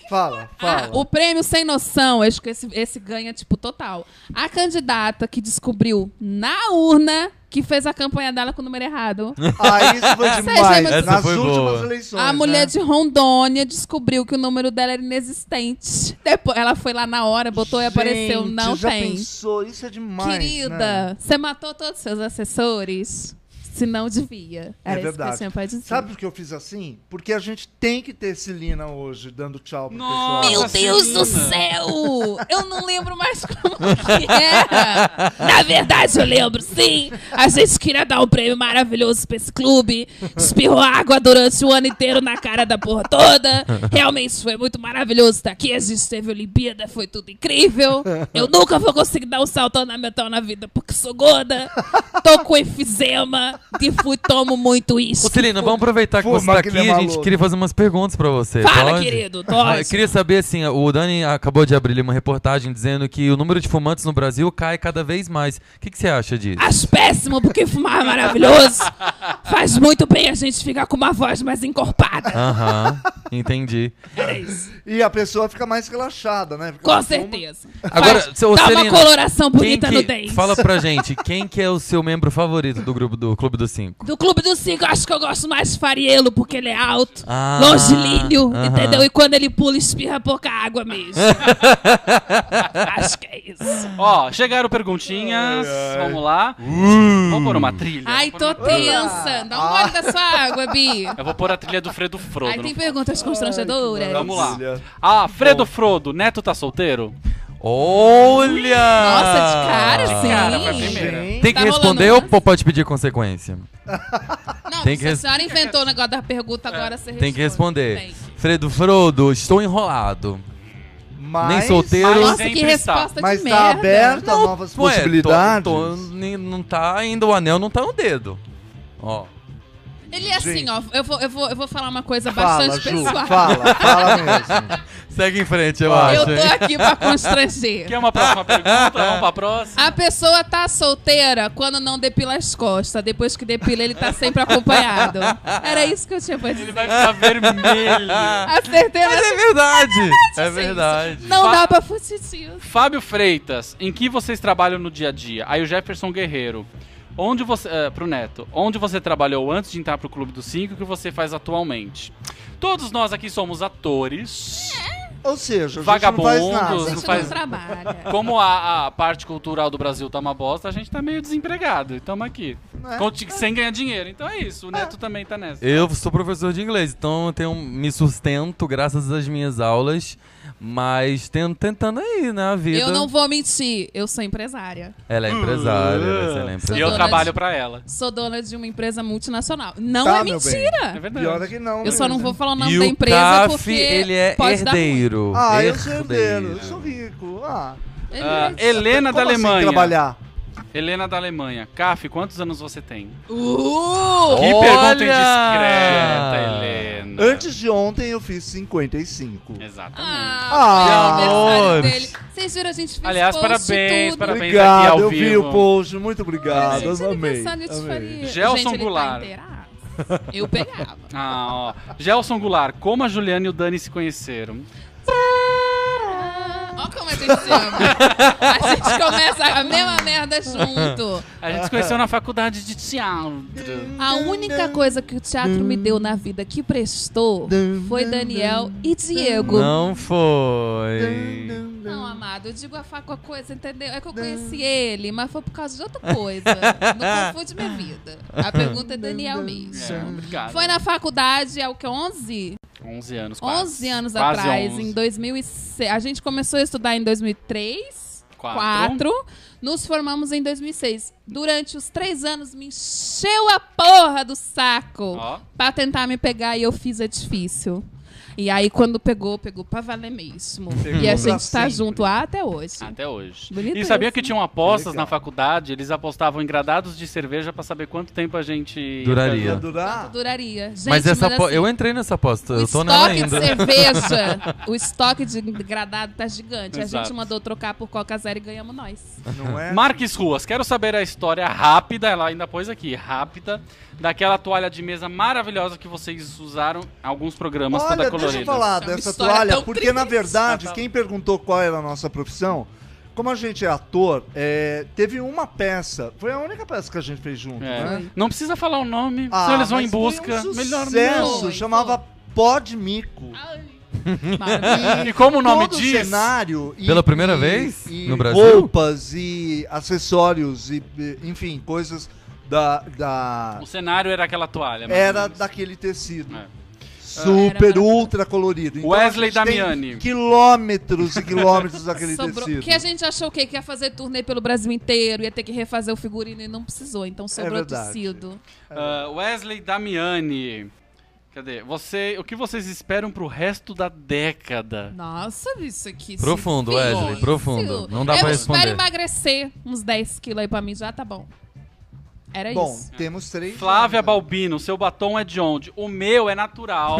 Speaker 3: Fala,
Speaker 5: Ah,
Speaker 3: *laughs* fala.
Speaker 5: o prêmio sem noção, acho que esse, esse ganha, tipo, total. A candidata que descobriu na urna que fez a campanha dela com o número errado.
Speaker 3: Ah, isso foi demais.
Speaker 5: Essa
Speaker 3: Nas
Speaker 6: foi
Speaker 3: últimas
Speaker 6: boa.
Speaker 3: eleições.
Speaker 5: A mulher
Speaker 3: né?
Speaker 5: de Rondônia descobriu que o número dela era inexistente. Depois, ela foi lá na hora, botou e apareceu.
Speaker 3: Gente,
Speaker 5: Não
Speaker 3: já
Speaker 5: tem.
Speaker 3: Pensou, isso é demais. né?
Speaker 5: Querida, você matou todos os seus assessores? Se não devia.
Speaker 3: É
Speaker 5: Era
Speaker 3: verdade.
Speaker 5: isso que eu tinha pra dizer.
Speaker 3: Sabe por que eu fiz assim? Porque a gente tem que ter Celina hoje, dando tchau pro
Speaker 4: Nossa,
Speaker 5: Meu
Speaker 3: pessoal.
Speaker 5: Deus do
Speaker 4: Celina.
Speaker 5: céu! Eu não lembro mais
Speaker 6: *laughs*
Speaker 5: como que era. Na verdade, eu lembro, sim. A gente queria dar um prêmio maravilhoso pra esse clube. Espirrou água durante o ano inteiro na cara da porra toda. Realmente foi muito maravilhoso estar aqui. A gente teve Olimpíada, foi tudo incrível. Eu nunca vou conseguir dar um salto ornamental na vida porque sou gorda. Tô com enfisema e fui tomo muito
Speaker 6: Ô,
Speaker 5: isso.
Speaker 6: Celina, vamos aproveitar que
Speaker 3: Fuma,
Speaker 6: você tá
Speaker 3: que
Speaker 6: aqui.
Speaker 3: ele é
Speaker 6: A gente
Speaker 3: maluco.
Speaker 6: queria fazer umas perguntas pra você.
Speaker 5: Fala,
Speaker 6: pode?
Speaker 5: querido,
Speaker 6: Ah, eu
Speaker 5: pode.
Speaker 6: queria saber, assim, o Dani acabou de abrir uma reportagem dizendo que o número de fumantes no Brasil cai cada vez mais. O que, que você acha disso?
Speaker 5: Acho péssimo, porque fumar é maravilhoso. Faz muito bem a gente ficar com uma voz mais encorpada.
Speaker 6: Aham,
Speaker 5: *laughs*
Speaker 6: entendi.
Speaker 5: Era isso.
Speaker 3: E a pessoa fica mais relaxada, né? Porque
Speaker 5: Com
Speaker 3: ela fuma-
Speaker 5: certeza.
Speaker 6: Agora,
Speaker 5: Faz,
Speaker 6: seu-
Speaker 5: dá
Speaker 6: Celina,
Speaker 5: uma coloração bonita
Speaker 6: quem que,
Speaker 5: no dente.
Speaker 6: Fala pra gente, quem que é o seu membro favorito do grupo do Clube dos Cinco?
Speaker 5: Do Clube dos Cinco, eu acho que eu gosto mais de Fariello, porque ele é alto,
Speaker 6: Ah,
Speaker 5: longilíneo,
Speaker 6: aham.
Speaker 5: entendeu? E quando ele pula, espirra pouca água
Speaker 6: *laughs*
Speaker 5: mesmo. acho que é isso.
Speaker 4: Ó, chegaram perguntinhas. Vamos lá.
Speaker 6: Uh.
Speaker 4: Vamos pôr uma trilha.
Speaker 5: Ai,
Speaker 4: Vou
Speaker 5: tô
Speaker 4: pôr uma-
Speaker 5: tensa. Dá um gole da sua água, Bi.
Speaker 4: Eu vou pôr a trilha do Fredo Frodo.
Speaker 5: Aí
Speaker 4: não
Speaker 5: tem perguntas constrangedoras.
Speaker 4: Vamos lá.
Speaker 3: Olha.
Speaker 4: Ah, Fredo Frodo, Neto tá solteiro?
Speaker 6: Olha!
Speaker 5: Nossa, de cara, sim.
Speaker 4: cara, foi a primeira.
Speaker 6: Tem que
Speaker 5: Tá rolando
Speaker 6: responder
Speaker 5: um
Speaker 6: ou
Speaker 5: lance?
Speaker 6: pô, pode pedir consequência?
Speaker 5: Não,
Speaker 6: Tem
Speaker 5: tem
Speaker 6: que
Speaker 5: que a
Speaker 6: res-
Speaker 5: senhora inventou o negócio da pergunta,
Speaker 3: É.
Speaker 5: agora você
Speaker 6: Tem que responder.
Speaker 5: Tem.
Speaker 6: Fredo Frodo, estou enrolado.
Speaker 3: Mas,
Speaker 6: Nem solteiro.
Speaker 4: Mas-
Speaker 5: Nossa, que
Speaker 4: Sempre está.
Speaker 5: resposta de
Speaker 3: Mas tá
Speaker 5: merda.
Speaker 3: aberto a novas
Speaker 6: Ué,
Speaker 3: possibilidades.
Speaker 6: é, tô- tô- nem- não tá ainda, o anel não tá no dedo. Ó.
Speaker 5: Ele é assim,
Speaker 3: Gente.
Speaker 5: ó. Eu vou, eu, vou, eu vou falar uma coisa
Speaker 3: Fala,
Speaker 5: bastante
Speaker 3: Ju,
Speaker 5: pessoal.
Speaker 3: fala, fala
Speaker 5: *laughs*
Speaker 3: mesmo.
Speaker 6: Segue em frente, eu
Speaker 5: Eu
Speaker 6: acho. hein?
Speaker 5: tô aqui pra *laughs* constranger.
Speaker 4: Quer uma próxima pergunta? Vamos pra próxima.
Speaker 5: A pessoa tá solteira quando não depila as costas. Depois que depila, ele tá sempre acompanhado. Era isso que eu tinha pra
Speaker 4: Ele
Speaker 5: dizer.
Speaker 4: vai ficar vermelho.
Speaker 5: Acertei
Speaker 6: Mas
Speaker 5: na
Speaker 6: é verdade! É
Speaker 5: gente.
Speaker 6: verdade.
Speaker 5: Não
Speaker 4: Fa-
Speaker 5: dá pra fugir disso.
Speaker 4: Fábio Freitas, em que vocês trabalham no dia a dia? Aí o Jefferson Guerreiro. Onde você. eh, pro Neto, onde você trabalhou antes de entrar pro Clube dos Cinco e o que você faz atualmente? Todos nós aqui somos atores.
Speaker 3: Ou seja, a gente não
Speaker 4: Vagabundos.
Speaker 5: A
Speaker 3: faz
Speaker 4: Não,
Speaker 3: nada.
Speaker 5: gente
Speaker 4: faz-
Speaker 5: não trabalha.
Speaker 4: Como a, a parte cultural do Brasil tá uma bosta, a gente tá meio desempregado. E tamo aqui.
Speaker 5: É.
Speaker 3: Né?
Speaker 4: Conti- Sem ganhar dinheiro. Então é isso. O Neto também tá nessa.
Speaker 6: Eu sou professor de inglês, então eu tenho, me sustento graças às minhas aulas, mas tento, tentando aí, né, a vida.
Speaker 5: Eu não vou mentir, eu sou empresária.
Speaker 6: Ela é empresária, ela é
Speaker 4: E
Speaker 6: empresária.
Speaker 4: eu
Speaker 5: Dona
Speaker 4: trabalho pra ela.
Speaker 5: Sou dona de uma empresa multinacional. Não
Speaker 3: Tá,
Speaker 5: é
Speaker 3: meu bem.
Speaker 4: É
Speaker 5: mentira!
Speaker 4: verdade.
Speaker 3: Pior é que não.
Speaker 5: Eu só não
Speaker 3: menina.
Speaker 5: vou falar o nome
Speaker 6: E
Speaker 5: da
Speaker 6: o
Speaker 5: empresa
Speaker 6: CAF,
Speaker 5: porque
Speaker 6: ele é
Speaker 5: pode dar ruim.
Speaker 6: herdeiro.
Speaker 3: Ah, eu sou herdeiro, eu sou rico. Ah,
Speaker 5: Ele
Speaker 4: Ah,
Speaker 5: é-
Speaker 4: Helena
Speaker 3: como
Speaker 4: da
Speaker 3: assim
Speaker 4: Alemanha.
Speaker 3: trabalhar?
Speaker 4: Helena da Alemanha. Caf, quantos anos você tem?
Speaker 5: Uh!
Speaker 4: Que
Speaker 6: Olha!
Speaker 4: pergunta indiscreta, Helena.
Speaker 3: Antes de ontem eu fiz 55.
Speaker 4: É, Exatamente.
Speaker 5: Ah,
Speaker 3: que
Speaker 5: foi o
Speaker 6: amor.
Speaker 5: aniversário dele. Vocês viram, a gente fez
Speaker 4: Aliás,
Speaker 5: post
Speaker 4: parabéns,
Speaker 5: tudo.
Speaker 4: parabéns. aqui
Speaker 3: Obrigado,
Speaker 4: ao
Speaker 3: eu vi
Speaker 4: vivo.
Speaker 3: o post, muito obrigado,
Speaker 5: Gente,
Speaker 3: eu Ah, amei.
Speaker 5: aniversário de
Speaker 3: amei.
Speaker 5: Faria.
Speaker 4: Gelson
Speaker 5: Gente, ele tá
Speaker 4: Goulart.
Speaker 5: inteiraço. Eu pegava.
Speaker 4: Ah, ó. Gelson Goulart, como a Juliana e o Dani se conheceram?
Speaker 5: Ó como a gente se ama. A gente começa a mesma merda junto.
Speaker 4: A gente se conheceu na faculdade de teatro.
Speaker 5: A única coisa que o teatro me deu na vida que prestou foi Daniel e Diego.
Speaker 6: Não foi.
Speaker 5: Não, amado, eu digo a faca com a coisa, entendeu? É que eu conheci ele, mas foi por causa de outra coisa. Não confunde minha vida. A pergunta é Daniel mesmo.
Speaker 4: É, obrigado.
Speaker 5: Foi na faculdade, é o que, 11?
Speaker 4: 11 anos, quase.
Speaker 5: 11 anos
Speaker 4: Quase
Speaker 5: atrás,
Speaker 4: 11.
Speaker 5: em 2006. A gente começou a estudar em 2003,
Speaker 4: Quatro.
Speaker 5: 4. Nos formamos em 2006. Durante os três anos, me encheu a porra do saco
Speaker 4: Ó.
Speaker 5: pra tentar me pegar e eu fiz é difícil. E aí, quando pegou, pegou pra valer mesmo.
Speaker 3: Pegou
Speaker 5: e a
Speaker 3: pra
Speaker 5: gente tá
Speaker 3: sempre.
Speaker 5: junto até hoje.
Speaker 4: Até hoje.
Speaker 5: Bonito
Speaker 4: e sabia
Speaker 5: isso,
Speaker 4: que
Speaker 5: né?
Speaker 4: tinham apostas
Speaker 3: Legal.
Speaker 4: na faculdade? Eles apostavam em gradados de cerveja pra saber quanto tempo a gente... ia
Speaker 6: Duraria.
Speaker 4: ficar-
Speaker 3: Durar?
Speaker 5: Duraria. Gente,
Speaker 6: mas essa apo-
Speaker 5: assim,
Speaker 6: eu entrei nessa aposta,
Speaker 5: o
Speaker 6: eu tô nela
Speaker 5: estoque de
Speaker 6: ainda.
Speaker 5: cerveja,
Speaker 6: *laughs*
Speaker 5: o estoque de gradado tá gigante. A
Speaker 4: Exato.
Speaker 5: gente mandou trocar por Coca Zero e ganhamos nós.
Speaker 4: *laughs*
Speaker 3: Não é?
Speaker 4: Marques Ruas, quero saber a história rápida, ela ainda pôs aqui, rápida, daquela toalha de mesa maravilhosa que vocês usaram em alguns programas toda
Speaker 3: Olha,
Speaker 4: É colorida.
Speaker 3: deixa eu falar
Speaker 5: Isso é uma
Speaker 3: dessa
Speaker 5: história
Speaker 3: toalha,
Speaker 5: tão
Speaker 3: porque
Speaker 5: triste.
Speaker 3: na verdade,
Speaker 4: Ah, tá.
Speaker 3: quem perguntou qual era a nossa profissão, como a gente é ator, é, teve uma peça, foi a única peça que a gente fez junto,
Speaker 4: É.
Speaker 3: né?
Speaker 4: Não precisa falar o nome,
Speaker 3: Ah,
Speaker 4: senão eles vão
Speaker 3: mas
Speaker 4: em busca.
Speaker 3: Foi um
Speaker 4: Melhor
Speaker 3: sucesso,
Speaker 5: Foi,
Speaker 3: chamava Pó de Mico.
Speaker 5: Maravilha.
Speaker 6: *laughs*
Speaker 4: não. *laughs* E como o nome
Speaker 3: Todo
Speaker 4: diz,
Speaker 3: cenário e-
Speaker 6: Pela primeira
Speaker 3: e-
Speaker 6: vez
Speaker 3: e
Speaker 6: no Brasil?
Speaker 3: roupas e acessórios e e, enfim, coisas da, da
Speaker 4: o cenário era aquela toalha. É mais ou
Speaker 3: era
Speaker 4: menos.
Speaker 3: daquele tecido.
Speaker 4: É.
Speaker 3: Super
Speaker 5: Ah, Era-
Speaker 3: ultra colorido. Então,
Speaker 4: Wesley
Speaker 3: a gente tem
Speaker 4: Damiani.
Speaker 3: Quilômetros e quilômetros daquele
Speaker 5: Sobrou-
Speaker 3: tecido.
Speaker 5: Que é a gente achou o quê? Que ia fazer turnê pelo Brasil inteiro, ia ter que refazer o figurino e não precisou.
Speaker 6: É
Speaker 5: Então sobrou
Speaker 3: verdade.
Speaker 5: tecido.
Speaker 4: Ah, Wesley Damiani. Cadê? Você, o que vocês esperam pro resto da década?
Speaker 5: Nossa, isso aqui.
Speaker 6: Profundo,
Speaker 5: difícil.
Speaker 6: Wesley, profundo. Não dá
Speaker 5: eu
Speaker 6: pra
Speaker 5: espero
Speaker 6: responder.
Speaker 5: emagrecer uns 10 quilos aí pra mim, já tá bom. Era
Speaker 3: Bom,
Speaker 5: isso.
Speaker 3: temos três.
Speaker 4: Flávia
Speaker 3: ainda.
Speaker 4: Balbino, seu batom é de onde? O meu é
Speaker 6: *laughs*
Speaker 4: natural.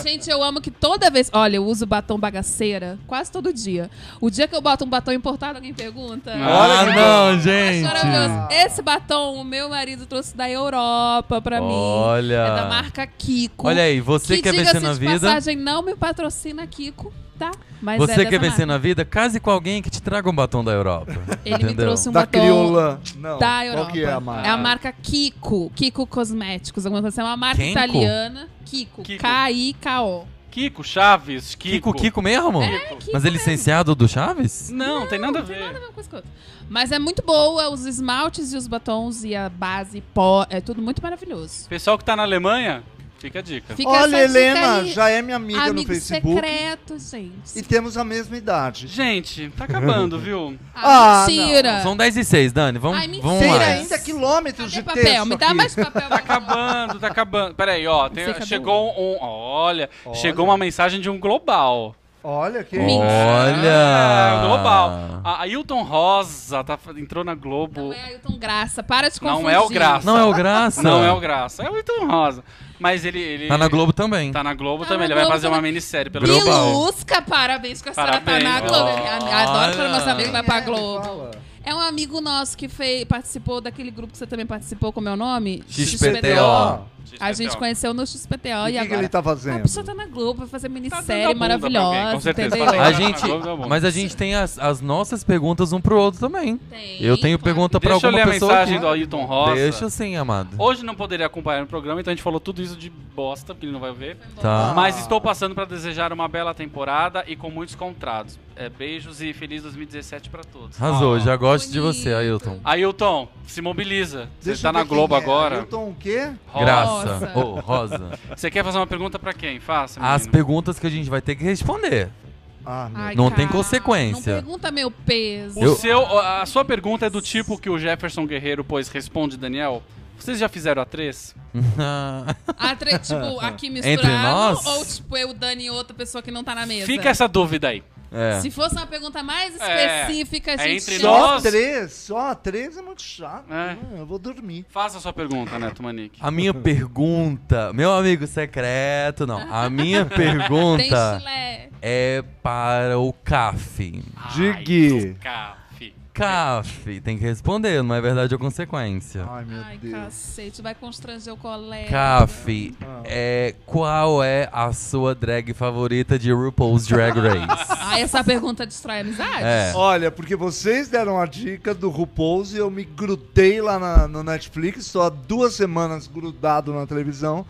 Speaker 5: Gente, eu amo que toda vez. Olha, eu uso batom bagaceira quase todo dia. O dia que eu boto um batom importado, alguém pergunta.
Speaker 6: Ah,
Speaker 4: Olha que
Speaker 6: não,
Speaker 5: Mas maravilhoso.
Speaker 6: gente.
Speaker 5: Esse batom, o meu marido trouxe da Europa pra mim.
Speaker 6: Olha.
Speaker 5: É da marca Kiko.
Speaker 6: Olha aí, você que é
Speaker 5: diga-se
Speaker 6: vencer na
Speaker 5: de
Speaker 6: vida.
Speaker 5: passagem, não me patrocina Kiko. Tá, mas é
Speaker 6: Você
Speaker 5: dessa
Speaker 6: quer vencer
Speaker 5: marca.
Speaker 6: na vida? Case com alguém que te traga um batom da Europa.
Speaker 5: *laughs* Ele me
Speaker 6: entendeu?
Speaker 5: trouxe um
Speaker 3: Da
Speaker 5: batom
Speaker 3: crioula. Não.
Speaker 5: da
Speaker 3: Qual
Speaker 5: Europa.
Speaker 3: que é a marca?
Speaker 5: É a marca Kiko, Kiko Cosméticos, alguma coisa assim. É uma marca
Speaker 6: Kenko?
Speaker 5: italiana, Kiko,
Speaker 4: Kiko.
Speaker 5: K-I-K-O.
Speaker 4: Kiko, Chaves,
Speaker 6: Kiko,
Speaker 4: Kiko.
Speaker 6: Kiko mesmo?
Speaker 5: Kiko
Speaker 6: Mas é licenciado do Chaves?
Speaker 4: Não, tem nada a ver.
Speaker 5: Nada a ver uma coisa com a outra. Mas é muito boa, os esmaltes e os batons e a base, pó, é tudo muito maravilhoso.
Speaker 4: Pessoal que tá na Alemanha, fica a dica.
Speaker 5: é Fica
Speaker 3: Olha,
Speaker 5: essa dica
Speaker 3: Helena,
Speaker 5: aí,
Speaker 3: já é minha amiga no
Speaker 5: amigo
Speaker 3: Facebook.
Speaker 5: secreto, gente.
Speaker 3: E temos a mesma idade.
Speaker 4: Gente, tá
Speaker 6: *laughs*
Speaker 4: acabando, viu?
Speaker 5: Ah,
Speaker 3: Ah,
Speaker 5: mentira.
Speaker 6: São 10 e 6, Dani. Vamos,
Speaker 5: Ai, mentira,
Speaker 6: vamos
Speaker 3: Tem
Speaker 6: lá.
Speaker 3: ainda quilômetros
Speaker 5: Cadê
Speaker 3: de
Speaker 5: papel?
Speaker 3: texto
Speaker 5: Me dá
Speaker 4: *laughs*
Speaker 3: aqui.
Speaker 5: mais papel. Tá
Speaker 4: Acabando, tá acabando. Peraí, ó, tem-
Speaker 5: Você acabou.
Speaker 4: chegou um. Olha,
Speaker 3: Olha.
Speaker 4: chegou uma mensagem de um global.
Speaker 3: Olha que...
Speaker 6: Olha!
Speaker 4: Ah, um global. A a Hilton Rosa tá, entrou na Globo.
Speaker 5: Não é Ailton Graça, para de confundir.
Speaker 4: Não é o Graça.
Speaker 6: Não é o Graça?
Speaker 4: Não é o Graça, é o Hilton Rosa. Mas ele. ele
Speaker 6: Tá na Globo também.
Speaker 4: Tá na Globo
Speaker 5: Tá
Speaker 4: também,
Speaker 5: na
Speaker 4: ele
Speaker 5: Globo
Speaker 4: vai fazer uma
Speaker 5: também.
Speaker 4: minissérie pelo
Speaker 6: Global.
Speaker 5: Bilusca, parabéns que a senhora
Speaker 4: Parabéns.
Speaker 5: tá na Globo.
Speaker 6: Olha.
Speaker 5: Adoro quando meus amigos vai pra
Speaker 3: Quem é? Me
Speaker 5: Globo.
Speaker 3: fala.
Speaker 5: É um amigo nosso que fez, participou daquele grupo que você também participou, como é o nome?
Speaker 6: XPTO.
Speaker 5: A
Speaker 4: Então,
Speaker 5: gente conheceu no XPTO
Speaker 3: E
Speaker 5: e
Speaker 3: o que, que
Speaker 5: agora.
Speaker 3: ele tá
Speaker 5: Ah, a
Speaker 3: fazendo?
Speaker 5: pessoa tá na Globo, vai fazer
Speaker 4: Tá dando
Speaker 5: minissérie
Speaker 4: a bunda pra alguém,
Speaker 5: maravilhosa,
Speaker 4: com certeza.
Speaker 5: entendeu?
Speaker 4: Tá
Speaker 6: A
Speaker 4: na
Speaker 6: gente,
Speaker 4: Globo, tá bom.
Speaker 6: mas a gente tem as, as nossas perguntas um pro outro também.
Speaker 5: Tem,
Speaker 6: Eu tenho
Speaker 5: claro.
Speaker 6: pergunta pra
Speaker 4: Deixa eu
Speaker 6: alguma
Speaker 4: ler a
Speaker 6: pessoa
Speaker 4: mensagem
Speaker 6: aqui.
Speaker 4: do Ailton Rosa.
Speaker 6: Deixa sim, amado.
Speaker 4: Hoje não poderia acompanhar o programa, então a gente falou tudo isso de bosta, porque ele não vai ver.
Speaker 6: Tá.
Speaker 4: Mas estou passando para desejar uma bela temporada e com muitos contratos. É, beijos e feliz 2017 para todos.
Speaker 6: Arrasou,
Speaker 4: Ah.
Speaker 6: já gosto de
Speaker 5: bonito.
Speaker 6: você, Ailton.
Speaker 4: Ailton, se mobiliza. Você
Speaker 3: Deixa
Speaker 4: tá
Speaker 3: eu
Speaker 4: na
Speaker 3: ver quem
Speaker 4: Globo
Speaker 3: é.
Speaker 4: agora.
Speaker 3: Ailton o quê?
Speaker 4: Rosa.
Speaker 6: Graça.
Speaker 5: Rosa.
Speaker 6: Ô, Rosa.
Speaker 4: Você quer fazer uma pergunta para quem? Faça,
Speaker 6: As
Speaker 4: menino.
Speaker 6: perguntas que a gente vai ter que responder. *laughs*
Speaker 3: Ah, meu
Speaker 5: Ai,
Speaker 6: Não tem
Speaker 5: cara,
Speaker 6: consequência.
Speaker 5: Não pergunta meu peso.
Speaker 4: O
Speaker 6: Eu-
Speaker 4: seu, a sua pergunta é do tipo que o Jefferson Guerreiro pôs responde, Daniel. Vocês já fizeram a três?
Speaker 6: Ah.
Speaker 5: A tre- tipo, aqui
Speaker 6: Entre
Speaker 5: misturado
Speaker 6: nós?
Speaker 5: ou tipo eu, Dani e outra pessoa que não tá na mesa?
Speaker 4: Fica essa dúvida aí.
Speaker 6: é.
Speaker 5: Se fosse uma pergunta mais
Speaker 4: É.
Speaker 5: específica, a
Speaker 4: É
Speaker 5: gente
Speaker 4: entre
Speaker 5: chama-
Speaker 4: nós.
Speaker 3: Só três? Só três é muito chato.
Speaker 4: É.
Speaker 3: Não, eu vou dormir.
Speaker 4: Faça a sua pergunta, Neto Manique.
Speaker 6: A minha pergunta, meu amigo secreto, não. A minha
Speaker 5: Tem
Speaker 6: pergunta
Speaker 5: chulé.
Speaker 6: é para o CAF.
Speaker 4: Ai,
Speaker 3: Digue.
Speaker 4: Caf.
Speaker 6: CAF, tem que responder, não é verdade ou consequência.
Speaker 3: Ai, meu
Speaker 5: Ai,
Speaker 3: Deus.
Speaker 5: cacete, vai constranger o colega.
Speaker 6: CAF,
Speaker 3: Ah.
Speaker 6: é, qual é a sua drag favorita de RuPaul's Drag
Speaker 5: *laughs*
Speaker 6: Race?
Speaker 5: Ah, essa pergunta destrói a amizade?
Speaker 6: É.
Speaker 3: Olha, porque vocês deram a dica do RuPaul's e eu me grudei lá na- no Netflix, estou há duas semanas grudado na televisão,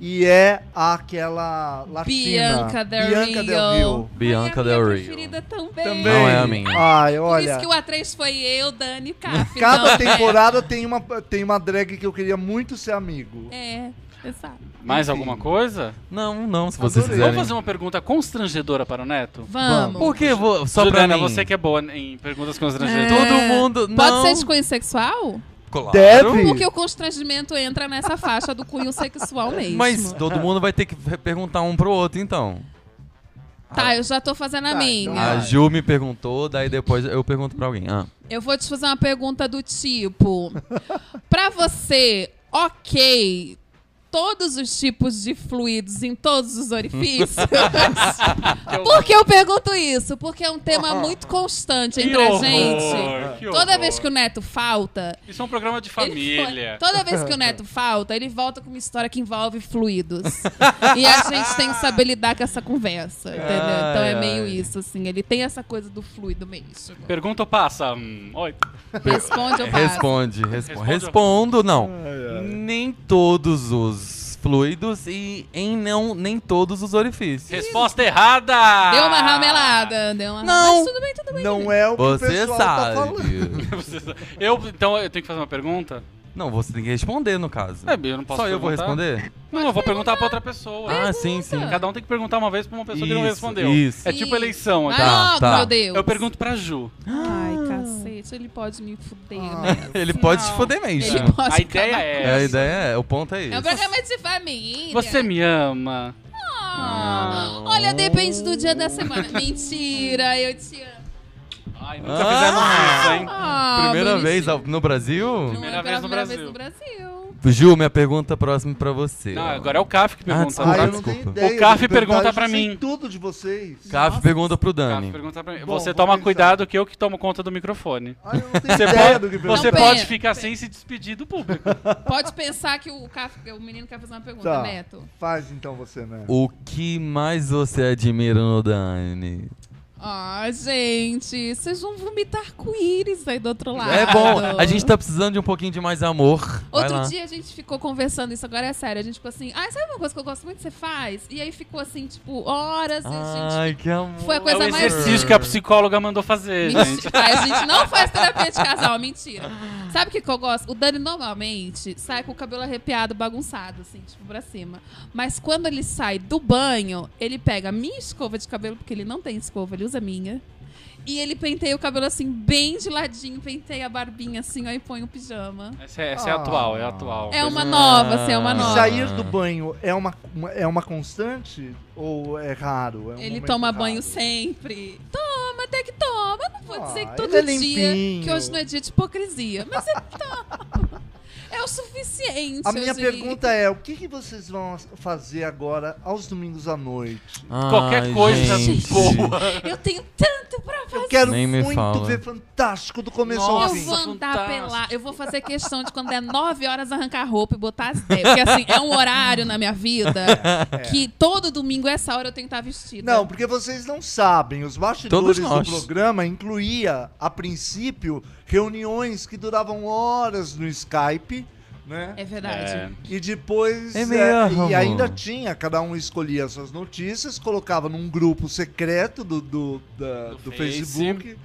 Speaker 3: e é aquela latina.
Speaker 5: Bianca Del
Speaker 3: Bianca Del
Speaker 5: Rio.
Speaker 3: Rio.
Speaker 6: Bianca
Speaker 5: Ai, a minha
Speaker 6: Del Rio.
Speaker 5: preferida também.
Speaker 3: Também.
Speaker 6: Não é a minha.
Speaker 3: Ai,
Speaker 5: Por
Speaker 3: olha...
Speaker 5: isso que o A3 foi eu, Dani e Caf.
Speaker 3: Cada
Speaker 5: não,
Speaker 3: temporada tem uma, tem uma drag que eu queria muito ser amigo.
Speaker 5: É, é, exato.
Speaker 4: Mais
Speaker 3: Enfim.
Speaker 4: alguma coisa?
Speaker 6: Não, não, se vocês
Speaker 3: Adorei.
Speaker 4: Vamos
Speaker 6: quiserem.
Speaker 4: fazer uma pergunta constrangedora para o Neto?
Speaker 5: Vamos.
Speaker 6: Por que vou- só
Speaker 4: Juliana,
Speaker 6: pra mim?
Speaker 4: você que é boa em perguntas
Speaker 5: É.
Speaker 4: constrangedoras.
Speaker 6: Todo mundo. Não.
Speaker 5: Pode ser de cunho sexual?
Speaker 6: Claro.
Speaker 3: Deve?
Speaker 5: Porque o constrangimento entra nessa faixa do cunho sexual mesmo.
Speaker 6: Mas todo mundo vai ter que re- perguntar um pro outro, então.
Speaker 5: Tá, eu já tô fazendo a
Speaker 3: Tá,
Speaker 5: minha.
Speaker 3: então
Speaker 6: A Ju me perguntou, daí depois eu pergunto pra alguém. Ah.
Speaker 5: Eu vou te fazer uma pergunta do tipo: Pra você, ok, todos os tipos de fluidos em todos os orifícios? Por que eu pergunto isso? Porque é um tema muito constante entre a Então, gente. Toda vez que o Neto falta.
Speaker 4: Isso é um programa de
Speaker 5: ele fa-
Speaker 4: família.
Speaker 5: toda vez que o
Speaker 6: *laughs*
Speaker 5: Neto falta, ele volta com uma história que envolve fluidos. e a gente tem que saber lidar com essa conversa, entendeu? Então é
Speaker 6: Ai,
Speaker 5: meio
Speaker 6: ai.
Speaker 5: isso, assim. Ele tem essa coisa do fluido mesmo.
Speaker 6: *laughs*
Speaker 4: Pergunta ou passa? Hum, oi.
Speaker 5: Responde ou passa?
Speaker 6: Responde, respo
Speaker 4: Responde.
Speaker 6: respondo, não. Nem todos os fluidos e em não, nem todos os orifícios.
Speaker 4: Resposta errada!
Speaker 5: Deu
Speaker 4: *laughs*
Speaker 5: uma ramelada, deu uma
Speaker 6: Não.
Speaker 5: Mas tudo bem, tudo bem.
Speaker 3: Não é o que o
Speaker 6: Você
Speaker 3: pessoal tá
Speaker 6: sabe.
Speaker 3: falando.
Speaker 4: Eu, então eu tenho que fazer uma pergunta?
Speaker 6: não, você tem que responder no caso.
Speaker 4: É, eu não posso
Speaker 6: Só eu vou
Speaker 4: perguntar.
Speaker 6: responder?
Speaker 4: Não, eu vou perguntar pra outra pessoa.
Speaker 6: Ah, sim, sim.
Speaker 4: Cada um tem que perguntar uma vez pra uma pessoa que não
Speaker 6: Isso,
Speaker 4: respondeu.
Speaker 6: isso.
Speaker 4: É tipo eleição
Speaker 5: Vai
Speaker 4: aqui.
Speaker 6: Tá,
Speaker 5: logo,
Speaker 6: tá.
Speaker 5: meu Deus.
Speaker 4: Eu pergunto pra Ju.
Speaker 5: Ai,
Speaker 6: Ah.
Speaker 5: cacete, ele pode me fuder, né?
Speaker 6: Ele pode
Speaker 5: Não.
Speaker 6: te foder mesmo.
Speaker 5: Ele pode
Speaker 4: A ideia
Speaker 5: acabar.
Speaker 4: é
Speaker 6: É, a
Speaker 4: essa.
Speaker 6: ideia é, o ponto é
Speaker 5: É um
Speaker 6: isso.
Speaker 5: programa de família.
Speaker 4: Você me ama.
Speaker 6: *laughs*
Speaker 5: Ah, Olha, depende do dia da semana. Mentira, eu te amo.
Speaker 4: Ai, nunca fizemos isso, hein?
Speaker 5: Ah,
Speaker 6: Primeira
Speaker 5: bonitinho.
Speaker 6: vez ao- no Brasil?
Speaker 5: Não é
Speaker 4: Primeira
Speaker 5: pela
Speaker 4: vez no
Speaker 5: primeira
Speaker 4: Brasil.
Speaker 5: vez no Brasil.
Speaker 6: Ju, minha pergunta próxima pra você.
Speaker 4: Não, agora é o Caf que pergunta.
Speaker 6: Ah,
Speaker 3: Ah, eu não
Speaker 6: desculpa.
Speaker 3: tenho ideia.
Speaker 4: O Caf
Speaker 3: de perguntar,
Speaker 4: pergunta
Speaker 3: eu
Speaker 4: pra
Speaker 3: sei
Speaker 4: mim.
Speaker 3: tudo de vocês.
Speaker 6: Caf pergunta pro
Speaker 4: O Caf
Speaker 6: Dani.
Speaker 4: pergunta pra mim.
Speaker 3: Bom,
Speaker 4: Você
Speaker 3: vou
Speaker 4: toma
Speaker 3: pensar.
Speaker 4: cuidado que eu que tomo conta do microfone.
Speaker 3: Ah, *laughs* eu não tenho
Speaker 4: Você
Speaker 3: ideia
Speaker 4: pode,
Speaker 3: do
Speaker 4: você
Speaker 3: que perguntar.
Speaker 5: Não,
Speaker 4: pode
Speaker 5: pera,
Speaker 4: ficar
Speaker 5: pera.
Speaker 4: sem se despedir do público.
Speaker 5: Pode pensar que o, Caf- o menino quer fazer uma pergunta,
Speaker 3: Tá.
Speaker 5: Neto.
Speaker 3: Faz então você, né?
Speaker 6: O que mais você admira no Dani?
Speaker 5: Ah, gente, vocês vão vomitar arco-íris aí do outro lado.
Speaker 6: É bom, a gente tá precisando de um pouquinho de mais amor. Vai
Speaker 5: Outro
Speaker 6: lá.
Speaker 5: dia a gente ficou conversando isso, agora é sério. A gente ficou assim, ah, sabe uma coisa que eu gosto muito que você faz? E aí ficou assim, tipo, horas e a gente.
Speaker 6: Ai, que amor.
Speaker 5: Foi a
Speaker 4: É
Speaker 5: coisa
Speaker 4: o
Speaker 5: mais-
Speaker 4: exercício que a psicóloga mandou fazer, gente.
Speaker 5: Mentira. *laughs* A gente não faz terapia de casal, mentira. Sabe o que, que eu gosto? O Dani normalmente sai com o cabelo arrepiado, bagunçado, assim, tipo, pra cima. Mas quando ele sai do banho, ele pega a minha escova de cabelo, porque ele não tem escova, ele usa a minha. E ele penteia o cabelo assim, bem de ladinho, penteia a barbinha assim, ó, e põe o pijama.
Speaker 4: Essa, é, essa é atual, é atual.
Speaker 5: Ah. É uma nova, assim, é uma
Speaker 6: Ah.
Speaker 5: nova.
Speaker 3: Sair do banho é uma, uma- é uma constante ou é raro? É um
Speaker 5: Ele
Speaker 3: momento
Speaker 5: toma
Speaker 3: raro?
Speaker 5: banho sempre. Toma, até que toma. Não vou
Speaker 3: Ah,
Speaker 5: dizer que
Speaker 3: ele
Speaker 5: todo
Speaker 3: é
Speaker 5: dia,
Speaker 3: limpinho.
Speaker 5: que hoje não é dia de hipocrisia. Mas ele
Speaker 3: *laughs*
Speaker 5: toma. É o suficiente.
Speaker 3: A minha
Speaker 5: eu diria.
Speaker 3: pergunta é, o que, que vocês vão fazer agora aos domingos à noite?
Speaker 6: Ai,
Speaker 4: Qualquer coisa
Speaker 6: gente.
Speaker 4: boa.
Speaker 5: Eu tenho tanto pra fazer.
Speaker 3: Eu quero
Speaker 6: Nem me
Speaker 3: muito
Speaker 6: fala.
Speaker 3: ver Fantástico do começo ao
Speaker 5: Eu
Speaker 4: Nossa,
Speaker 3: fim.
Speaker 5: vou andar
Speaker 4: fantástico.
Speaker 5: pelado. Eu vou fazer questão de quando é 9 horas arrancar a roupa e botar as 10. Porque assim, é um horário na minha
Speaker 3: *laughs*
Speaker 5: vida que todo domingo, essa hora, eu tenho que estar vestida.
Speaker 3: É. Não, porque vocês não sabem, os
Speaker 6: Todos
Speaker 3: bastidores do
Speaker 6: nós.
Speaker 3: programa incluía, a princípio, reuniões que duravam horas no Skype, né?
Speaker 5: É verdade.
Speaker 4: É.
Speaker 3: E depois.
Speaker 6: É
Speaker 3: eh,
Speaker 6: mesmo.
Speaker 3: e ainda tinha, cada um escolhia suas notícias, colocava num grupo secreto do, do, da-
Speaker 4: Do
Speaker 3: do
Speaker 4: Face.
Speaker 3: Facebook.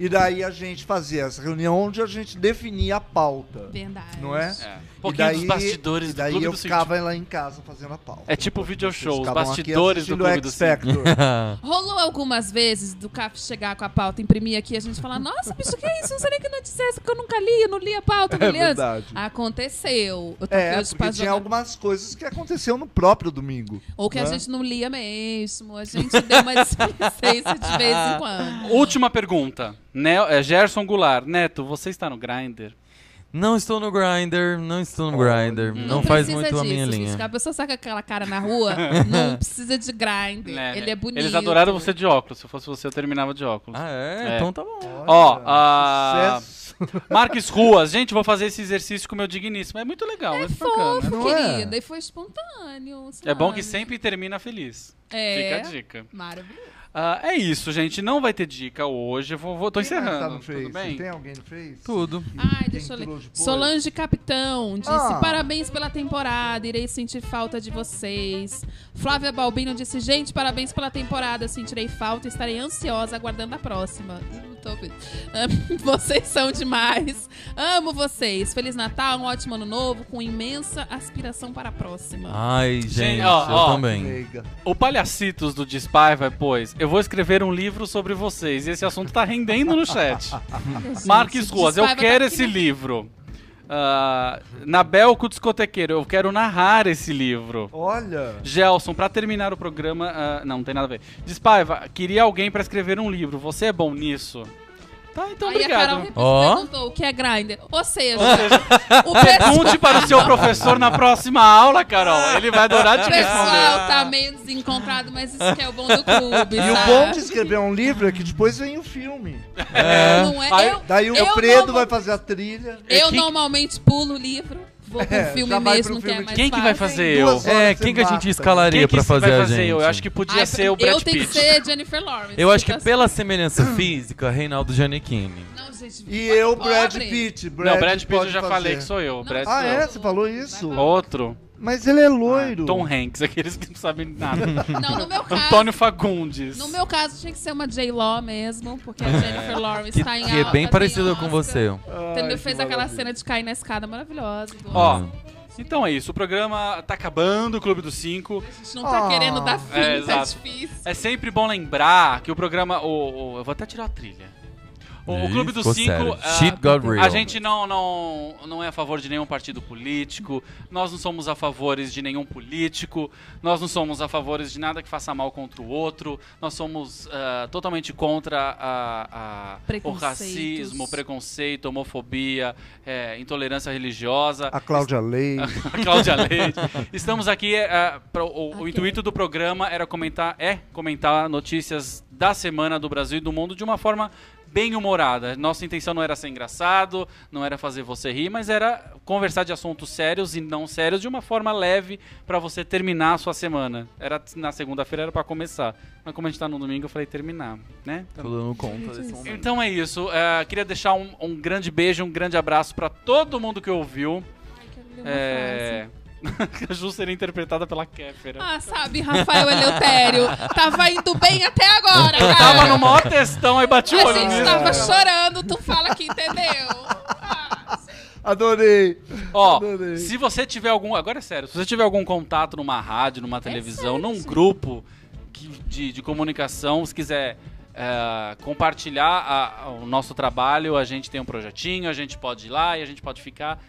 Speaker 3: E daí a gente fazia essa reunião onde a gente definia a pauta.
Speaker 5: Verdade.
Speaker 3: Não é?
Speaker 4: É. Um
Speaker 3: e
Speaker 4: pouquinho
Speaker 3: daí,
Speaker 4: dos bastidores
Speaker 3: e
Speaker 4: do
Speaker 3: daí
Speaker 4: Clube
Speaker 3: eu
Speaker 4: do Sítio.
Speaker 3: ficava lá em casa fazendo a pauta.
Speaker 4: É tipo video
Speaker 3: Vocês
Speaker 4: show, os
Speaker 3: ficavam aqui
Speaker 4: bastidores do
Speaker 3: assistindo
Speaker 4: Clube do
Speaker 3: X
Speaker 4: Sítio. É *laughs*
Speaker 3: Factor.
Speaker 5: Rolou algumas vezes do CAF chegar com a pauta, imprimir aqui e a gente falar: Nossa, bicho, que é isso? Não sei nem que notícia é essa, porque eu nunca li, eu não li a pauta, eu não
Speaker 3: *laughs* É
Speaker 5: li antes."
Speaker 3: verdade.
Speaker 5: Aconteceu. Eu tô aqui
Speaker 3: É,
Speaker 5: hoje
Speaker 3: porque
Speaker 5: pra
Speaker 3: tinha
Speaker 5: jogar-
Speaker 3: algumas coisas que aconteceu no próprio domingo.
Speaker 5: Ou que a
Speaker 3: né?
Speaker 5: gente não lia mesmo, a gente deu uma *laughs* displicência de vez em quando.
Speaker 4: Última pergunta. Ne- é, Gerson Goulart. Neto, você está no Grindr?
Speaker 6: *laughs* Não estou no Grindr, não estou no Grindr. Não, faz
Speaker 5: precisa
Speaker 6: muito
Speaker 5: disso,
Speaker 6: a minha
Speaker 5: gente.
Speaker 6: linha.
Speaker 5: A pessoa saca aquela cara na
Speaker 4: *laughs*
Speaker 5: rua, não precisa de grind.
Speaker 4: Né,
Speaker 5: ele
Speaker 4: né?
Speaker 5: é bonito.
Speaker 4: Eles adoraram você de óculos. Se eu fosse você, eu terminava de óculos.
Speaker 6: Ah, é?
Speaker 4: É.
Speaker 6: Então tá bom.
Speaker 4: Ó,
Speaker 3: Olha,
Speaker 4: a...
Speaker 3: sucesso.
Speaker 4: Marques Ruas. Gente, vou fazer esse exercício com o meu digníssimo. É muito legal, é, bacana.
Speaker 5: Fofo,
Speaker 3: Não é?
Speaker 5: querida. E foi espontâneo.
Speaker 4: É bom que
Speaker 5: sabe?
Speaker 4: sempre termina feliz.
Speaker 5: É.
Speaker 4: Fica a dica.
Speaker 5: Maravilhoso.
Speaker 4: Ah, é isso, gente. Não vai ter dica hoje. Eu vou, vou- tô
Speaker 3: Quem mais tá
Speaker 4: encerrando.
Speaker 3: no Face?
Speaker 4: Tudo bem?
Speaker 3: Tem alguém no Face?
Speaker 6: Tudo.
Speaker 5: Ai, deixa eu ler.
Speaker 3: Entrou depois?
Speaker 5: Solange Capitão disse:
Speaker 3: Ah.
Speaker 5: parabéns pela temporada, irei sentir falta de vocês. Flávia Balbino disse: gente, parabéns pela temporada, sentirei falta, estarei ansiosa aguardando a próxima. Ih, não tô ouvindo. Ah, *laughs* Vocês são demais. Amo vocês. Feliz Natal, um ótimo ano novo, com imensa aspiração para a
Speaker 6: Ah,
Speaker 5: próxima.
Speaker 6: Ai, gente,
Speaker 4: ó,
Speaker 6: eu
Speaker 4: ó.
Speaker 6: também.
Speaker 3: Meiga.
Speaker 4: O Palhacitos do Dispy vai, pois, eu vou escrever um livro sobre vocês. E esse assunto tá rendendo no
Speaker 3: *laughs*
Speaker 4: chat. Marques Ruas, eu
Speaker 5: tá
Speaker 4: quero esse
Speaker 5: livro.
Speaker 4: livro. Ah, Nabelco Discotequeiro, eu quero narrar esse livro.
Speaker 3: Olha.
Speaker 4: Gelson, pra terminar o programa. ah, não, não tem nada a ver. Dispaiva, queria alguém pra escrever um livro. Você é bom nisso? Tá, então
Speaker 5: Aí a Carol
Speaker 4: obrigado.
Speaker 5: Rebelo
Speaker 6: Ó.
Speaker 5: perguntou o que é grinder. Ou seja, o
Speaker 4: Pergunte para o seu professor na próxima aula, Carol. Ele vai adorar te
Speaker 5: O pessoal
Speaker 4: responder.
Speaker 5: tá meio desencontrado, mas isso que é o bom
Speaker 4: *laughs*
Speaker 5: do clube,
Speaker 3: E o
Speaker 5: sabe?
Speaker 3: bom de escrever um livro é que depois vem o filme.
Speaker 5: Não é?
Speaker 4: Aí-
Speaker 5: eu
Speaker 3: Daí o
Speaker 5: eu
Speaker 3: Fredo
Speaker 5: normal-
Speaker 3: vai fazer a trilha.
Speaker 4: É,
Speaker 5: Eu
Speaker 4: quem-
Speaker 5: normalmente pulo o livro, vou pro
Speaker 3: É,
Speaker 5: filme
Speaker 3: já vai
Speaker 5: mesmo,
Speaker 3: pro
Speaker 5: que é
Speaker 3: filme.
Speaker 5: mais
Speaker 4: Quem que vai
Speaker 5: fácil.
Speaker 4: fazer eu?
Speaker 3: Duas horas
Speaker 6: É,
Speaker 3: você
Speaker 6: quem que a
Speaker 3: mata.
Speaker 6: gente escalaria
Speaker 4: Quem que
Speaker 6: pra
Speaker 4: vai
Speaker 6: fazer, a gente?
Speaker 4: Eu acho que podia
Speaker 5: Ai,
Speaker 4: ser o
Speaker 5: Eu
Speaker 4: Brad
Speaker 5: tenho que
Speaker 4: Pitt.
Speaker 5: ser Jennifer Lawrence.
Speaker 6: Eu acho que é
Speaker 5: tá-
Speaker 6: pela semelhança física, Reinaldo Giannichini.
Speaker 5: Não, gente,
Speaker 3: E eu, Brad
Speaker 5: pobre.
Speaker 3: Pitt. Brad
Speaker 4: Não, Brad Pitt eu
Speaker 3: pode
Speaker 4: já
Speaker 3: fazer.
Speaker 4: falei que sou eu.
Speaker 5: Não,
Speaker 4: Brad
Speaker 3: Ah,
Speaker 4: sou
Speaker 3: é?
Speaker 4: eu.
Speaker 3: Você falou isso?
Speaker 4: Outro?
Speaker 3: Mas ele é loiro.
Speaker 4: Ah, Tom Hanks, aqueles que não sabem
Speaker 5: *laughs*
Speaker 4: nada.
Speaker 5: Não, no meu
Speaker 4: *laughs*
Speaker 5: caso...
Speaker 4: Antônio Fagundes.
Speaker 5: No meu caso, tinha que ser uma J-Law mesmo, porque a
Speaker 4: *laughs*
Speaker 5: Jennifer Lawrence
Speaker 6: Que,
Speaker 5: tá em
Speaker 6: que é
Speaker 5: alta,
Speaker 6: bem
Speaker 5: tem
Speaker 6: parecida com
Speaker 5: Oscar.
Speaker 6: você.
Speaker 3: Ai,
Speaker 5: Entendeu?
Speaker 3: que
Speaker 5: Fez aquela
Speaker 3: maravilha.
Speaker 5: cena de cair na escada maravilhosa. do-
Speaker 4: Ó, então é isso. O programa tá acabando, o Clube dos Cinco.
Speaker 5: A gente não tá
Speaker 3: Ah.
Speaker 5: querendo dar fim,
Speaker 4: É,
Speaker 5: tá
Speaker 4: exato.
Speaker 5: difícil.
Speaker 4: É sempre bom lembrar que o programa. o- o- eu vou até tirar a trilha. O, o
Speaker 6: Ih,
Speaker 4: Clube dos
Speaker 6: ficou
Speaker 4: Cinco.
Speaker 6: sério.
Speaker 4: ah,
Speaker 6: Shit got real.
Speaker 4: A gente não, não, não é a favor de nenhum partido político. Nós não somos a favores de nenhum político. Nós não somos a favores de nada que faça mal contra o outro. Nós somos ah, totalmente contra a- a- o
Speaker 5: Preconceitos.
Speaker 4: racismo, preconceito, homofobia, eh, intolerância religiosa.
Speaker 3: A Cláudia Leite.
Speaker 4: *laughs* A Cláudia Leite. Estamos aqui. eh, pra- o, o
Speaker 5: Ok.
Speaker 4: intuito do programa era comentar, é comentar notícias da semana do Brasil e do mundo de uma forma bem humorada. Nossa intenção não era ser engraçado, não era fazer você rir, mas era conversar de assuntos sérios e não sérios de uma forma leve pra você terminar a sua semana. Era na segunda-feira era pra começar, mas como a gente tá no domingo, eu falei terminar, né? Então-
Speaker 6: Tô dando conta desse momento.
Speaker 4: então é isso. eh, queria deixar um, um grande beijo, um grande abraço pra todo mundo que ouviu.
Speaker 5: Ai, quero ler uma frase.
Speaker 4: É... *laughs* a Ju seria interpretada pela Kéfera.
Speaker 5: Ah, sabe, Rafael Eleutério, tava indo bem até agora, cara.
Speaker 4: Tava no maior textão, aí bati o
Speaker 5: é. A
Speaker 4: olho
Speaker 5: gente
Speaker 4: nisso.
Speaker 5: tava chorando, tu fala que entendeu. Ah,
Speaker 3: Adorei.
Speaker 4: Ó,
Speaker 3: Adorei.
Speaker 4: se você tiver algum... Agora é sério. Se você tiver algum contato numa rádio,
Speaker 5: É
Speaker 4: numa televisão, num grupo que- de, de comunicação, se quiser... eh, compartilhar a- o nosso trabalho, a gente tem um projetinho, a gente pode ir lá e a gente pode ficar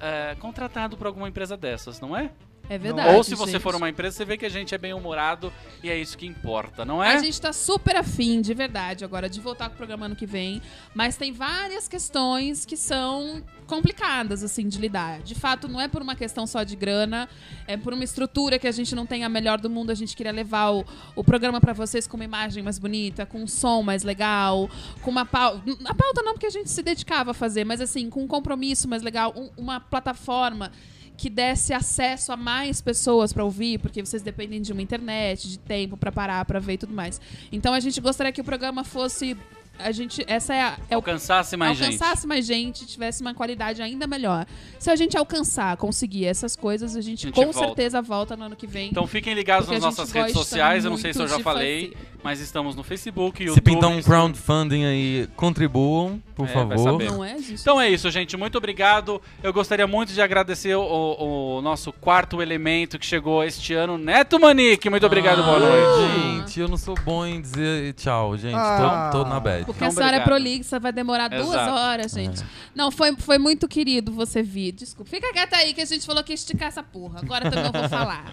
Speaker 4: eh, contratado por alguma empresa dessas, não é?
Speaker 5: é verdade.
Speaker 4: Ou se você
Speaker 5: gente.
Speaker 4: for uma empresa, você vê que a gente é bem humorado e é isso que importa, não é?
Speaker 5: A gente tá super afim, de verdade, agora, de voltar com o programa ano que vem. Mas tem várias questões que são complicadas, assim, de lidar. De fato, não é por uma questão só de grana, é por uma estrutura que a gente não tem a melhor do mundo. A gente queria levar o, o programa pra vocês com uma imagem mais bonita, com um som mais legal, com uma pauta. A pauta não, porque a gente se dedicava a fazer, mas assim, com um compromisso mais legal, um- uma plataforma que desse acesso a mais pessoas pra ouvir, porque vocês dependem de uma internet, de tempo pra parar, pra ver e tudo mais. Então a gente gostaria que o programa fosse a gente essa é, a, é o
Speaker 4: Alcançasse mais
Speaker 5: alcançasse mais gente, tivesse uma qualidade ainda melhor. Se a gente alcançar, conseguir essas coisas, a
Speaker 4: A
Speaker 5: gente,
Speaker 4: gente
Speaker 5: com
Speaker 4: volta.
Speaker 5: certeza volta no ano que vem.
Speaker 4: gente. Então fiquem ligados
Speaker 5: porque
Speaker 4: nas
Speaker 5: a gente
Speaker 4: nossas redes
Speaker 5: gosta
Speaker 4: sociais. Eu não sei se eu
Speaker 5: muito
Speaker 4: já
Speaker 5: de
Speaker 4: falei,
Speaker 5: fazer.
Speaker 4: mas estamos no Facebook,
Speaker 6: Se
Speaker 4: YouTube.
Speaker 6: pintar um crowdfunding aí, contribuam, por
Speaker 4: né? É, vai
Speaker 6: favor.
Speaker 4: saber.
Speaker 5: Não é isso?
Speaker 4: Então é isso, gente. Muito obrigado. Eu gostaria muito de agradecer o, o- o nosso quarto elemento que chegou este ano, Neto Manique. Muito obrigado,
Speaker 3: Ah,
Speaker 4: boa noite.
Speaker 6: Gente, eu não sou bom em dizer tchau, gente. Tô-
Speaker 3: Ah.
Speaker 6: Tô, na bad.
Speaker 5: Porque
Speaker 4: Então,
Speaker 5: a senhora é
Speaker 4: obrigado.
Speaker 5: prolixa, vai demorar duas
Speaker 4: Exato.
Speaker 5: horas, gente. Não, foi, foi muito querido você vir. Desculpa. Fica quieta aí que a gente falou que ia esticar essa porra. Agora também eu vou falar.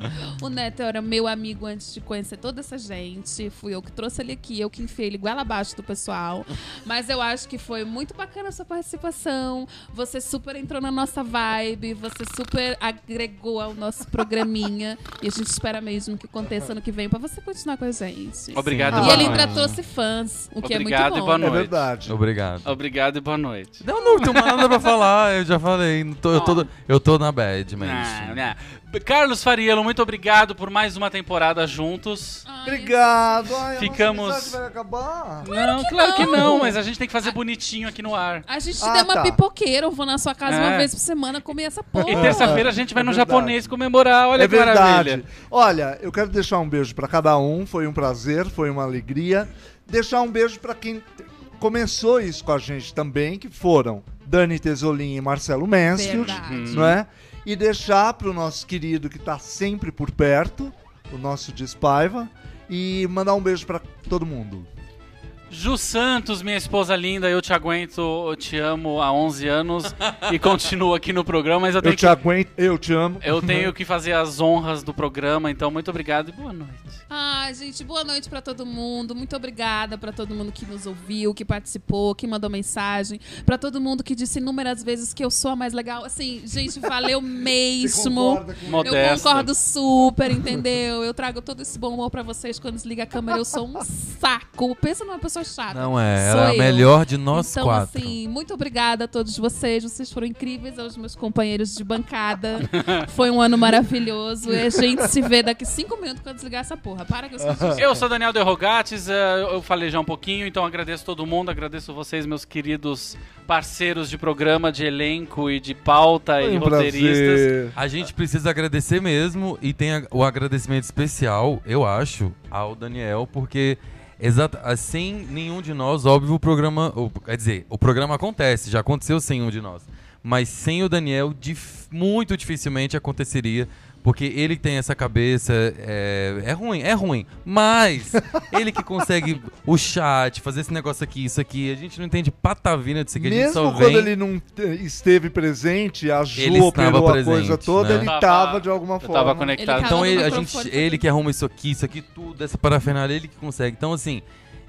Speaker 5: O Neto era meu amigo antes de conhecer toda essa gente. Fui eu que trouxe ele aqui, eu que enfiei ele goela abaixo do pessoal. Mas eu acho que foi muito bacana a sua participação. Você super entrou na nossa vibe, você super agregou ao nosso programinha. E a gente espera mesmo que aconteça ano que vem pra você continuar com a gente.
Speaker 4: Obrigado,
Speaker 3: Ah.
Speaker 4: boa
Speaker 5: E ele
Speaker 4: noite.
Speaker 5: ainda trouxe fãs, o que é
Speaker 4: Obrigado
Speaker 5: muito
Speaker 4: e
Speaker 5: bom.
Speaker 4: boa
Speaker 3: É
Speaker 4: noite.
Speaker 3: verdade.
Speaker 6: Obrigado.
Speaker 4: Obrigado e boa noite.
Speaker 6: Não, não tenho mais nada pra falar, eu já falei. não tô- eu,
Speaker 5: Ah.
Speaker 6: tô, eu tô na bad,
Speaker 3: É
Speaker 6: mas.
Speaker 4: Não, não. Ah, né. Carlos Fariello, muito obrigado por mais uma temporada juntos.
Speaker 5: Ai,
Speaker 3: Obrigado. Ai, a nossa
Speaker 4: Ficamos-
Speaker 3: amizade vai acabar.
Speaker 4: não, claro que não,
Speaker 5: não.
Speaker 4: mas a gente tem que fazer bonitinho aqui no ar.
Speaker 5: A gente te
Speaker 3: Ah,
Speaker 5: deu uma
Speaker 3: tá.
Speaker 5: pipoqueira, eu vou na sua casa
Speaker 4: É.
Speaker 5: uma vez por semana comer essa porra.
Speaker 4: E terça-feira a gente vai
Speaker 3: É
Speaker 4: no
Speaker 3: verdade.
Speaker 4: japonês comemorar, olha
Speaker 3: é
Speaker 4: que
Speaker 3: verdade.
Speaker 4: maravilha.
Speaker 3: Olha, eu quero deixar um beijo pra cada um. Foi um prazer, foi uma alegria. Deixar um beijo pra quem t- começou isso com a gente também, que foram Dani Tesolin e Marcelo Mansfield,
Speaker 5: Verdade.
Speaker 3: não é? E deixar pro nosso querido que tá sempre por perto, o nosso Despaiva, e mandar um beijo pra todo mundo.
Speaker 4: Ju Santos, minha esposa linda, eu te aguento, eu te amo há 11
Speaker 3: *laughs*
Speaker 4: anos e continuo aqui no programa, mas eu
Speaker 3: Eu
Speaker 4: tenho,
Speaker 3: te aguento, eu te amo.
Speaker 4: que, eu tenho que fazer as honras do programa, então muito obrigado e boa noite.
Speaker 5: Ai, gente, boa noite pra todo mundo. Muito obrigada pra todo mundo que nos ouviu, que participou, que mandou mensagem. Pra todo mundo que disse inúmeras vezes que eu sou a mais legal. Assim, gente, valeu
Speaker 3: *laughs* Você
Speaker 5: mesmo.
Speaker 3: concorda com
Speaker 5: Eu
Speaker 4: Modesta.
Speaker 5: concordo super, entendeu? Eu trago todo esse bom humor pra vocês quando desliga a câmera. Eu sou um saco. Pensa numa pessoa chata.
Speaker 6: Não é,
Speaker 5: Ah, Sou
Speaker 6: ela é a
Speaker 5: eu.
Speaker 6: melhor de nós
Speaker 5: então,
Speaker 6: quatro.
Speaker 5: assim, muito obrigada a todos vocês. Vocês foram incríveis aos meus companheiros
Speaker 6: *laughs*
Speaker 5: de bancada. Foi um ano maravilhoso. E a gente se vê daqui cinco minutos quando desligar essa porra. Para que eu
Speaker 6: *laughs*
Speaker 5: esqueci disso.
Speaker 4: Eu sou Daniel Derrogates, eh, eu falei já um pouquinho, então agradeço todo mundo, agradeço vocês, meus queridos parceiros de programa, de elenco e de pauta
Speaker 3: Foi
Speaker 4: e
Speaker 3: um
Speaker 4: roteiristas.
Speaker 3: prazer.
Speaker 6: A gente precisa agradecer mesmo e tem a- o agradecimento especial, eu acho, ao Daniel, porque exata, ah, sem nenhum de nós, óbvio, o programa, o- quer dizer, o programa acontece, já aconteceu sem um de nós. mas sem o Daniel, dif- muito dificilmente aconteceria. Porque ele tem essa cabeça, é, é ruim, é ruim. Mas ele que consegue o chat, fazer esse negócio aqui, isso aqui, a gente não entende patavina disso aqui, a gente
Speaker 3: Mesmo
Speaker 6: só
Speaker 3: quando
Speaker 6: vem.
Speaker 3: ele não te- esteve presente, a
Speaker 6: Ele
Speaker 3: Ju
Speaker 6: estava
Speaker 3: operou a
Speaker 6: presente,
Speaker 3: coisa toda,
Speaker 6: né?
Speaker 3: ele
Speaker 4: Tava-
Speaker 3: tava de alguma
Speaker 4: Eu
Speaker 3: forma.
Speaker 4: tava conectado.
Speaker 5: Ele
Speaker 6: Então
Speaker 5: Tava no
Speaker 6: ele, a
Speaker 5: Tá microfone
Speaker 6: gente,
Speaker 5: também.
Speaker 6: ele que arruma isso aqui, isso aqui tudo, essa parafernália, ele que consegue. Então, assim,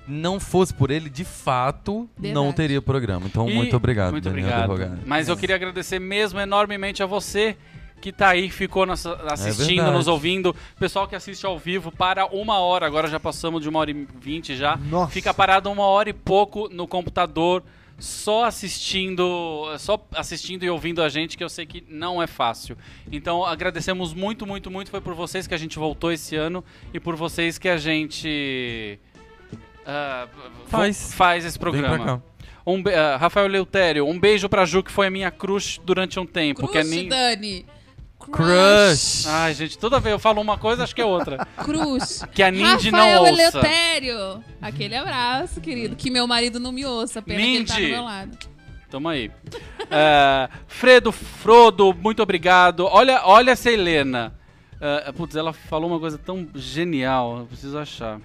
Speaker 6: não fosse por ele, de fato, não
Speaker 5: Verdade.
Speaker 6: teria programa. Então,
Speaker 4: E-
Speaker 6: muito obrigado,
Speaker 4: muito
Speaker 6: Daniel
Speaker 4: obrigado.
Speaker 6: Advogado.
Speaker 4: Mas eu queria agradecer mesmo enormemente a você que tá aí, ficou nos assistindo,
Speaker 6: É verdade.
Speaker 4: nos ouvindo. Pessoal que assiste ao vivo para uma hora, agora já passamos de uma hora e vinte já.
Speaker 3: Nossa.
Speaker 4: Fica parado uma hora e pouco no computador, só assistindo, só assistindo e ouvindo a gente, que eu sei que não é fácil. Então agradecemos muito, muito, muito. Foi por vocês que a gente voltou esse ano e por vocês que a gente ah,
Speaker 6: Faz.
Speaker 4: vo- faz esse
Speaker 6: Vem
Speaker 4: programa.
Speaker 6: pra cá.
Speaker 4: Um be- ah, Rafael Leutério, um beijo pra Ju, que foi a minha crush durante um tempo.
Speaker 5: Crush,
Speaker 4: que é nem...
Speaker 5: Dani.
Speaker 6: Crush!
Speaker 4: Ai, gente, toda vez eu falo uma coisa, acho que é outra.
Speaker 5: Cruz.
Speaker 6: *laughs*
Speaker 4: Que
Speaker 6: é
Speaker 4: a Nindy
Speaker 5: Rafael
Speaker 4: não ouça.
Speaker 5: Eleutério. Aquele abraço, querido. Que meu marido não me ouça, pena que ele tá
Speaker 4: Nindy.
Speaker 5: do meu lado.
Speaker 4: Tamo aí. Ah, Fredo Frodo, muito obrigado. Olha, olha essa Helena. Ah, putz, ela falou uma coisa tão genial, eu preciso achar.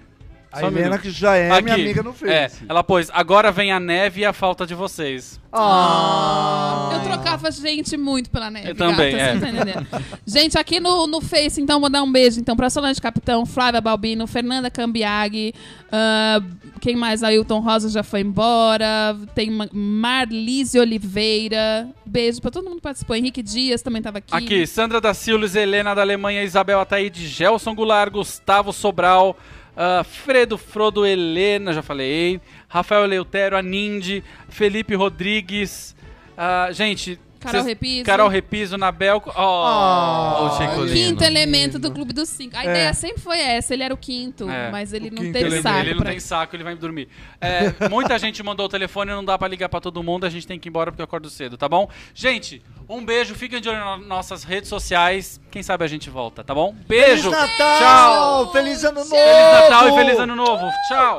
Speaker 3: A
Speaker 4: Só um
Speaker 3: Helena,
Speaker 4: minuto.
Speaker 3: que já é minha
Speaker 4: Aqui.
Speaker 3: amiga no
Speaker 4: É,
Speaker 3: Face.
Speaker 4: ela pôs, agora vem a neve e a falta de vocês.
Speaker 3: Ah.
Speaker 5: Eu trocava gente muito pela neve.
Speaker 4: Eu também,
Speaker 5: gata, você
Speaker 4: é.
Speaker 5: não tá entendendo. gente, aqui no, no Face, então, mandar um beijo então, pra Solange Capitão, Flávia Balbino, Fernanda Cambiaghi, ah, quem mais? Ailton Rosa já foi embora. Tem Ma- Marlise Oliveira. Beijo pra todo mundo que participou. Henrique Dias também tava aqui.
Speaker 4: Aqui, Sandra da Silves, Helena da Alemanha, Isabel Ataíde, Gelson Goulart, Gustavo Sobral, ah, Fredo Frodo, Helena, já falei, Rafael Leutero, a Nindy, Felipe Rodrigues, ah, gente...
Speaker 5: Carol
Speaker 4: cês-
Speaker 5: Repiso.
Speaker 4: Carol Repiso, Nabel... Oh,
Speaker 3: Ah,
Speaker 6: o Chico Lino.
Speaker 5: Quinto elemento do Clube dos Cinco. A ideia sempre foi essa, ele era o quinto,
Speaker 4: É.
Speaker 5: mas ele
Speaker 3: O
Speaker 5: não
Speaker 3: quinto
Speaker 5: teve
Speaker 4: ele,
Speaker 3: elemento.
Speaker 5: saco.
Speaker 4: ele não
Speaker 5: pra
Speaker 4: tem
Speaker 5: isso.
Speaker 4: saco, ele vai dormir. É, muita *laughs* gente mandou o telefone, não dá pra ligar pra todo mundo, a gente tem que ir embora porque eu acordo cedo, tá bom? Gente, um beijo, fiquem de olho nas nossas redes sociais, quem sabe a gente volta, tá bom? Beijo!
Speaker 3: Feliz Natal!
Speaker 4: Tchau!
Speaker 3: Feliz Ano Novo!
Speaker 4: Feliz Natal e Feliz Ano Novo! Tchau!